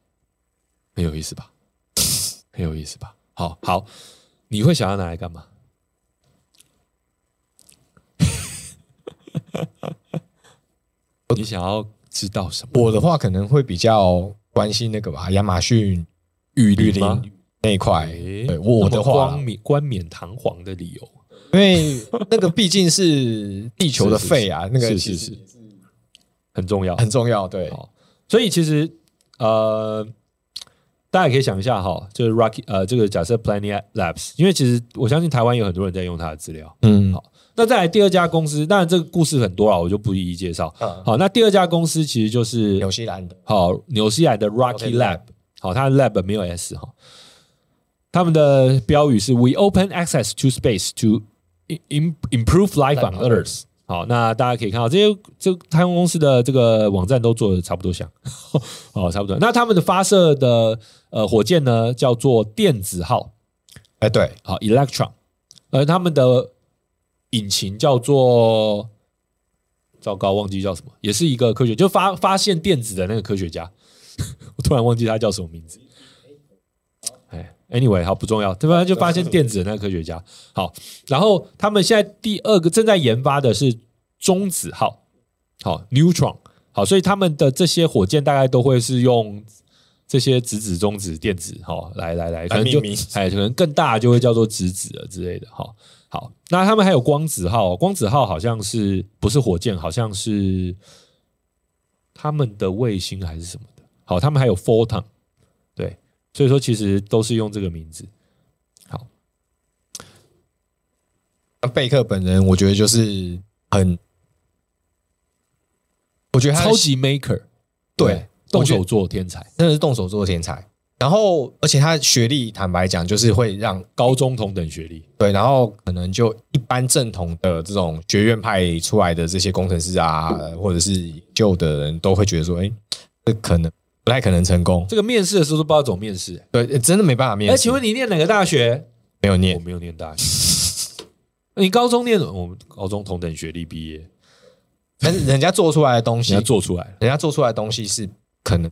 [SPEAKER 1] 很有意思吧？ 很有意思吧？好好，你会想要拿来干 嘛？你想要知道什么？
[SPEAKER 2] 我的话可能会比较关心那个吧，亚马逊
[SPEAKER 1] 雨
[SPEAKER 2] 雨
[SPEAKER 1] 林吗
[SPEAKER 2] 林那一块。
[SPEAKER 1] 诶
[SPEAKER 2] 对我的
[SPEAKER 1] 那么
[SPEAKER 2] 话
[SPEAKER 1] 冠，冕冠冕堂皇的理由，
[SPEAKER 2] 因为那个毕竟是地球的肺啊，那个
[SPEAKER 1] 是
[SPEAKER 2] 其
[SPEAKER 1] 是
[SPEAKER 2] 实
[SPEAKER 1] 是很重要。
[SPEAKER 2] 很重要。对，
[SPEAKER 1] 好，所以其实呃，大家也可以想一下哈，就是 Rocky 呃，这个假设 Planet Labs，因为其实我相信台湾有很多人在用它的资料。
[SPEAKER 2] 嗯，好，
[SPEAKER 1] 那再来第二家公司，当然这个故事很多啊，我就不一一介绍。
[SPEAKER 2] 嗯，
[SPEAKER 1] 好，那第二家公司其实就是
[SPEAKER 2] 纽西兰的
[SPEAKER 1] 好，纽西兰的 Rocky
[SPEAKER 2] OK
[SPEAKER 1] Lab，好，它的 Lab 没有 S 哈。他们的标语是 “We open access to space to i- im- improve life on
[SPEAKER 2] Life on
[SPEAKER 1] Earth”。好，那大家可以看到，这些这太空公司的这个网站都做的差不多像， 哦，差不多。那他们的发射的呃火箭呢，叫做电子号，
[SPEAKER 2] 哎，对，
[SPEAKER 1] 好 Electron，而他们的引擎叫做，糟糕，忘记叫什么，也是一个科学，就发发现电子的那个科学家， 我突然忘记他叫什么名字。哎，anyway，好，不重要，对吧？就发现电子的那个科学家。好，然后他们现在第二个正在研发的是中子号，好 Neutron，好，所以他们的这些火箭大概都会是用这些质子、中子、电子，好，来来来，可能就
[SPEAKER 2] 命名
[SPEAKER 1] 哎，可能更大就会叫做质子了之类的，好，好，那他们还有光子号，光子号好像是不是火箭，好像是他们的卫星还是什么的，好，他们还有 Photon，对，所以说其实都是用这个名字，好，
[SPEAKER 2] 那贝克本人，我觉得就是很，我觉得他
[SPEAKER 1] 超级 maker，
[SPEAKER 2] 对，
[SPEAKER 1] 动
[SPEAKER 2] 我觉得
[SPEAKER 1] 手做天才，
[SPEAKER 2] 真的是动手做天才。然后，而且他的学历，坦白讲，就是会让
[SPEAKER 1] 高中同等学历。
[SPEAKER 2] 对，然后可能就一般正统的这种学院派出来的这些工程师啊，或者是旧的人都会觉得说，哎，这可能不太可能成功。
[SPEAKER 1] 这个面试的时候都不知道怎么面试。
[SPEAKER 2] 对，呃真的没办法面
[SPEAKER 1] 哎，
[SPEAKER 2] 试。
[SPEAKER 1] 请问你念哪个大学？
[SPEAKER 2] 没有
[SPEAKER 1] 我
[SPEAKER 2] 念？
[SPEAKER 1] 没有念大学。 你高中念，我们高中同等学历毕业，
[SPEAKER 2] 但是人家做出来的东西，
[SPEAKER 1] 人家做出来了。
[SPEAKER 2] 人家做出来的东西是可能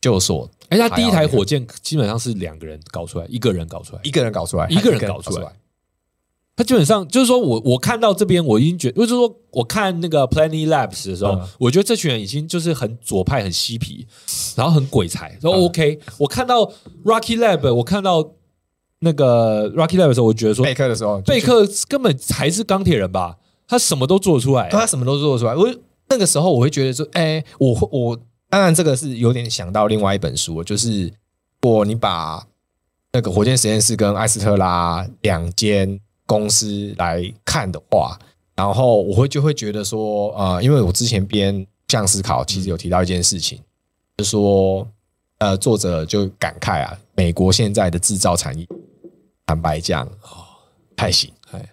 [SPEAKER 2] 就所
[SPEAKER 1] 哎，他第一台火箭基本上是两个人搞出来，一个人搞出来，
[SPEAKER 2] 一个人搞出来，
[SPEAKER 1] 一个人
[SPEAKER 2] 还
[SPEAKER 1] 搞出来，它基本上就是说我我看到这边，我已经觉就是说我看那个 Plenty Labs 的时候，
[SPEAKER 2] 嗯
[SPEAKER 1] 我觉得这群人已经就是很左派、很嬉皮，然后很鬼才，然后 OK、我看到 Rocky Lab，我看到那个 Rocky Lab 的时候，我觉得说
[SPEAKER 2] 备课的时候，
[SPEAKER 1] 贝克根本还是钢铁人吧，他什么都做得出来、
[SPEAKER 2] 对他什么都做得出来。我那个时候我会觉得说，哎、我会我当然这个是有点想到另外一本书，就是如果你把那个火箭实验室跟艾斯特拉两间公司来看的话，然后我会就会觉得说，呃，因为我之前编向思考，其实有提到一件事情，就是说，呃，作者就感慨啊，美国现在的制造产业，坦白讲，哦，太行，
[SPEAKER 1] 哎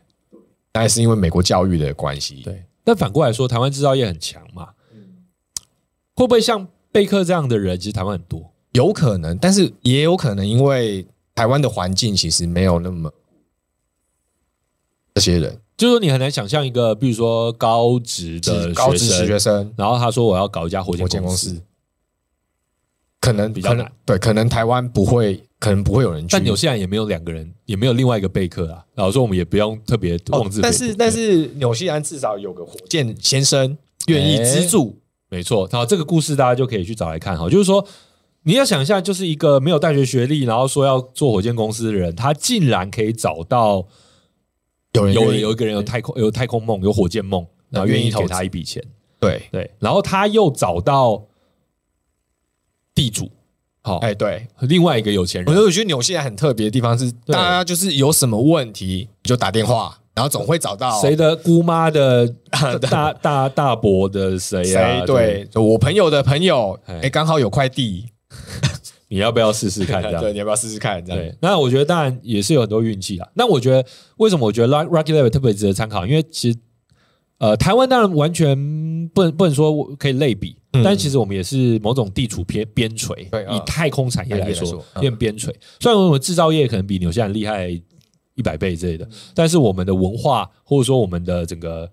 [SPEAKER 2] 但是因为美国教育的关系，
[SPEAKER 1] 对，但反过来说，台湾制造业很强嘛，会不会像贝克这样的人，其实台湾很多？
[SPEAKER 2] 有可能，但是也有可能因为台湾的环境其实没有那么这些人
[SPEAKER 1] 就是说你很难想象一个，比如说高职的
[SPEAKER 2] 高
[SPEAKER 1] 学
[SPEAKER 2] 知识
[SPEAKER 1] 生，
[SPEAKER 2] 学生、
[SPEAKER 1] 然后他说我要搞一家火
[SPEAKER 2] 火
[SPEAKER 1] 箭
[SPEAKER 2] 箭
[SPEAKER 1] 公
[SPEAKER 2] 公
[SPEAKER 1] 司，
[SPEAKER 2] 司，可能
[SPEAKER 1] 比较
[SPEAKER 2] 可能
[SPEAKER 1] 难
[SPEAKER 2] 对，可能台湾不会，可能不会有人去。
[SPEAKER 1] 但纽西兰也没有两个人，也没有另外一个贝克啊。老实说，我们也不用特别
[SPEAKER 2] 哦
[SPEAKER 1] 妄自菲薄、
[SPEAKER 2] 但是但是纽西兰至少有个火箭先生愿意资助，
[SPEAKER 1] 没错，好，这个故事大家就可以去找来看哈。就是说，你要想一下，就是一个没有大学学历，然后说要做火箭公司的人，他竟然可以找到
[SPEAKER 2] 有人
[SPEAKER 1] 有
[SPEAKER 2] 愿意
[SPEAKER 1] 有一个人有太空有太空梦，有火箭梦，然后愿意
[SPEAKER 2] 愿意投
[SPEAKER 1] 给
[SPEAKER 2] 资
[SPEAKER 1] 他一笔钱，
[SPEAKER 2] 对，
[SPEAKER 1] 对，然后他又找到地主，好、
[SPEAKER 2] 哎对，
[SPEAKER 1] 另外一个有钱
[SPEAKER 2] 我
[SPEAKER 1] 人，
[SPEAKER 2] 就觉得纽西兰很特别的地方是，大家就是有什么问题你就打电话，然后总会找到
[SPEAKER 1] 谁的姑妈的大大大伯的谁啊呀、
[SPEAKER 2] 谁对，就我朋友的朋友，
[SPEAKER 1] 哎
[SPEAKER 2] 哎，刚好有块地，
[SPEAKER 1] 你要不要试试看？这样
[SPEAKER 2] 对，你要不要试试看？这样
[SPEAKER 1] 对，那我觉得当然也是有很多运气啦。那我觉得为什么我觉得 Rock- Rocky Lab 特别值得参考？因为其实呃，台湾当然完全不能不能说可以类比，
[SPEAKER 2] 嗯
[SPEAKER 1] 但其实我们也是某种地处边边陲，
[SPEAKER 2] 对啊
[SPEAKER 1] 以太空产业来
[SPEAKER 2] 产业来
[SPEAKER 1] 说
[SPEAKER 2] 说，嗯
[SPEAKER 1] 有点边陲。虽然我们制造业可能比纽西兰厉害一百倍之类的，但是我们的文化或者说我们的整个，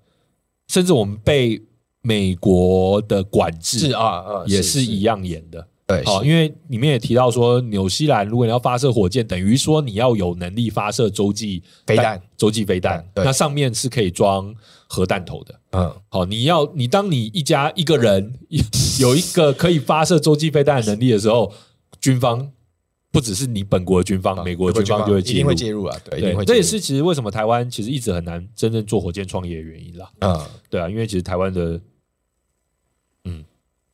[SPEAKER 1] 甚至我们被美国的管制
[SPEAKER 2] 啊，嗯
[SPEAKER 1] 也是一，样严的。
[SPEAKER 2] 对，
[SPEAKER 1] 好，
[SPEAKER 2] 为
[SPEAKER 1] 哦因为里面也提到说，纽西兰如果你要发射火箭，等于说你要有能力发射洲际
[SPEAKER 2] 飞弹，
[SPEAKER 1] 洲际飞弹
[SPEAKER 2] 嗯，对
[SPEAKER 1] 那上面是可以装核弹头的。
[SPEAKER 2] 嗯，
[SPEAKER 1] 好，你要你当你一家一个人有一个可以发射洲际飞弹的能力的时候，军方不只是你本国的军方，美国的
[SPEAKER 2] 啊美
[SPEAKER 1] 军方就会
[SPEAKER 2] 一
[SPEAKER 1] 介
[SPEAKER 2] 定会
[SPEAKER 1] 入。
[SPEAKER 2] 介入啊，对，一定
[SPEAKER 1] 对，
[SPEAKER 2] 会，
[SPEAKER 1] 这也是，其实为什么台湾其实一直很难真正做火箭创业的原因啦。
[SPEAKER 2] 嗯，
[SPEAKER 1] 对啊，因为其实台湾的，嗯，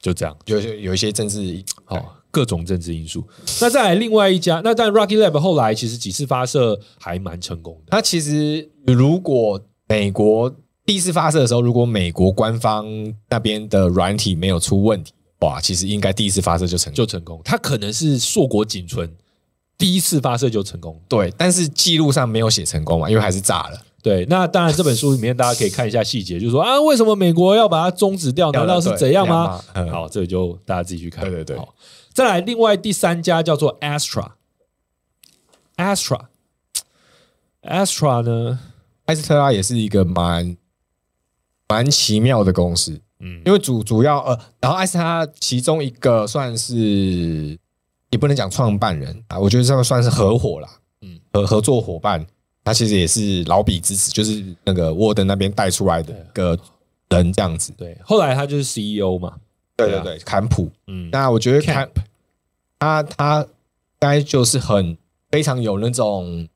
[SPEAKER 1] 就这样。
[SPEAKER 2] 有有一些政治，
[SPEAKER 1] 好、哦各种政治因素。那再来另外一家，那但 Rocky Lab 后来其实几次发射还蛮成功的。
[SPEAKER 2] 它其实如果美国第一次发射的时候，如果美国官方那边的软体没有出问题，哇，其实应该第一次发射就成功，
[SPEAKER 1] 就成功，它可能是硕果仅存，第一次发射就成功。
[SPEAKER 2] 对，但是记录上没有写成功嘛，因为还是炸了，
[SPEAKER 1] 对，那当然这本书里面大家可以看一下细节，就是说啊，为什么美国要把它终止掉？难道是
[SPEAKER 2] 对
[SPEAKER 1] 怎样吗？？
[SPEAKER 2] 这嗯
[SPEAKER 1] 好，这个就大家自己去看。
[SPEAKER 2] 对对对
[SPEAKER 1] 好，再来另外第三家叫做 Astra，Astra，Astra 呢？
[SPEAKER 2] 埃斯特拉也是一个蛮蛮奇妙的公司，
[SPEAKER 1] 嗯，
[SPEAKER 2] 因为主主要呃，然后艾斯特拉其中一个算是也不能讲创办人啊，我觉得这个算是合伙啦，
[SPEAKER 1] 嗯
[SPEAKER 2] 嗯，合合作伙伴，他其实也是老比之子，就是那个沃登那边带出来的一个
[SPEAKER 1] 啊
[SPEAKER 2] 人这样子，
[SPEAKER 1] 对，后来他就是 CEO 嘛，
[SPEAKER 2] 对
[SPEAKER 1] 对
[SPEAKER 2] 对
[SPEAKER 1] 啊
[SPEAKER 2] 对，坎普，
[SPEAKER 1] 嗯，
[SPEAKER 2] 那我觉得坎他他应该就是很非常有那种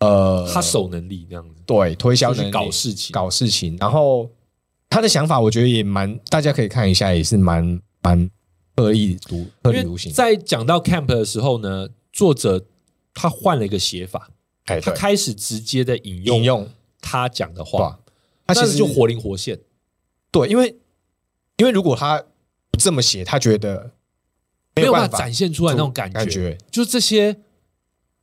[SPEAKER 2] 呃
[SPEAKER 1] 他手能力那样子。
[SPEAKER 2] 对推销
[SPEAKER 1] 就
[SPEAKER 2] 能
[SPEAKER 1] 去
[SPEAKER 2] 力
[SPEAKER 1] 搞事情，
[SPEAKER 2] 搞事情，然后他的想法我觉得也蛮，大家可以看一下，也是蛮蛮刻意独刻
[SPEAKER 1] 因
[SPEAKER 2] 意
[SPEAKER 1] 为
[SPEAKER 2] 独行。
[SPEAKER 1] 在讲到 camp 的时候呢，作者他换了一个写法，
[SPEAKER 2] 哎
[SPEAKER 1] 他
[SPEAKER 2] 对
[SPEAKER 1] 开始直接的引
[SPEAKER 2] 引
[SPEAKER 1] 用
[SPEAKER 2] 用
[SPEAKER 1] 他讲的
[SPEAKER 2] 对
[SPEAKER 1] 话
[SPEAKER 2] 吧，？他其
[SPEAKER 1] 但
[SPEAKER 2] 实
[SPEAKER 1] 是就活灵活现。
[SPEAKER 2] 对，因为因为如果他不这么写，他觉得
[SPEAKER 1] 没有
[SPEAKER 2] 有
[SPEAKER 1] 办
[SPEAKER 2] 办
[SPEAKER 1] 法展现出来那种感觉，
[SPEAKER 2] 感觉
[SPEAKER 1] 就是这些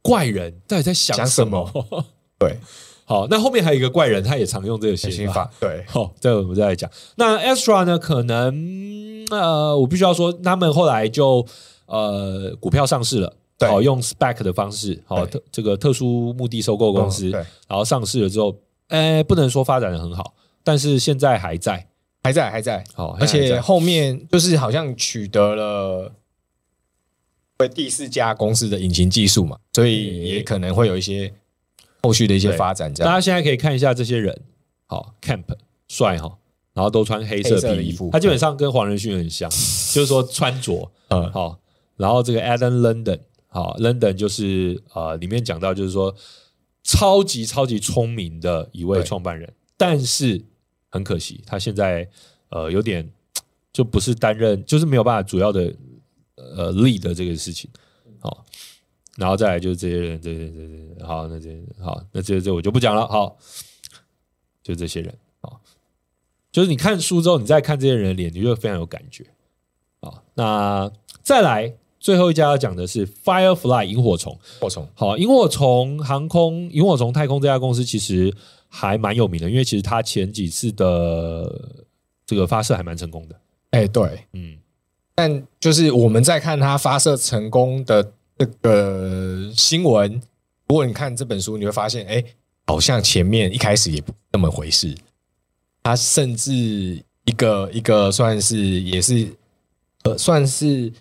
[SPEAKER 1] 怪人到底在想
[SPEAKER 2] 想
[SPEAKER 1] 什
[SPEAKER 2] 什
[SPEAKER 1] 么
[SPEAKER 2] 么？对
[SPEAKER 1] 好，那后面还有一个怪人，他也常用这个写
[SPEAKER 2] 写
[SPEAKER 1] 法
[SPEAKER 2] 法。对
[SPEAKER 1] 好、这个我们再来讲。那 Extra 呢？可能呃，我必须要说，他们后来就呃，股票上市了，
[SPEAKER 2] 对
[SPEAKER 1] 好、用 SPAC 的方式，好、
[SPEAKER 2] 对
[SPEAKER 1] 特这个特殊目的收购公司，
[SPEAKER 2] 嗯对
[SPEAKER 1] 然后上市了之后，呃，不能说发展的很好，但是现在还在，
[SPEAKER 2] 还在还在，
[SPEAKER 1] 好、
[SPEAKER 2] 而
[SPEAKER 1] 现在还
[SPEAKER 2] 且
[SPEAKER 1] 在
[SPEAKER 2] 后面就是好像取得了。为第四家公司的隐形技术嘛，所以也可能会有一些后续的一些
[SPEAKER 1] 对
[SPEAKER 2] 发展这
[SPEAKER 1] 大家
[SPEAKER 2] 样。
[SPEAKER 1] 现在可以看一下这些人，好，Camp 帅哈，然后都穿黑色
[SPEAKER 2] 黑色的
[SPEAKER 1] 皮
[SPEAKER 2] 衣
[SPEAKER 1] 衣
[SPEAKER 2] 服，
[SPEAKER 1] 他基本上跟黄仁勋很像，就是说穿着
[SPEAKER 2] 嗯
[SPEAKER 1] 好，然后这个 Adam London 好，London 就是呃里面讲到就是说超级超级聪明的一位
[SPEAKER 2] 对
[SPEAKER 1] 创办人，但是很可惜他现在呃有点就不是担任，就是没有办法主要的呃 lead 的这个事情，好。然后再来就是这些人，这这这这，好，那这好，那这这我就不讲了，好，就这些人啊、好就是你看书之后，你再看这些人的脸，你就会非常有感觉啊、好那再来最后一家要讲的是 Firefly 萤火虫，
[SPEAKER 2] 扩充
[SPEAKER 1] 好，萤火虫航空、萤火虫太空这家公司其实还蛮有名的，因为其实它前几次的这个发射还蛮成功的，
[SPEAKER 2] 哎，对，
[SPEAKER 1] 嗯，
[SPEAKER 2] 但就是我们在看它发射成功的这个新闻，如果你看这本书，你会发现，哎，好像前面一开始也不那么回事。它甚至一个一个算是也是呃，算是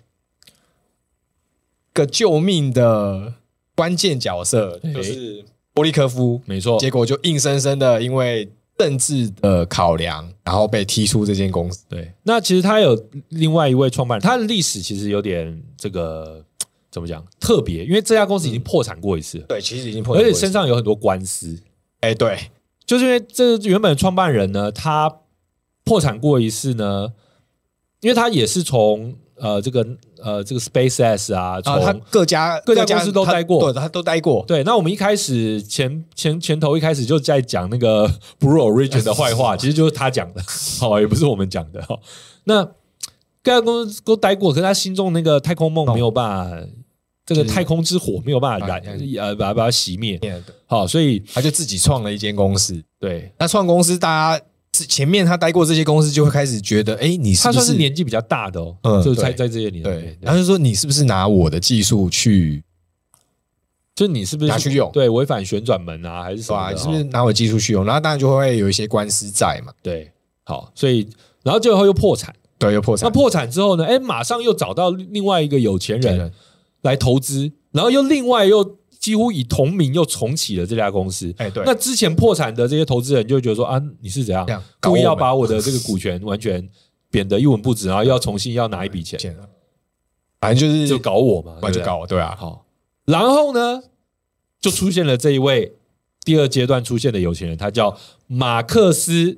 [SPEAKER 2] 个救命的关键角色，
[SPEAKER 1] 哎
[SPEAKER 2] 就是波利科夫。
[SPEAKER 1] 没错，
[SPEAKER 2] 结果就硬生生的因为政治的考量，然后被踢出这间公司。
[SPEAKER 1] 对，那其实他有另外一位创办人，他的历史其实有点这个怎么讲特别，因为这家公司已经破产过一次了，
[SPEAKER 2] 对，其实已经破
[SPEAKER 1] 而且身上有很多官司，
[SPEAKER 2] 哎，对，
[SPEAKER 1] 就是因为这原本的创办人呢，他破产过一次呢，因为他也是从呃这个呃这个 SpaceX 啊，从、
[SPEAKER 2] 啊，他各家
[SPEAKER 1] 各家公司都
[SPEAKER 2] 他
[SPEAKER 1] 待过
[SPEAKER 2] 对，他都待过。
[SPEAKER 1] 对，那我们一开始前前前头一开始就在讲那个 Blue Origin 的坏 话，其实就是他讲的，哦，也不是我们讲的哦。那各家公司都待过，可是他心中那个太空梦没有办法，这个
[SPEAKER 2] 就是
[SPEAKER 1] 太空之火没有办法燃
[SPEAKER 2] 啊，
[SPEAKER 1] 呃，把它把它熄灭。好，所以
[SPEAKER 2] 他就自己创了一间公司。
[SPEAKER 1] 对
[SPEAKER 2] 那创公司，大家是前面他待过这些公司，就会开始觉得，哎，你是
[SPEAKER 1] 他
[SPEAKER 2] 不
[SPEAKER 1] 算是年纪比较大的哦，
[SPEAKER 2] 嗯
[SPEAKER 1] 就是在在
[SPEAKER 2] 对
[SPEAKER 1] 这些年
[SPEAKER 2] 对
[SPEAKER 1] 对，，
[SPEAKER 2] 他就说你是不是拿我的技术去，
[SPEAKER 1] 就是你是不是
[SPEAKER 2] 拿去用
[SPEAKER 1] 对，违反旋转门啊，还是
[SPEAKER 2] 是
[SPEAKER 1] 什么
[SPEAKER 2] 吧？
[SPEAKER 1] 的
[SPEAKER 2] 你
[SPEAKER 1] 哦？
[SPEAKER 2] 是不是拿我的技术去用？然后当然就会有一些官司在嘛，
[SPEAKER 1] 对，好，所以然后最后又破产。
[SPEAKER 2] 对，又破产
[SPEAKER 1] 那。破产之后呢？哎，马上又找到另外一个有钱人，来投资，然后又另外又几乎以同名又重启了这家公司。
[SPEAKER 2] 哎，对，
[SPEAKER 1] 那之前破产的这些投资人就会觉得说啊，你是怎样
[SPEAKER 2] 这样搞
[SPEAKER 1] 故意要
[SPEAKER 2] 我们
[SPEAKER 1] 把我的这个股权完全贬得一文不值，然后要重新要拿一笔钱，
[SPEAKER 2] 钱了，反正就是
[SPEAKER 1] 就搞我嘛，
[SPEAKER 2] 我
[SPEAKER 1] 对不
[SPEAKER 2] 就
[SPEAKER 1] 对
[SPEAKER 2] 搞我，对啊，
[SPEAKER 1] 好。然后呢，就出现了这一位第二阶段出现的有钱人，他叫马克思·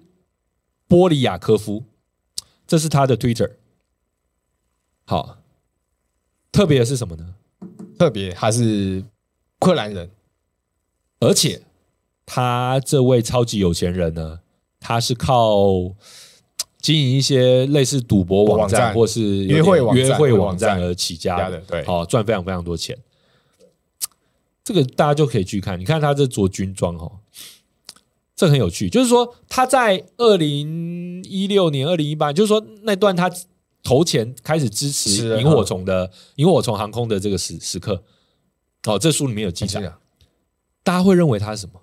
[SPEAKER 1] 波里亚科夫，这是他的 Twitter。好，特别的是什么呢？
[SPEAKER 2] 特别他是乌克兰人，
[SPEAKER 1] 而且他这位超级有钱人呢，他是靠嘖经营一些类似赌博网站
[SPEAKER 2] 网站
[SPEAKER 1] 或是有点
[SPEAKER 2] 约会网站
[SPEAKER 1] 约会网
[SPEAKER 2] 网
[SPEAKER 1] 站
[SPEAKER 2] 站
[SPEAKER 1] 而起家
[SPEAKER 2] 家
[SPEAKER 1] 的
[SPEAKER 2] 的，对
[SPEAKER 1] 好哦赚非常非常多钱。嘖这个大家就可以去看，你看他这着军装哦，这很有趣。就是说他在二零一六年、二零一八，就是说那段他投钱开始支
[SPEAKER 2] 是
[SPEAKER 1] 持
[SPEAKER 2] 啊
[SPEAKER 1] 萤火虫的萤火虫航空的这个时时刻，哦，这书里面有记载。大家会认为他是什么？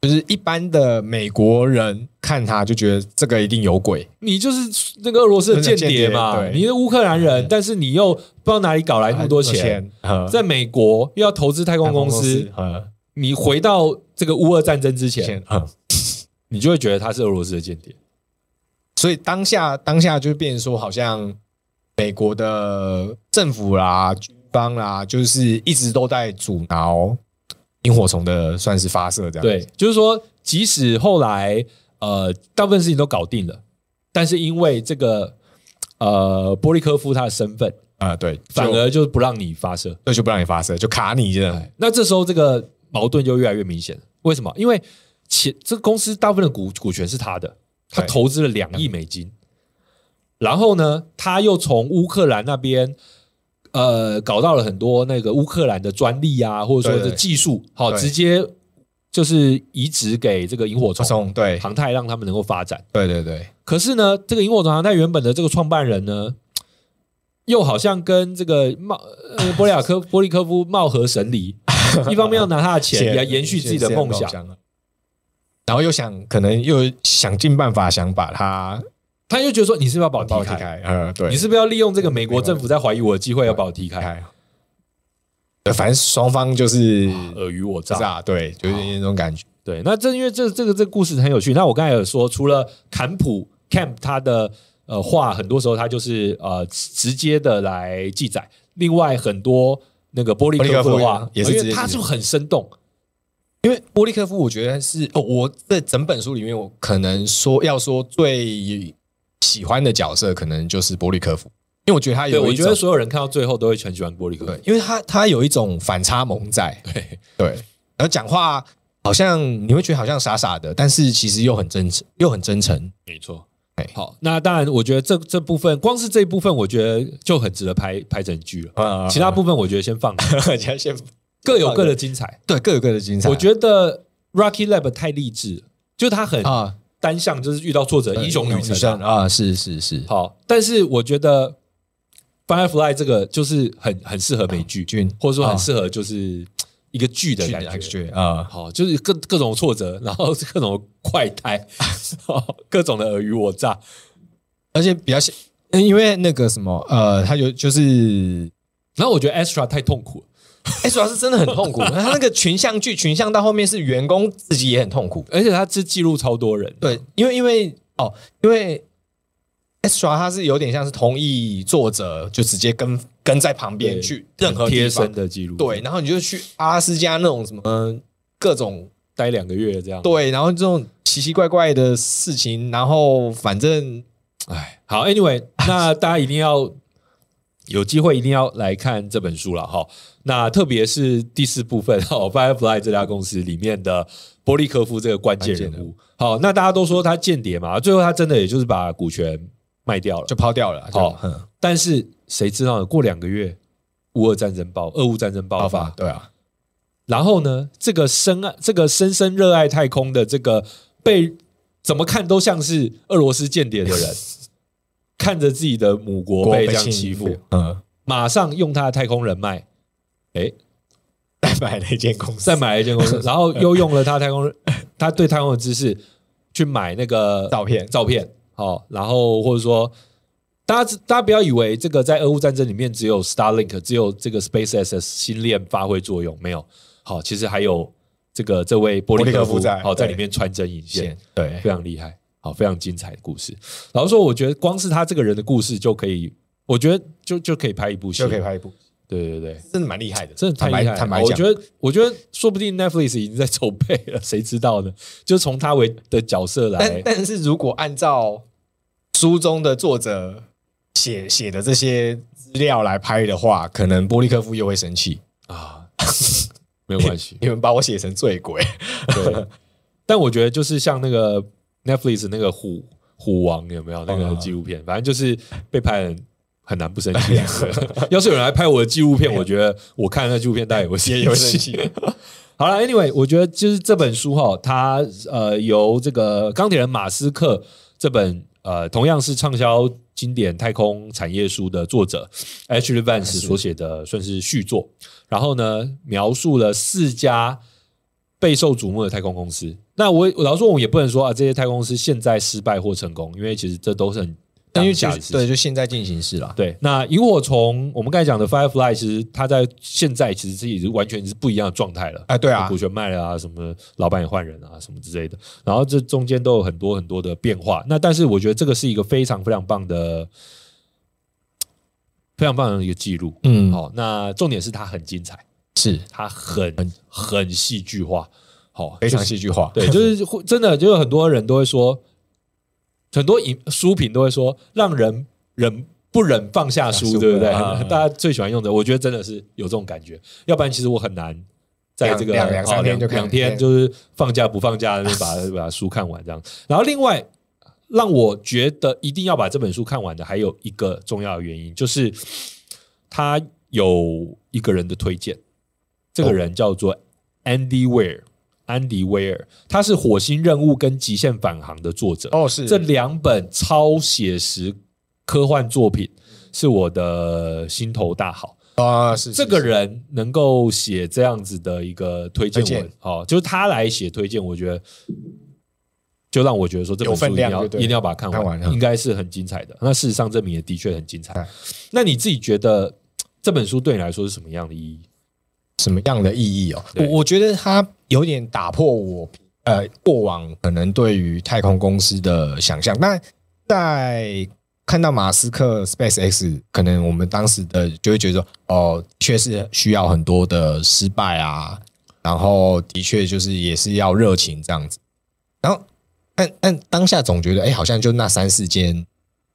[SPEAKER 2] 就是一般的美国人看他就觉得这个一定有鬼，
[SPEAKER 1] 你就是那个俄罗斯的间谍嘛，
[SPEAKER 2] 间谍对
[SPEAKER 1] 你是乌克兰人，
[SPEAKER 2] 嗯
[SPEAKER 1] 但是你又不知道哪里搞来那么多钱，，
[SPEAKER 2] 在
[SPEAKER 1] 在美国又要投资太空公司，
[SPEAKER 2] 呃，
[SPEAKER 1] 你回到这个乌俄战争之前，
[SPEAKER 2] 钱，嗯
[SPEAKER 1] 你就会觉得他是俄罗斯的间谍。
[SPEAKER 2] 所以当下当下就变成说，好像美国的政府啦、军方啦，就是一直都在阻挠萤火虫的算是发射这样，，
[SPEAKER 1] 对，就是说，即使后来呃大部分事情都搞定了，但是因为这个呃波利科夫他的身份，
[SPEAKER 2] 啊对，
[SPEAKER 1] 反
[SPEAKER 2] 就
[SPEAKER 1] 而就不让你发射。
[SPEAKER 2] 对就不让你发射，就卡你这样，
[SPEAKER 1] 哎那这时候这个矛盾就越来越明显了。为什么？因为钱这公司大部分的股股权是他的，他
[SPEAKER 2] 对
[SPEAKER 1] 投资了两亿美金，然后呢，他又从乌克兰那边。呃，搞到了很多那个乌克兰的专利啊，或者说
[SPEAKER 2] 对
[SPEAKER 1] 这
[SPEAKER 2] 对
[SPEAKER 1] 技术，好，
[SPEAKER 2] 对
[SPEAKER 1] 直接就是移植给这个萤火
[SPEAKER 2] 不
[SPEAKER 1] 虫
[SPEAKER 2] 松，对
[SPEAKER 1] 航太，让他们能够发展。
[SPEAKER 2] 对对对，
[SPEAKER 1] 可是呢，这个萤火虫航太原本的这个创办人呢，又好像跟这个貌呃 波利亚科波利科夫貌合神 离，一方面要拿他的钱，也要延续自己的梦想，，
[SPEAKER 2] 然后又想可能又想尽办法想把它
[SPEAKER 1] 他又觉得说你是不是要把我
[SPEAKER 2] 把我
[SPEAKER 1] 哦踢
[SPEAKER 2] 踢
[SPEAKER 1] 开？
[SPEAKER 2] 开，呃，对，
[SPEAKER 1] 你是不是要利用这个美国政府在怀疑我的机会要把我踢开？
[SPEAKER 2] 开，对，反正双方就是
[SPEAKER 1] 尔虞我
[SPEAKER 2] 是
[SPEAKER 1] 诈。
[SPEAKER 2] 啊，对，就有
[SPEAKER 1] 哦
[SPEAKER 2] 点那种感觉。
[SPEAKER 1] 对，那这因为这这个这个故事很有趣。那我刚才有说，除了坎普 Camp 他的呃话，很多时候他就是呃直接的来记载。另外很多那个波利科夫的
[SPEAKER 2] 波利科
[SPEAKER 1] 话
[SPEAKER 2] 夫，也是
[SPEAKER 1] 因
[SPEAKER 2] 直接
[SPEAKER 1] 为他
[SPEAKER 2] 记载
[SPEAKER 1] 是很生动，
[SPEAKER 2] 因为波利科夫，我觉得是哦，我在整本书里面，我可能说要说最喜欢的角色，可能就是波利科夫，因为我觉得他
[SPEAKER 1] 对
[SPEAKER 2] 哎有
[SPEAKER 1] 我
[SPEAKER 2] 一
[SPEAKER 1] 觉
[SPEAKER 2] 种
[SPEAKER 1] 得所有人看到最后都会很喜欢波利科夫
[SPEAKER 2] 对，。因为他他有一种反差萌在，
[SPEAKER 1] 对
[SPEAKER 2] 对，然后讲话好像你会觉得好像傻傻的，但是其实又很真诚，又很真诚。
[SPEAKER 1] 没错
[SPEAKER 2] 哎。
[SPEAKER 1] 好，那当然，我觉得这这部分，光是这一部分，我觉得就很值得拍拍成剧了。
[SPEAKER 2] 啊
[SPEAKER 1] 其他 部分我觉得先放着，
[SPEAKER 2] 分其他先
[SPEAKER 1] 各有各的精彩。
[SPEAKER 2] 对各有各的精彩。
[SPEAKER 1] 我觉得 Rocky Lab 太励志了，就他很
[SPEAKER 2] 啊，
[SPEAKER 1] 单向，就是遇到作者英雄旅程啊、
[SPEAKER 2] 啊，是是是，
[SPEAKER 1] 好，但是我觉得 Firefly 这个就是很很适合美剧，
[SPEAKER 2] 剧
[SPEAKER 1] 或者说
[SPEAKER 2] 啊
[SPEAKER 1] 很适合就是一个剧的感觉。
[SPEAKER 2] 觉啊，
[SPEAKER 1] 好，就是各各种挫折，然后各种快胎， 好各种的尔虞我诈。
[SPEAKER 2] 而且比较像，因为那个什么呃，他有就是
[SPEAKER 1] 然后我觉得 Extra 太痛苦了，
[SPEAKER 2] 哎，主要是真的很痛苦。他那个群像剧，群像到后面是员工自己也很痛苦。
[SPEAKER 1] 而且他是记录超多人。
[SPEAKER 2] 对，因为因为哦，因为 extra 它是有点像是同意作者，就直接跟跟在旁边
[SPEAKER 1] 对
[SPEAKER 2] 去任何
[SPEAKER 1] 贴
[SPEAKER 2] 地方
[SPEAKER 1] 身。的记录，
[SPEAKER 2] 对，，然后你就去阿拉斯加那种什么各种
[SPEAKER 1] 待两个月这样。
[SPEAKER 2] 对，然后这种奇奇怪怪的事情，然后反正
[SPEAKER 1] 哎，好，Anyway，那 大家一定要有机会一定要来看这本书了哈。那特别是第四部分哈，Firefly 这家公司里面的波利科夫这个关键人
[SPEAKER 2] 关键
[SPEAKER 1] 物。好，那大家都说他间谍嘛，最后他真的也就是把股权卖掉了
[SPEAKER 2] 就。抛掉了。
[SPEAKER 1] 好
[SPEAKER 2] 好，嗯
[SPEAKER 1] 但是谁知道呢？过两个月，乌俄战争爆，俄乌战争爆
[SPEAKER 2] 爆
[SPEAKER 1] 发，
[SPEAKER 2] 发，对啊，
[SPEAKER 1] 然后呢，这个深爱、这个深深热爱太空的这个被怎么看都像是俄罗斯间谍的 人，看着自己的母国被这样欺负，，
[SPEAKER 2] 嗯，
[SPEAKER 1] 马上用他的太空人脉，哎，
[SPEAKER 2] 再买了一间公司，
[SPEAKER 1] 再买了一间 公司，然后又用了他太空人，他对太空的知识去买那 个
[SPEAKER 2] 照片
[SPEAKER 1] 照片，好、然后或者说。大家知大家不要以为这个在俄乌战争里面只有 Starlink 只有这个 SpaceX 的星链发挥作用，没有。好，其实还有这个这位波利科
[SPEAKER 2] 波利科
[SPEAKER 1] 夫
[SPEAKER 2] 夫在
[SPEAKER 1] 好在
[SPEAKER 2] 对
[SPEAKER 1] 里面穿针引线
[SPEAKER 2] 线，，对
[SPEAKER 1] 非常厉害，好，非常精彩的故事。老实说，我觉得光是他这个人的故事就可以，我觉得就就可以拍一部戏，
[SPEAKER 2] 就可以。拍一部，
[SPEAKER 1] 对对对，
[SPEAKER 2] 真的蛮厉害的，
[SPEAKER 1] 真的太厉害了。
[SPEAKER 2] 坦白
[SPEAKER 1] 我
[SPEAKER 2] 讲
[SPEAKER 1] 觉，得，我觉得说不定 Netflix 已经在筹备了，谁知道呢？就从他为的角色
[SPEAKER 2] 但
[SPEAKER 1] 来，
[SPEAKER 2] 但是如果按照书中的作者写写的这些资料来拍的话，可能波利科夫又会生气，
[SPEAKER 1] 啊， 没有关 系。
[SPEAKER 2] 你们把我写成醉 鬼，
[SPEAKER 1] 对，但我觉得就是像那个 Netflix 那个虎虎王有没有那
[SPEAKER 2] 啊
[SPEAKER 1] 个纪录片，反正就是被拍很很难不生 气。
[SPEAKER 2] 啊
[SPEAKER 1] 要是有人来拍我的纪录片，我觉得我看那纪录片，大家也会
[SPEAKER 2] 也有生。气，
[SPEAKER 1] 好了，Anyway，我觉得就是这本书哈，它呃由这个钢铁人马斯克这本呃同样是畅销经典太空产业书的作者 H. Vance 所写的算是续作，然后呢描述了四家备受瞩目的太空公司。那我我老实说，我也不能说啊这些太空公司现在失败或成功，因为其实这都是很
[SPEAKER 2] 因为
[SPEAKER 1] 当
[SPEAKER 2] 其
[SPEAKER 1] 下的
[SPEAKER 2] 实
[SPEAKER 1] 事情。
[SPEAKER 2] 对，就现在进行式啦，
[SPEAKER 1] 对，那萤火虫，我们刚才讲的 Firefly，其实它在现在其实自己是完全是不一样的状态了
[SPEAKER 2] 啊对啊
[SPEAKER 1] 股权卖了啊，什么老板也换人啊，什么之类的，然后这中间都有很多很多的变化。那但是我觉得这个是一个非常非常棒的、非常棒的一个记录。
[SPEAKER 2] 嗯
[SPEAKER 1] 好，那重点是它很精彩，
[SPEAKER 2] 是
[SPEAKER 1] 它很很戏剧化，好，
[SPEAKER 2] 非常戏剧化，
[SPEAKER 1] 对，就是会真的，就是很多人都会说，很多影书评都会说，让人忍不忍放下
[SPEAKER 2] 放
[SPEAKER 1] 书，
[SPEAKER 2] 下书
[SPEAKER 1] 对不对？
[SPEAKER 2] 啊啊
[SPEAKER 1] 大家最喜欢用的，我觉得真的是有这种感觉，要不然其实我很难。在这个
[SPEAKER 2] 两两两三天
[SPEAKER 1] 哦
[SPEAKER 2] 就看
[SPEAKER 1] 两天，就是放假不放假，就 把把书看完这样。然后另外让我觉得一定要把这本书看完的，还有一个重要的原因，就是他有一个人的推荐，这
[SPEAKER 2] 哦
[SPEAKER 1] 个人叫做 Andy Weir，安迪威尔，他是《火星任务》跟《极限返航》的作者，
[SPEAKER 2] 哦是
[SPEAKER 1] 这两本超写实科幻作品是我的心头大好。
[SPEAKER 2] 啊是
[SPEAKER 1] 这个人能够写这样子的一个推荐
[SPEAKER 2] 推
[SPEAKER 1] 文
[SPEAKER 2] 荐，
[SPEAKER 1] 哦，就是他来写推荐，我觉得就让我觉得说这本
[SPEAKER 2] 有
[SPEAKER 1] 书
[SPEAKER 2] 分
[SPEAKER 1] 一定
[SPEAKER 2] 量
[SPEAKER 1] 要
[SPEAKER 2] 就对
[SPEAKER 1] 一
[SPEAKER 2] 了
[SPEAKER 1] 定要把它看完，
[SPEAKER 2] 看完嗯
[SPEAKER 1] 应该是很精彩的。那事实上证明也的确很精彩
[SPEAKER 2] 哎。
[SPEAKER 1] 那你自己觉得这本书对你来说是什么样的意义？
[SPEAKER 2] 什么样的意义哦？我
[SPEAKER 1] 对
[SPEAKER 2] 我觉得它有点打破我呃过往可能对于太空公司的想象。那在看到马斯克 SpaceX，可能我们当时的就会觉得说，哦，的确是需要很多的失败啊，然后的确就是也是要热情这样子。然后，但但当下总觉得，哎、好像就那三四间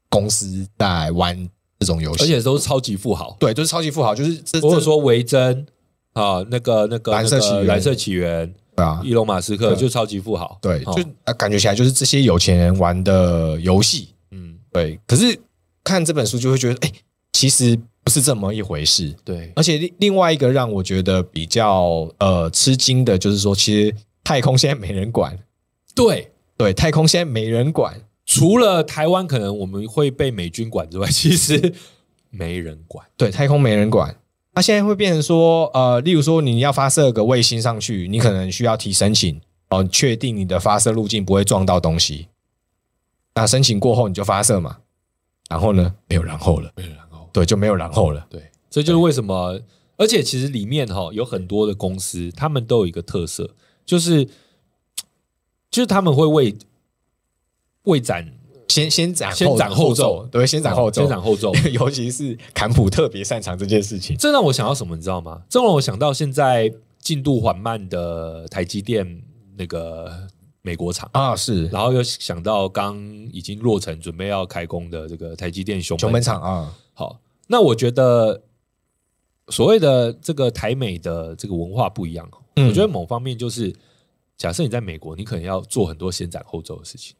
[SPEAKER 2] 公司在玩这种游戏，
[SPEAKER 1] 而且都是超级富豪，
[SPEAKER 2] 对，就是超级富豪，就是这
[SPEAKER 1] 或者
[SPEAKER 2] 这
[SPEAKER 1] 说维珍啊，那个那个
[SPEAKER 2] 蓝色起源
[SPEAKER 1] 那个蓝色起源，
[SPEAKER 2] 对啊，
[SPEAKER 1] 伊隆马斯克
[SPEAKER 2] 对
[SPEAKER 1] 就超级富豪，
[SPEAKER 2] 对，
[SPEAKER 1] 哦
[SPEAKER 2] 就呃感觉起来就是这些有钱人玩的游戏，
[SPEAKER 1] 嗯，
[SPEAKER 2] 对。可是看这本书就会觉得，哎、其实不是这么一回事。
[SPEAKER 1] 对，
[SPEAKER 2] 而且另另外一个让我觉得比较呃吃惊的，就是说，其实太空现在没人管，
[SPEAKER 1] 对。
[SPEAKER 2] 对，太空现在没人管，
[SPEAKER 1] 除了台湾可能我们会被美军管之外， 其实没人管。
[SPEAKER 2] 对，太空没人管。它、现在会变成说，呃，例如说你要发射个卫星上去，你可能需要提申请，哦、确定你的发射路径不会撞到东西。那申请过后你就发射嘛，然后呢，没有然后了，
[SPEAKER 1] 然后
[SPEAKER 2] 对，就没有然后了。
[SPEAKER 1] 对，这就是为什么。而且其实里面哈、有很多的公司，他们都有一个特色，就是就是他们会为为展
[SPEAKER 2] 先先斩
[SPEAKER 1] 先斩后奏哦
[SPEAKER 2] 对，先斩后奏，
[SPEAKER 1] 先斩后奏。
[SPEAKER 2] 尤其是坎普特别擅长这件事情。
[SPEAKER 1] 这让我想到什么，你知道吗？这让我想到现在进度缓慢的台积电那个美国厂，
[SPEAKER 2] 啊，是
[SPEAKER 1] 然后又想到刚已经落成准备要开工的这个台积电熊
[SPEAKER 2] 熊本厂啊，
[SPEAKER 1] 好，那我觉得所谓的这个台美的这个文化不一样哦，
[SPEAKER 2] 嗯
[SPEAKER 1] 我觉得某方面就是，假设你在美国，你可能要做很多先斩后奏的事情，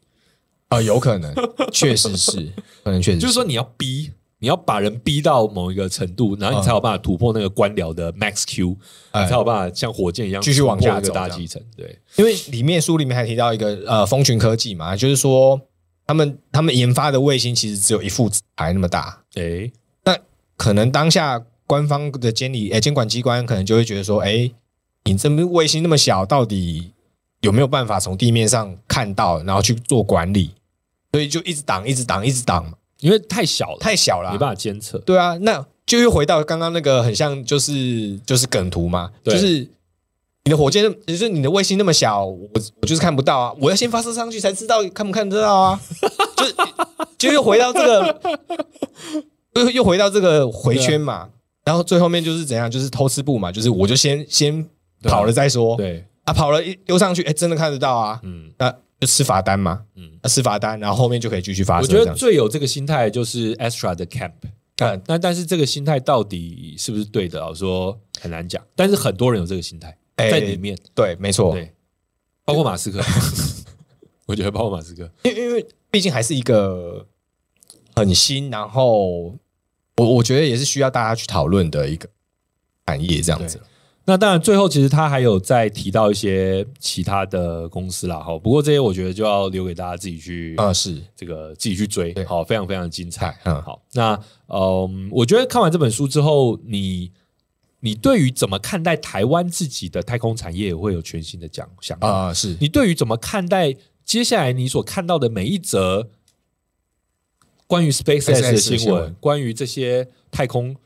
[SPEAKER 2] 啊，有 可能，确实是，可能确实
[SPEAKER 1] 就是说你要逼，你要把人逼到某一个程度，然后你才有办法突破那个官僚的 max Q，、
[SPEAKER 2] 哎
[SPEAKER 1] 你才有办法像火箭一样
[SPEAKER 2] 继续往下走
[SPEAKER 1] 突破那个大气层。对，
[SPEAKER 2] 因为里面书里面还提到一个呃，风群科技嘛，就是说他们他们研发的卫星其实只有一副牌那么大，
[SPEAKER 1] 哎，
[SPEAKER 2] 可能当下官方的监理呃诶监管机关可能就会觉得说，哎，你这么卫星那么小，到底有没有办法从地面上看到，然后去做管理？所以就一直挡，一直挡，一直挡，
[SPEAKER 1] 因为太小了，
[SPEAKER 2] 太小了、
[SPEAKER 1] 没办法监测。
[SPEAKER 2] 对啊，那就又回到刚刚那个很像，就是就是梗图嘛，就
[SPEAKER 1] 对
[SPEAKER 2] 是你的火箭，就是你的卫星那么小，我我就是看不到啊，我要先发射上去才知道看不看得到啊， 就就又回到这个，又又回到这个回圈
[SPEAKER 1] 啊
[SPEAKER 2] 嘛，然后最后面就是怎样，就是偷吃步嘛，就是我就先先
[SPEAKER 1] 对啊
[SPEAKER 2] 跑了再说，
[SPEAKER 1] 对，
[SPEAKER 2] 啊，跑了一丢上去，哎，真的看得到啊，
[SPEAKER 1] 嗯
[SPEAKER 2] 那就吃罚单嘛，啊
[SPEAKER 1] 嗯，
[SPEAKER 2] 那吃罚单，然后后面就可以继续发
[SPEAKER 1] 我
[SPEAKER 2] 射，
[SPEAKER 1] 觉
[SPEAKER 2] 这
[SPEAKER 1] 得
[SPEAKER 2] 样子，
[SPEAKER 1] 最有这个心态就是 Astra 的 Camp。
[SPEAKER 2] 嗯，
[SPEAKER 1] 那但是这个心态到底是不是对的？我说很难讲，但是很多人有这个心态
[SPEAKER 2] 哎
[SPEAKER 1] 在里面，
[SPEAKER 2] 对，没错，
[SPEAKER 1] 对，包括马斯克， 我觉得包括马斯克，
[SPEAKER 2] 因为因为毕竟还是一个很新，然后我我觉得也是需要大家去讨论的一个产业这样子。
[SPEAKER 1] 那当然，最后其实他还有再提到一些其他的公司啦，哈。不过这些我觉得就要留给大家自己去，
[SPEAKER 2] 啊、是
[SPEAKER 1] 这个自己去追
[SPEAKER 2] 对，
[SPEAKER 1] 好，非常非常精彩。
[SPEAKER 2] 菜，嗯，
[SPEAKER 1] 好，那嗯，我觉得看完这本书之后，你你对于怎么看待台湾自己的太空产业，也会有全新的讲想法。
[SPEAKER 2] 啊、是
[SPEAKER 1] 你对于怎么看待接下来你所看到的每一则关于 SpaceX 的
[SPEAKER 2] SpaceX 的
[SPEAKER 1] 新
[SPEAKER 2] 新
[SPEAKER 1] 闻
[SPEAKER 2] 闻，
[SPEAKER 1] 关于这些太空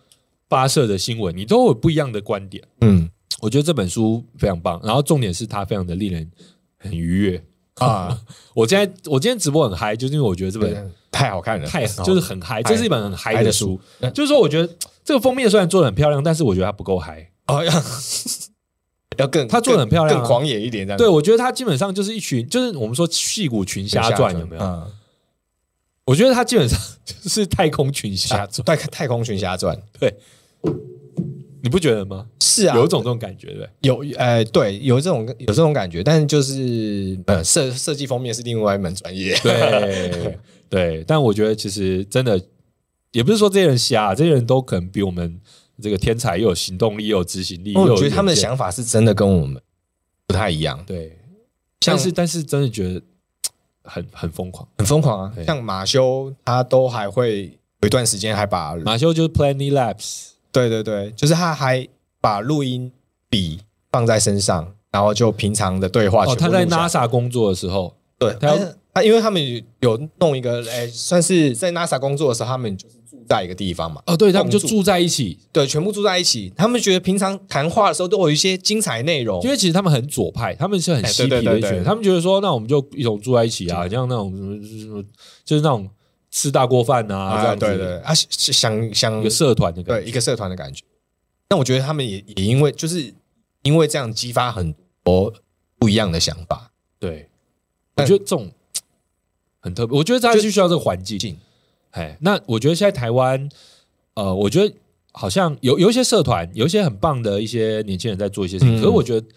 [SPEAKER 1] 发射的新闻，你都有不一样的观点。
[SPEAKER 2] 嗯
[SPEAKER 1] 我觉得这本书非常棒，然后重点是它非常的令人很愉悦。
[SPEAKER 2] 啊，
[SPEAKER 1] 我现在我今天直播很嗨，就是因为我觉得这
[SPEAKER 2] 对
[SPEAKER 1] 本
[SPEAKER 2] 太好看了，
[SPEAKER 1] 太
[SPEAKER 2] 好
[SPEAKER 1] 就是很嗨，这是一本很嗨
[SPEAKER 2] 嗨
[SPEAKER 1] 的
[SPEAKER 2] 的
[SPEAKER 1] 书
[SPEAKER 2] 书。嗯
[SPEAKER 1] 就是说，我觉得这个封面虽然做的很漂亮，但是我觉得它不够嗨。
[SPEAKER 2] 哦，要要更
[SPEAKER 1] 他做得很漂亮啊
[SPEAKER 2] 更狂野一点这样子。
[SPEAKER 1] 对，我觉得它基本上就是一群，就是我们说戏骨群
[SPEAKER 2] 下
[SPEAKER 1] 虾传有没有？
[SPEAKER 2] 嗯，
[SPEAKER 1] 我觉得它基本上 就是太空群
[SPEAKER 2] 侠
[SPEAKER 1] 虾，
[SPEAKER 2] 太太空群侠传
[SPEAKER 1] 你不觉得吗？
[SPEAKER 2] 是啊，
[SPEAKER 1] 有一种这种感觉，对不对？
[SPEAKER 2] 有呃，对，有这种有这种感觉，但是就是呃，设设计方面是另外一门专业。
[SPEAKER 1] 对对，但我觉得其实真的也不是说这些人瞎，啊这些人都可能比我们这个天才又有行动力，又有执行力。
[SPEAKER 2] 哦
[SPEAKER 1] 又有
[SPEAKER 2] 我觉得他们
[SPEAKER 1] 远
[SPEAKER 2] 的
[SPEAKER 1] 见
[SPEAKER 2] 想法是真的跟我们不太一样，
[SPEAKER 1] 对，
[SPEAKER 2] 像
[SPEAKER 1] 但是但是真的觉得很很疯狂。
[SPEAKER 2] 很疯狂啊
[SPEAKER 1] 对！
[SPEAKER 2] 像马修，他都还会有一段时间还把，
[SPEAKER 1] 马修就是 Plenty Labs，
[SPEAKER 2] 对对对，就是他还把录音笔放在身上，然后就平常的对话
[SPEAKER 1] 哦，
[SPEAKER 2] 全部
[SPEAKER 1] 他
[SPEAKER 2] 录下来。
[SPEAKER 1] 在 NASA 工作的时候，
[SPEAKER 2] 对，
[SPEAKER 1] 他要
[SPEAKER 2] 他因为他们有弄一个，哎，算是在 NASA 工作的时候，他们就是住在一个地方嘛，
[SPEAKER 1] 哦，对他们就
[SPEAKER 2] 共
[SPEAKER 1] 住在一起，
[SPEAKER 2] 对，全部住在一起。他们觉得平常谈话的时候都有一些精彩内容
[SPEAKER 1] 因，为其实他们很左派，他们是很
[SPEAKER 2] 哦哎
[SPEAKER 1] 嬉皮
[SPEAKER 2] 对对
[SPEAKER 1] 的
[SPEAKER 2] 对
[SPEAKER 1] 一群人，
[SPEAKER 2] 对
[SPEAKER 1] 他们觉得说，那我们就一同住在一起啊，像那种什么什么，就是那种吃大锅饭啊，这样子，
[SPEAKER 2] 对对，啊，想想
[SPEAKER 1] 一个社团的感
[SPEAKER 2] 对
[SPEAKER 1] 觉，
[SPEAKER 2] 一个社团的感觉。那我觉得他们也也因为就是因为这样激发很多不一样的想法，
[SPEAKER 1] 对，我
[SPEAKER 2] 但
[SPEAKER 1] 觉得这种嘖很特别，我觉得大家就需要这个环境
[SPEAKER 2] 境。
[SPEAKER 1] 哎，那我觉得现在台湾，呃，我觉得好像有有一些社团，有一些很棒的一些年轻人在做一些事情，
[SPEAKER 2] 嗯
[SPEAKER 1] 可是我觉得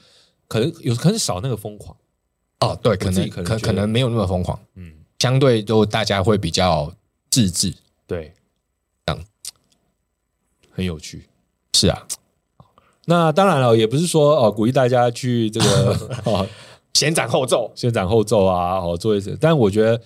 [SPEAKER 1] 可能有可能少那个疯狂，
[SPEAKER 2] 哦，对，可
[SPEAKER 1] 自己
[SPEAKER 2] 能
[SPEAKER 1] 可能
[SPEAKER 2] 可
[SPEAKER 1] 觉
[SPEAKER 2] 可
[SPEAKER 1] 得
[SPEAKER 2] 能没有那么疯狂，
[SPEAKER 1] 嗯，
[SPEAKER 2] 相对都大家会比较自制。
[SPEAKER 1] 对，
[SPEAKER 2] 这样
[SPEAKER 1] 很有趣。
[SPEAKER 2] 是啊，
[SPEAKER 1] 那当然了，也不是说哦鼓励大家去这个哦
[SPEAKER 2] 先斩后奏。
[SPEAKER 1] 先斩后奏啊，哦做一些，但我觉得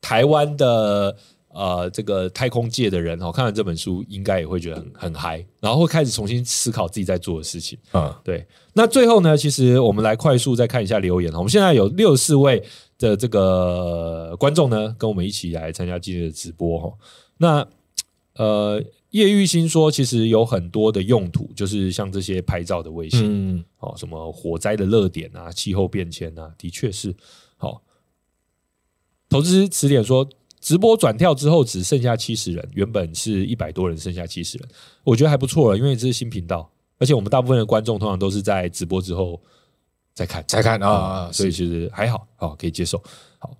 [SPEAKER 1] 台湾的呃这个太空界的人哦，看完这本书应该也会觉得很很嗨，然后会开始重新思考自己在做的事情。
[SPEAKER 2] 嗯，
[SPEAKER 1] 对，那最后呢，其实我们来快速再看一下留言哦。我们现在有六十四位的这个观众呢，跟我们一起来参加今天的直播哈、哦。那呃，叶玉兴说，其实有很多的用途，就是像这些拍照的卫星、
[SPEAKER 2] 嗯，
[SPEAKER 1] 哦，什么火灾的热点啊，气候变迁啊，的确是好、投资词典说，直播转跳之后只剩下七十人，原本是一百多人，剩下七十人，我觉得还不错了，啊因为这是新频道，而且我们大部分的观众通常都是在直播之后再看
[SPEAKER 2] 才看
[SPEAKER 1] 啊、
[SPEAKER 2] 啊，
[SPEAKER 1] 所以
[SPEAKER 2] 是
[SPEAKER 1] 其实还好，好可以接受，好。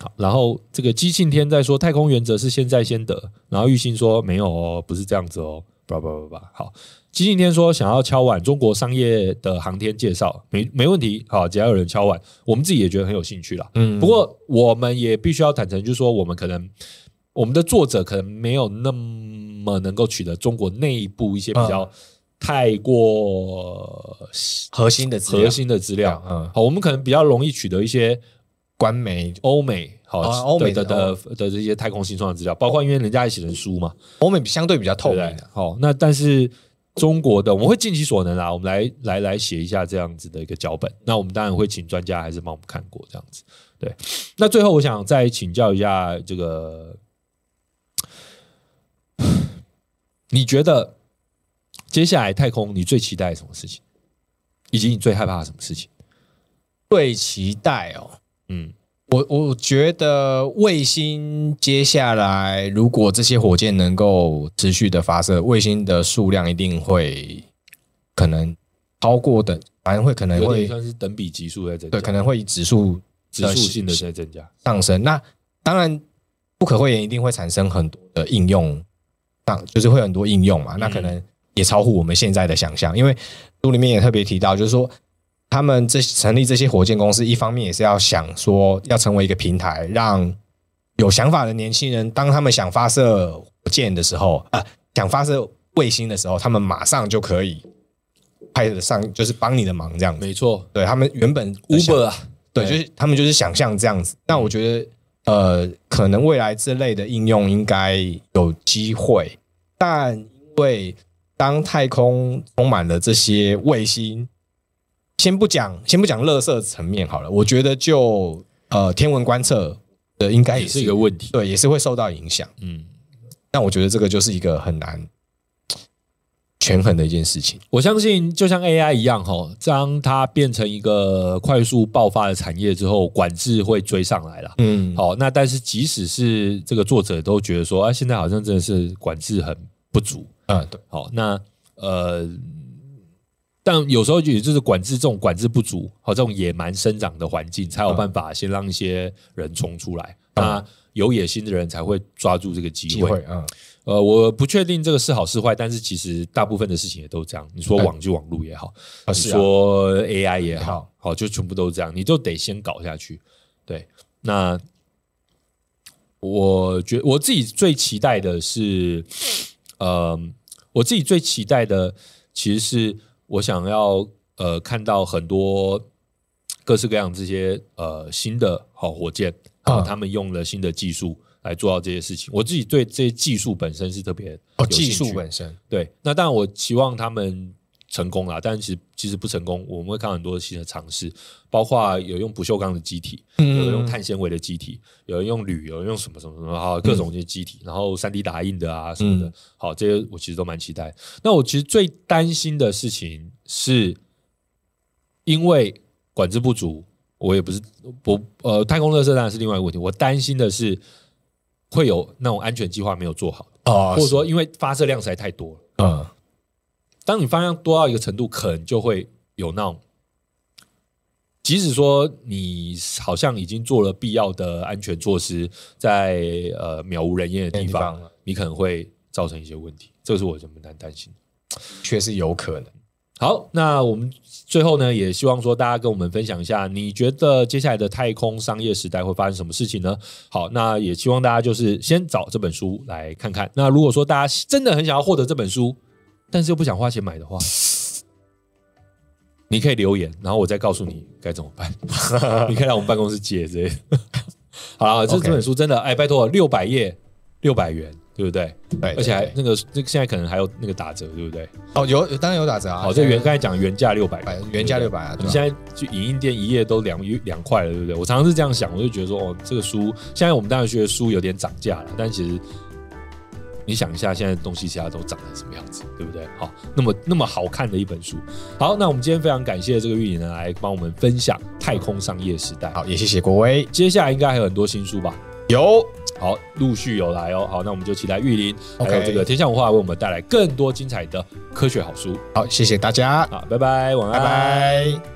[SPEAKER 1] 好，然后这个姬庆天在说太空原则是现在先得，然后玉兴说没有哦，不是这样子哦，叭叭叭叭。好，姬庆天说想要敲碗中国商业的航天介绍，没没问题，好，只要有人敲碗，我们自己也觉得很有兴趣啦。
[SPEAKER 2] 嗯
[SPEAKER 1] 不过我们也必须要坦诚，就是说我们可能我们的作者可能没有那么能够取得中国内部一些比较太过
[SPEAKER 2] 核心的资料
[SPEAKER 1] 核心的资料。
[SPEAKER 2] 嗯，
[SPEAKER 1] 好，我们可能比较容易取得一些
[SPEAKER 2] 官媒
[SPEAKER 1] 欧美好
[SPEAKER 2] 啊欧美
[SPEAKER 1] 的
[SPEAKER 2] 的
[SPEAKER 1] 的的的这些太空新创的资料，包括因为人家也写成书嘛，
[SPEAKER 2] 欧美相对比较透
[SPEAKER 1] 对
[SPEAKER 2] 明
[SPEAKER 1] 不对
[SPEAKER 2] 的，？
[SPEAKER 1] 好，那但是中国的我们会尽其所能啦，我们来来来写一下这样子的一个脚本。那我们当然会请专家还是帮我们看过这样子。对，那最后我想再请教一下这个，你觉得接下来太空你最期待什么事情，以及你最害怕什么事情？
[SPEAKER 2] 最期待哦。
[SPEAKER 1] 嗯
[SPEAKER 2] 我我觉得卫星接下来，如果这些火箭能够持续的发射，卫星的数量一定会可能超过的，反正会可能
[SPEAKER 1] 有点
[SPEAKER 2] 哎会
[SPEAKER 1] 算是等比级数在增加，
[SPEAKER 2] 对，可能会呃以指数
[SPEAKER 1] 指数性的在增加。
[SPEAKER 2] 上升。那当然不可讳言，一定会产生很多的应用，上就是会有很多应用嘛。那可能也超乎我们现在的想象，因为书里面也特别提到，就是说他们这成立这些火箭公司，一方面也是要想说要成为一个平台，让有想法的年轻人，当他们想发射火箭的时候，呃，想发射卫星的时候，他们马上就可以派得上，就是帮你的忙这样子。
[SPEAKER 1] 没错
[SPEAKER 2] 对他们原本的想
[SPEAKER 1] ，Uber 啊，
[SPEAKER 2] 对，
[SPEAKER 1] 对嗯
[SPEAKER 2] 就是他们就是想象这样子。那我觉得，呃，可能未来这类的应用应该有机会，但因为当太空充满了这些卫星，先不讲，先不讲垃圾层面好了，我觉得就呃天文观测的应该
[SPEAKER 1] 也
[SPEAKER 2] 也
[SPEAKER 1] 是
[SPEAKER 2] 是
[SPEAKER 1] 一个问题。
[SPEAKER 2] 对，也是会受到影响。
[SPEAKER 1] 嗯。
[SPEAKER 2] 那我觉得这个就是一个很难权衡的一件事情。
[SPEAKER 1] 我相信，就像 AI 一样，哈，当它变成一个快速爆发的产业之后，管制会追上来了。
[SPEAKER 2] 嗯，
[SPEAKER 1] 好，哦那但是即使是这个作者都觉得说，啊，现在好像真的是管制很不足。
[SPEAKER 2] 嗯，对，
[SPEAKER 1] 好，那呃，但有时候也就是管制这种管制不足，好，这种野蛮生长的环境，
[SPEAKER 2] 嗯
[SPEAKER 1] 才有办法先让一些人冲出来。那有野心的人才会抓住这个
[SPEAKER 2] 机会，嗯，
[SPEAKER 1] 呃，我不确定这个是好是坏，但是其实大部分的事情也都这样。你说
[SPEAKER 2] 哎
[SPEAKER 1] 网就网路也好，
[SPEAKER 2] 啊
[SPEAKER 1] 你
[SPEAKER 2] 是啊，
[SPEAKER 1] 说 AI 也好
[SPEAKER 2] 好，
[SPEAKER 1] 好就全部都这样，你就得先搞下去。对，那我觉我自己最期待的是，呃，我自己最期待的其实是我想要呃看到很多各式各样这些呃新的好火箭，然后
[SPEAKER 2] 嗯
[SPEAKER 1] 他们用了新的技术来做到这些事情。我自己对这些技术本身是特别
[SPEAKER 2] 哦，
[SPEAKER 1] 有兴
[SPEAKER 2] 技术
[SPEAKER 1] 趣
[SPEAKER 2] 本身，
[SPEAKER 1] 对，那当然我期望他们成功啦，但其实其实不成功，我们会看到很多新的尝试，包括有用不锈钢的机体，有
[SPEAKER 2] 嗯
[SPEAKER 1] 人用碳纤维的机体，有人用铝，有人用什么什么什么，好各种这些机体，然后三 D 打印的啊什么的，
[SPEAKER 2] 嗯
[SPEAKER 1] 好这些我其实都蛮期待。那我其实最担心的事情是，因为管制不足，我也不是我呃太空垃圾当然是另外一个问题，我担心的是会有那种安全计划没有做好，
[SPEAKER 2] 啊
[SPEAKER 1] 或者说因为发射量实在太多了。
[SPEAKER 2] 嗯
[SPEAKER 1] 当你发量多到一个程度，可能就会有那种，即使说你好像已经做了必要的安全措施，在呃渺无人烟的地
[SPEAKER 2] 地
[SPEAKER 1] 方
[SPEAKER 2] 方了，
[SPEAKER 1] 你可能会造成一些问题，这是我这么蛮担心的。
[SPEAKER 2] 确实有可能。
[SPEAKER 1] 好，那我们最后呢，也希望说大家跟我们分享一下，你觉得接下来的太空商业时代会发生什么事情呢？好，那也希望大家就是先找这本书来看看。那如果说大家真的很想要获得这本书，但是又不想花钱买的话，你可以留言，然后我再告诉你该怎么 办。你可以来我们办公室借之类的。好了，这
[SPEAKER 2] OK
[SPEAKER 1] 这本书真的，哎，拜托，六百页，六百元，对不对？
[SPEAKER 2] 对，
[SPEAKER 1] 而且还
[SPEAKER 2] 对
[SPEAKER 1] 那个那个现在可能还有那个打折，对不对？
[SPEAKER 2] 哦，有有当然有打折啊。
[SPEAKER 1] 好，这原刚才讲原价六百
[SPEAKER 2] 百，原价六百啊，
[SPEAKER 1] 你
[SPEAKER 2] 对吧
[SPEAKER 1] 现在去影印店一页都两两块了，对不对？我常常是这样想，我就觉得说，哦，这个书现在我们当然觉得书有点涨价了，但其实你想一下，现在东西其他都涨成什么样子，对不对？好，那么那么好看的一本书，好，那我们今天非常感谢这个玉影呢来帮我们分享太空商业时代。
[SPEAKER 2] 好，也谢谢国威。
[SPEAKER 1] 接下来应该还有很多新书吧？
[SPEAKER 2] 有
[SPEAKER 1] 好，陆续有来哦。好，那我们就期待玉林还有
[SPEAKER 2] OK
[SPEAKER 1] 这个天下文化为我们带来更多精彩的科学好书。
[SPEAKER 2] 好，谢谢大家，
[SPEAKER 1] 好，拜拜，晚
[SPEAKER 2] 拜
[SPEAKER 1] 安。
[SPEAKER 2] 拜。